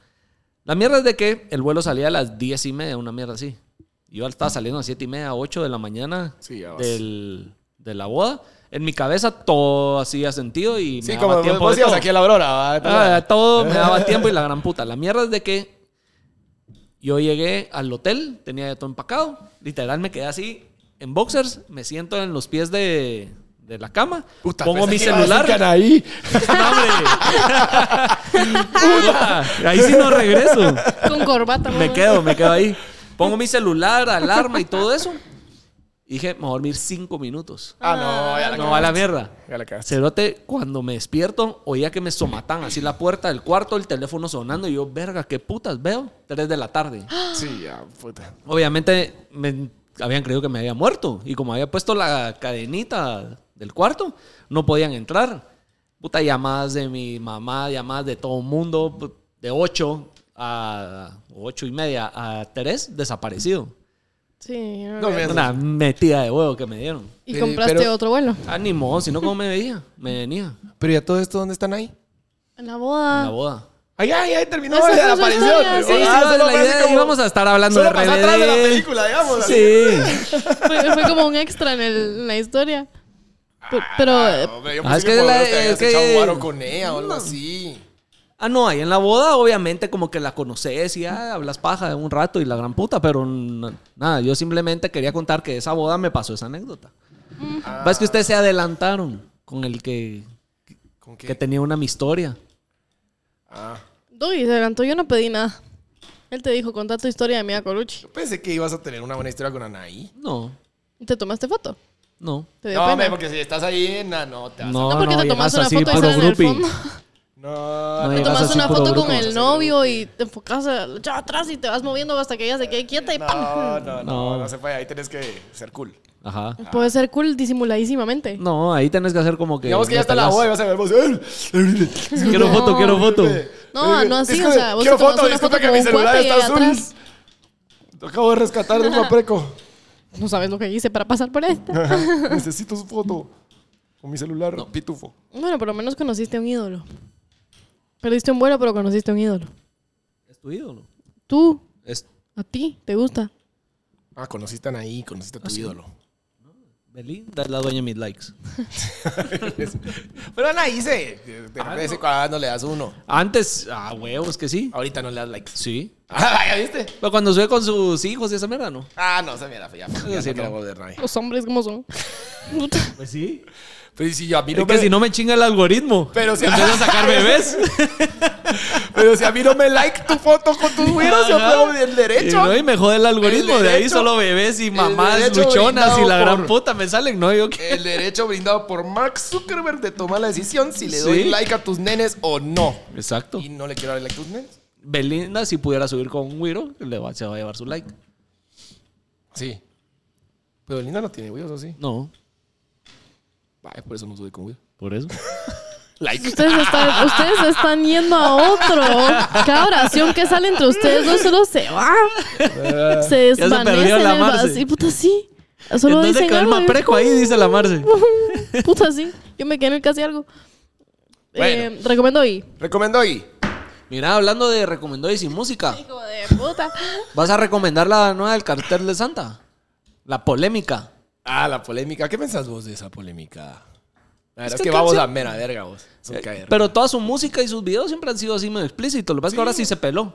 Speaker 2: La mierda es de que el vuelo salía a las 10 y media, una mierda así. Yo estaba saliendo a las 7 y media, 8 de la mañana
Speaker 1: Sí, ya vas.
Speaker 2: del, de la boda. En mi cabeza todo hacía sentido y me
Speaker 1: Sí,
Speaker 2: daba
Speaker 1: como
Speaker 2: tiempo
Speaker 1: vos
Speaker 2: de
Speaker 1: ibas
Speaker 2: todo.
Speaker 1: aquí a la Aurora. ¿va?
Speaker 2: Ah, todo me daba tiempo y la gran puta. La mierda es de que yo llegué al hotel, tenía ya todo empacado. Literal, me quedé así en boxers, me siento en los pies de, de la cama,
Speaker 1: Puta,
Speaker 2: pongo
Speaker 1: pensé
Speaker 2: mi
Speaker 1: que ibas a
Speaker 2: celular.
Speaker 1: decir que ahí.
Speaker 2: ¡No, hombre! Puta, ahí sí no regreso.
Speaker 3: Con corbata.
Speaker 2: Me
Speaker 3: mamá.
Speaker 2: quedo, me quedo ahí. Pongo mi celular, alarma y todo eso. Y dije, me voy a dormir cinco minutos.
Speaker 1: Ah, no, ya la
Speaker 2: No, a la mierda.
Speaker 1: Ya la cagaste.
Speaker 2: Cerote, cuando me despierto, oía que me somatan así la puerta del cuarto, el teléfono sonando. Y yo, verga, qué putas veo. Tres de la tarde.
Speaker 1: Sí, ya, puta.
Speaker 2: Obviamente me habían creído que me había muerto. Y como había puesto la cadenita del cuarto, no podían entrar. Puta, llamadas de mi mamá, llamadas de todo el mundo, pu- de 8 a 8 y media a 3, desaparecido.
Speaker 3: Sí.
Speaker 1: No, mira,
Speaker 2: Una metida de huevo que me dieron.
Speaker 3: y
Speaker 1: pero-
Speaker 3: compraste
Speaker 1: pero-
Speaker 3: otro vuelo.
Speaker 2: Ánimo, si no, ¿cómo me veía? Me venía
Speaker 1: Pero ya todo esto, ¿dónde están ahí?
Speaker 3: En la
Speaker 2: en
Speaker 3: boda.
Speaker 2: la boda.
Speaker 1: Ay, ay, ay, terminó
Speaker 3: Esa
Speaker 1: la
Speaker 3: fue su
Speaker 1: aparición.
Speaker 3: historia, sí.
Speaker 2: Sí,
Speaker 1: Ah,
Speaker 2: sí,
Speaker 1: solo
Speaker 2: la
Speaker 1: parece
Speaker 2: idea,
Speaker 1: como-
Speaker 2: íbamos a estar hablando
Speaker 1: solo
Speaker 2: de
Speaker 1: pasó
Speaker 2: RBD.
Speaker 1: atrás de la película, digamos. así.
Speaker 2: Sí.
Speaker 3: Fue, fue como un extra en, el- en la historia. Pe- Pero, eh,
Speaker 1: Ah, hombre, yo
Speaker 2: Ah,
Speaker 1: pensé
Speaker 2: es que
Speaker 1: por lo
Speaker 2: la-
Speaker 1: menos te habías
Speaker 2: es que-
Speaker 1: echado un guaro con ella o algo así.
Speaker 2: Ah, no, ahí en la boda, obviamente, como que la conoces y ah, hablas paja de un rato y la gran puta, pero n- nada, yo simplemente quería contar que esa boda me pasó esa anécdota.
Speaker 3: Mm.
Speaker 2: Va, Es que ustedes se adelantaron con el que,
Speaker 1: ¿Con qué?
Speaker 2: que tenía una mi historia.
Speaker 1: Ah.
Speaker 3: Doggy, se adelantó, yo no pedí nada. Él te dijo, contá tu historia de Mia Colucci.
Speaker 1: Yo pensé que ibas a tener una buena historia con Anaí.
Speaker 2: No,
Speaker 3: ¿Te tomaste foto?
Speaker 2: no.
Speaker 3: ¿Te dio
Speaker 1: No,
Speaker 3: pena?
Speaker 1: hombre, porque si estás ahí, na, no, te vas a-
Speaker 2: No,
Speaker 3: No, porque te
Speaker 2: llegas
Speaker 3: tomas una
Speaker 2: así,
Speaker 3: foto y
Speaker 2: puro
Speaker 3: sale en el
Speaker 2: groupie.
Speaker 3: fondo.
Speaker 1: No,
Speaker 2: No
Speaker 1: no,
Speaker 3: Te
Speaker 2: llegas
Speaker 1: no,
Speaker 3: tomas
Speaker 2: así,
Speaker 3: una
Speaker 2: puro
Speaker 3: foto con
Speaker 2: grupo.
Speaker 3: el novio y te enfocas allá atrás y te vas moviendo hasta que ella se quede quieta y ¡pam!
Speaker 1: no, no, no,
Speaker 2: No.
Speaker 1: no se puede. Ahí tenés que ser cool.
Speaker 2: Ajá.
Speaker 3: Puede ser cool disimuladísimamente.
Speaker 2: No, ahí tenés que hacer como que.
Speaker 1: Digamos que ya está la
Speaker 2: metalás.
Speaker 1: boda y vas a ver vos. "Ay".
Speaker 2: Quiero foto, quiero foto.
Speaker 3: No, no así,
Speaker 1: Eh, Disculpe,
Speaker 3: o sea, vos te
Speaker 1: quiero
Speaker 3: tomas
Speaker 1: foto,
Speaker 3: una
Speaker 1: disculpe
Speaker 3: foto
Speaker 1: que
Speaker 3: con
Speaker 1: mi
Speaker 3: un
Speaker 1: celular
Speaker 3: cuate y
Speaker 1: está
Speaker 3: allá
Speaker 1: azul.
Speaker 3: atrás.
Speaker 1: Lo acabo de rescatar de un guapreco.
Speaker 3: No sabes lo que hice para pasar por esta.
Speaker 1: Necesito su foto. Con mi celular, pitufo.
Speaker 3: Bueno, por lo menos conociste a un ídolo. Perdiste un vuelo, pero conociste a un ídolo.
Speaker 2: Es tu ídolo.
Speaker 3: Tú,
Speaker 2: Es
Speaker 3: a ti, te gusta.
Speaker 1: Ah, conociste a Anaí, conociste a tu ídolo.
Speaker 2: Belinda, es la dueña de mis likes.
Speaker 1: Pero Anaí se. De de vez en cuando le das uno.
Speaker 2: Antes, ah, huevos que sí.
Speaker 1: Ahorita no le das likes.
Speaker 2: Sí.
Speaker 1: Ah, ¿ya viste?
Speaker 2: Pero cuando sube con sus hijos y esa mierda, ¿no?
Speaker 1: Ah, no, se mira, ya, ya
Speaker 2: sí,
Speaker 1: no quiero
Speaker 2: no.
Speaker 1: volver nadie.
Speaker 3: Los hombres como son. Puta.
Speaker 2: Pues sí.
Speaker 1: Pero si yo a mí
Speaker 2: Es
Speaker 1: no
Speaker 2: que
Speaker 1: me,
Speaker 2: si no me chinga el algoritmo.
Speaker 1: Pero si-
Speaker 2: Empieza a sacar bebés.
Speaker 1: pero si a mí no me like tu foto con tus güeros, yo
Speaker 2: Ajá.
Speaker 1: puedo el
Speaker 2: Y,
Speaker 1: derecho.
Speaker 2: no, y me jode el algoritmo.
Speaker 1: El
Speaker 2: de ahí
Speaker 1: derecho-
Speaker 2: solo bebés y mamás
Speaker 1: derecho
Speaker 2: luchonas y
Speaker 1: brindado
Speaker 2: la gran
Speaker 1: por-
Speaker 2: puta me salen. No, yo qué.
Speaker 1: El derecho brindado por Mark Zuckerberg de tomar la decisión si le doy
Speaker 2: Sí.
Speaker 1: like a tus nenes o no.
Speaker 2: Exacto.
Speaker 1: Y no le quiero dar like a tus nenes.
Speaker 2: Belinda, si pudiera subir con un güiro, le va, se va a llevar su like.
Speaker 1: Sí. Pero Linda no tiene güeros, ¿o sí?
Speaker 2: No,
Speaker 1: Vaya, por eso no sube con güeros.
Speaker 2: por eso.
Speaker 1: Like.
Speaker 3: Ustedes están, ustedes están yendo a otro. Cada oración que sale entre ustedes dos solo se va. Se
Speaker 2: perdió
Speaker 3: desvanece en
Speaker 2: la
Speaker 3: el
Speaker 2: Marce.
Speaker 3: vacío. Puta, sí. Solo
Speaker 2: Entonces
Speaker 3: dicen
Speaker 2: quedó el
Speaker 3: algo y-
Speaker 2: mapreco ahí, dice la Marce.
Speaker 3: Puta, sí. Yo me quedé en el casi algo.
Speaker 1: Bueno.
Speaker 3: Eh, recomiendo y.
Speaker 1: Recomiendo ahí.
Speaker 2: Mira, hablando de recomendó y sin música,
Speaker 3: Hijo de puta.
Speaker 2: ¿vas a recomendar la nueva del cartel de Santa? La polémica.
Speaker 1: Ah, la polémica. ¿Qué pensás vos de esa polémica? La verdad es,
Speaker 2: Es
Speaker 1: que
Speaker 2: que
Speaker 1: vamos
Speaker 2: canción-
Speaker 1: a mera verga vos. Es un
Speaker 2: Eh,
Speaker 1: caer.
Speaker 2: Pero toda su música y sus videos siempre han sido así medio explícitos. Lo que pasa es que ahora sí se peló.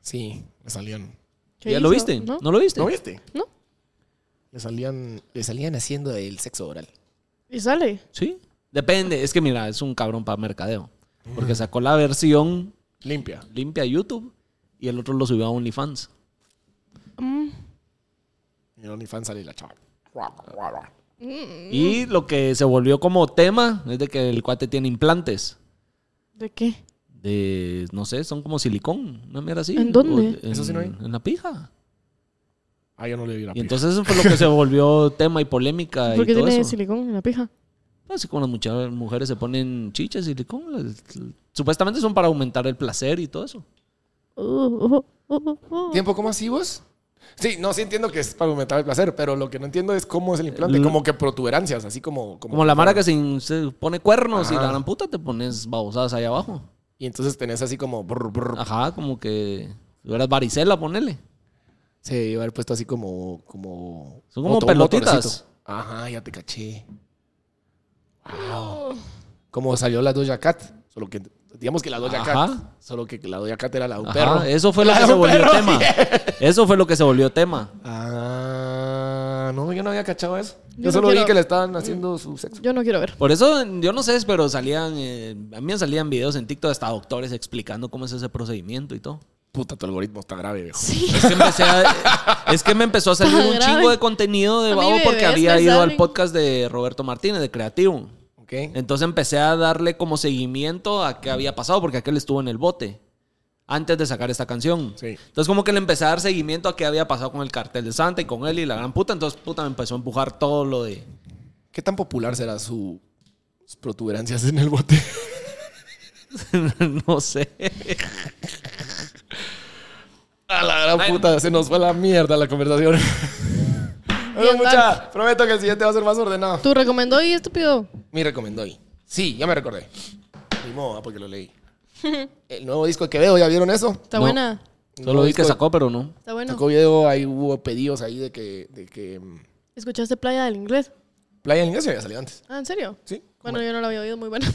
Speaker 1: Sí, le salían.
Speaker 3: ¿Qué
Speaker 2: ¿Ya lo
Speaker 3: hizo?
Speaker 2: viste?
Speaker 3: ¿No?
Speaker 2: ¿No, lo viste?
Speaker 1: ¿No viste?
Speaker 3: No.
Speaker 1: Le salían, le salían haciendo el sexo oral.
Speaker 3: Y sale.
Speaker 2: Sí. Depende. Es que mira, es un cabrón para mercadeo. Porque sacó la versión
Speaker 1: Limpia.
Speaker 2: limpia a YouTube y el otro lo subió a OnlyFans.
Speaker 3: Mm,
Speaker 1: Y en OnlyFans sale la chava.
Speaker 2: Y
Speaker 3: Mm.
Speaker 2: lo que se volvió como tema es de que el cuate tiene implantes.
Speaker 3: ¿De qué?
Speaker 2: De, no sé, son como silicón, una mierda así.
Speaker 3: ¿En dónde?
Speaker 2: O en-
Speaker 1: Eso sí no hay.
Speaker 2: En la pija.
Speaker 1: Ah, yo no le vi la
Speaker 2: Y
Speaker 1: pija.
Speaker 2: entonces eso fue lo que se volvió tema y polémica
Speaker 3: ¿Por
Speaker 2: Ah,
Speaker 3: qué
Speaker 2: y todo
Speaker 3: tiene
Speaker 2: eso.
Speaker 3: silicón en la pija?
Speaker 2: Así como las mucha- mujeres se ponen chichas, silicón. las- l- Supuestamente son para aumentar el placer y todo eso.
Speaker 3: Uh, uh, uh, uh.
Speaker 1: ¿Tiempo cómo así vos? Sí, no, sí entiendo que es para aumentar el placer, pero lo que no entiendo es cómo es el implante,
Speaker 2: L-
Speaker 1: como que protuberancias, así como...
Speaker 2: Como la mara que se, in- se pone cuernos y
Speaker 1: Ajá.
Speaker 2: la gran puta te pones babosadas ahí abajo.
Speaker 1: Y entonces tenés así como... brr, brr.
Speaker 2: Ajá, como que si fueras varicela, ponele.
Speaker 1: Se debe haber puesto así como... como
Speaker 2: Son como
Speaker 1: to- un
Speaker 2: pelotitas.
Speaker 1: motorcito. Ajá, ya te caché. Wow. Como salió la Doja Cat, solo que... Digamos que la Doja
Speaker 2: Ajá.
Speaker 1: Cat, solo que la Doja Cat era la de un
Speaker 2: Ajá,
Speaker 1: perro.
Speaker 2: Eso fue lo
Speaker 1: La
Speaker 2: que
Speaker 1: de
Speaker 2: se
Speaker 1: un
Speaker 2: volvió
Speaker 1: perro,
Speaker 2: tema. Eso fue lo que se volvió tema.
Speaker 1: Ah, no, yo no había cachado eso. Yo,
Speaker 3: Yo no
Speaker 1: solo vi
Speaker 3: quiero-
Speaker 1: que le estaban haciendo su sexo.
Speaker 3: Yo no quiero ver.
Speaker 2: Por eso, yo no sé, pero salían, eh, a mí me salían videos en TikTok hasta doctores explicando cómo es ese procedimiento y todo.
Speaker 1: Puta, tu algoritmo está grave, viejo.
Speaker 3: Sí.
Speaker 2: Es que, empecé a- es que me empezó a salir
Speaker 3: Está
Speaker 2: un
Speaker 3: grave.
Speaker 2: chingo de contenido de
Speaker 3: A mí
Speaker 2: babo porque
Speaker 3: bebés
Speaker 2: había
Speaker 3: me
Speaker 2: ido al
Speaker 3: salen.
Speaker 2: podcast de Roberto Martínez, de Creativo.
Speaker 1: ¿Ok?
Speaker 2: Entonces empecé a darle como seguimiento a qué había pasado porque aquel estuvo en el bote antes de sacar esta canción.
Speaker 1: Sí.
Speaker 2: Entonces como que le empecé a dar seguimiento a qué había pasado con el cartel de Santa y con él y la gran puta. Entonces puta me empezó a empujar todo lo de...
Speaker 1: ¿Qué tan popular será su- sus protuberancias en el bote?
Speaker 2: no sé.
Speaker 1: A la gran
Speaker 2: Ay.
Speaker 1: puta, se nos fue la mierda la conversación. Bueno,
Speaker 3: Bien,
Speaker 1: mucha, prometo que el siguiente va a ser más ordenado.
Speaker 3: ¿Tú recomendó y estúpido?
Speaker 1: Me recomendó hoy. Sí, ya me recordé. Ni modo, ah, porque lo leí. El nuevo disco que veo, ¿ya vieron eso?
Speaker 3: Está
Speaker 2: No.
Speaker 3: buena.
Speaker 2: Solo vi que
Speaker 1: Disco-
Speaker 2: sacó, pero no.
Speaker 3: Está bueno.
Speaker 1: Sacó video, ahí hubo pedidos ahí de que, de que mm,
Speaker 3: ¿Escuchaste Playa del Inglés?
Speaker 1: Playa del Inglés ya había salido antes.
Speaker 3: Ah, ¿en serio?
Speaker 1: Sí.
Speaker 3: Bueno, yo no la había oído, muy buena.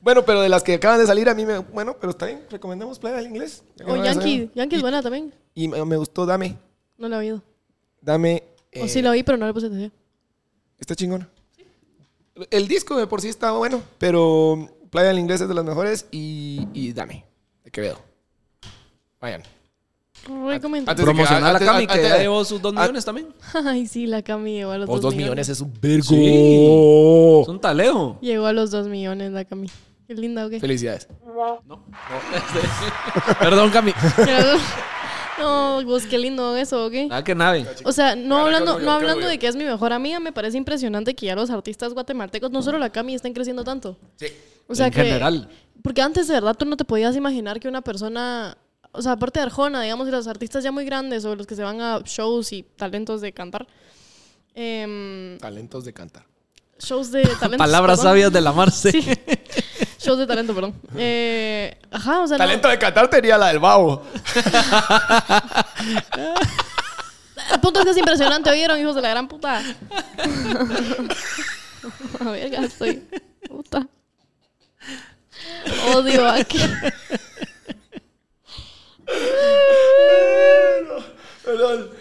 Speaker 1: Bueno, pero de las que acaban de salir, a mí me. Bueno, pero está bien, recomendamos Playa del Inglés. Ya que
Speaker 3: o
Speaker 1: no había
Speaker 3: Yankee.
Speaker 1: salido.
Speaker 3: Yankee es buena también.
Speaker 1: Y me, me gustó Dame.
Speaker 3: No la he oído.
Speaker 1: Dame.
Speaker 3: o
Speaker 1: eh,
Speaker 3: sí la oí, pero no le puse atención.
Speaker 1: Está chingón. El disco de por sí está bueno, pero Playa del Inglés es de las mejores y, y Dame, de Quevedo. Vayan.
Speaker 3: Recomendó.
Speaker 1: antes de que-
Speaker 2: Promocionar a
Speaker 1: antes-
Speaker 2: Cami, que
Speaker 1: antes-
Speaker 2: ya llevó sus dos
Speaker 1: a- Oh.
Speaker 2: millones también.
Speaker 3: Ay, sí, la Cami llegó a los
Speaker 1: Los
Speaker 3: dos,
Speaker 1: dos millones es un vergo.
Speaker 2: Sí. Es un taleo.
Speaker 3: Llegó a los dos millones la Cami. Qué linda, ¿o qué?
Speaker 1: Felicidades.
Speaker 2: Perdón, Cami.
Speaker 3: Pero- no, pues qué lindo eso, ¿o qué?
Speaker 1: Ah,
Speaker 2: Nada que nave.
Speaker 3: O sea, no
Speaker 1: Gana Carlos
Speaker 3: hablando, no
Speaker 1: Gallardo,
Speaker 3: hablando de
Speaker 1: güey.
Speaker 3: que es mi mejor amiga, me parece impresionante que ya los artistas guatemaltecos, no solo la Cami, estén creciendo tanto.
Speaker 1: Sí.
Speaker 3: O sea
Speaker 2: En
Speaker 3: que,
Speaker 2: general.
Speaker 3: Porque antes de verdad tú no te podías imaginar que una persona, o sea, aparte de Arjona, digamos, y los artistas ya muy grandes o los que se van a shows y talentos de cantar, em,
Speaker 1: Talentos de cantar.
Speaker 3: shows de talentos.
Speaker 2: Palabras
Speaker 3: perdón.
Speaker 2: sabias de la Marce.
Speaker 3: Sí. Shows de talento, perdón. Eh, ajá, o sea, no-
Speaker 1: Talento de cantar tenía la del babo.
Speaker 3: El punto es que es impresionante, ¿oyeron, hijos de la gran puta? A ver, ya estoy. Puta. Odio a que.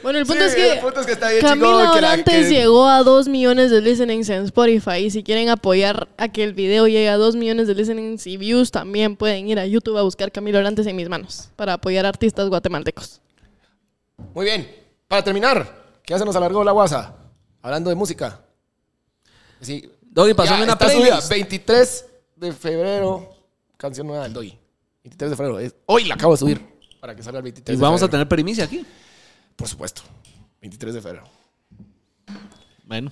Speaker 3: Bueno, el punto
Speaker 1: Sí,
Speaker 3: es que
Speaker 1: El punto es que está bien
Speaker 3: Camila
Speaker 1: chingón. que la-
Speaker 3: Orantes
Speaker 1: que-
Speaker 3: llegó a 2 millones de listenings en Spotify. Y si quieren apoyar a que el video llegue a 2 millones de listenings y views, también pueden ir a YouTube a buscar Camila Orantes en mis manos para apoyar a artistas guatemaltecos.
Speaker 1: Muy bien. Para terminar, que ya se nos alargó la guasa. Hablando de música. Sí.
Speaker 2: Doggy, pasó
Speaker 1: Ya,
Speaker 2: una
Speaker 1: está subida.
Speaker 2: playlist.
Speaker 1: 23 de febrero. Canción nueva del Doggy. 23 de febrero. es- hoy la acabo de subir. Para que salga el 23
Speaker 2: Y
Speaker 1: de
Speaker 2: vamos a
Speaker 1: febrero.
Speaker 2: tener primicia aquí.
Speaker 1: Por supuesto. 23 de febrero.
Speaker 2: Bueno,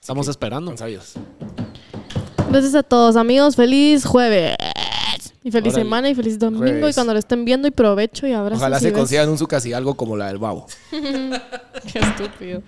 Speaker 2: estamos esperando.
Speaker 1: Con sabios.
Speaker 3: Gracias a todos, amigos. Feliz jueves. Y feliz
Speaker 1: Órale.
Speaker 3: semana y feliz domingo.
Speaker 1: Jueves.
Speaker 3: Y cuando lo estén viendo, y provecho y abrazos.
Speaker 1: Ojalá
Speaker 3: y
Speaker 1: se
Speaker 3: besos.
Speaker 1: consigan un sucas y algo como la del babo.
Speaker 3: Qué estúpido.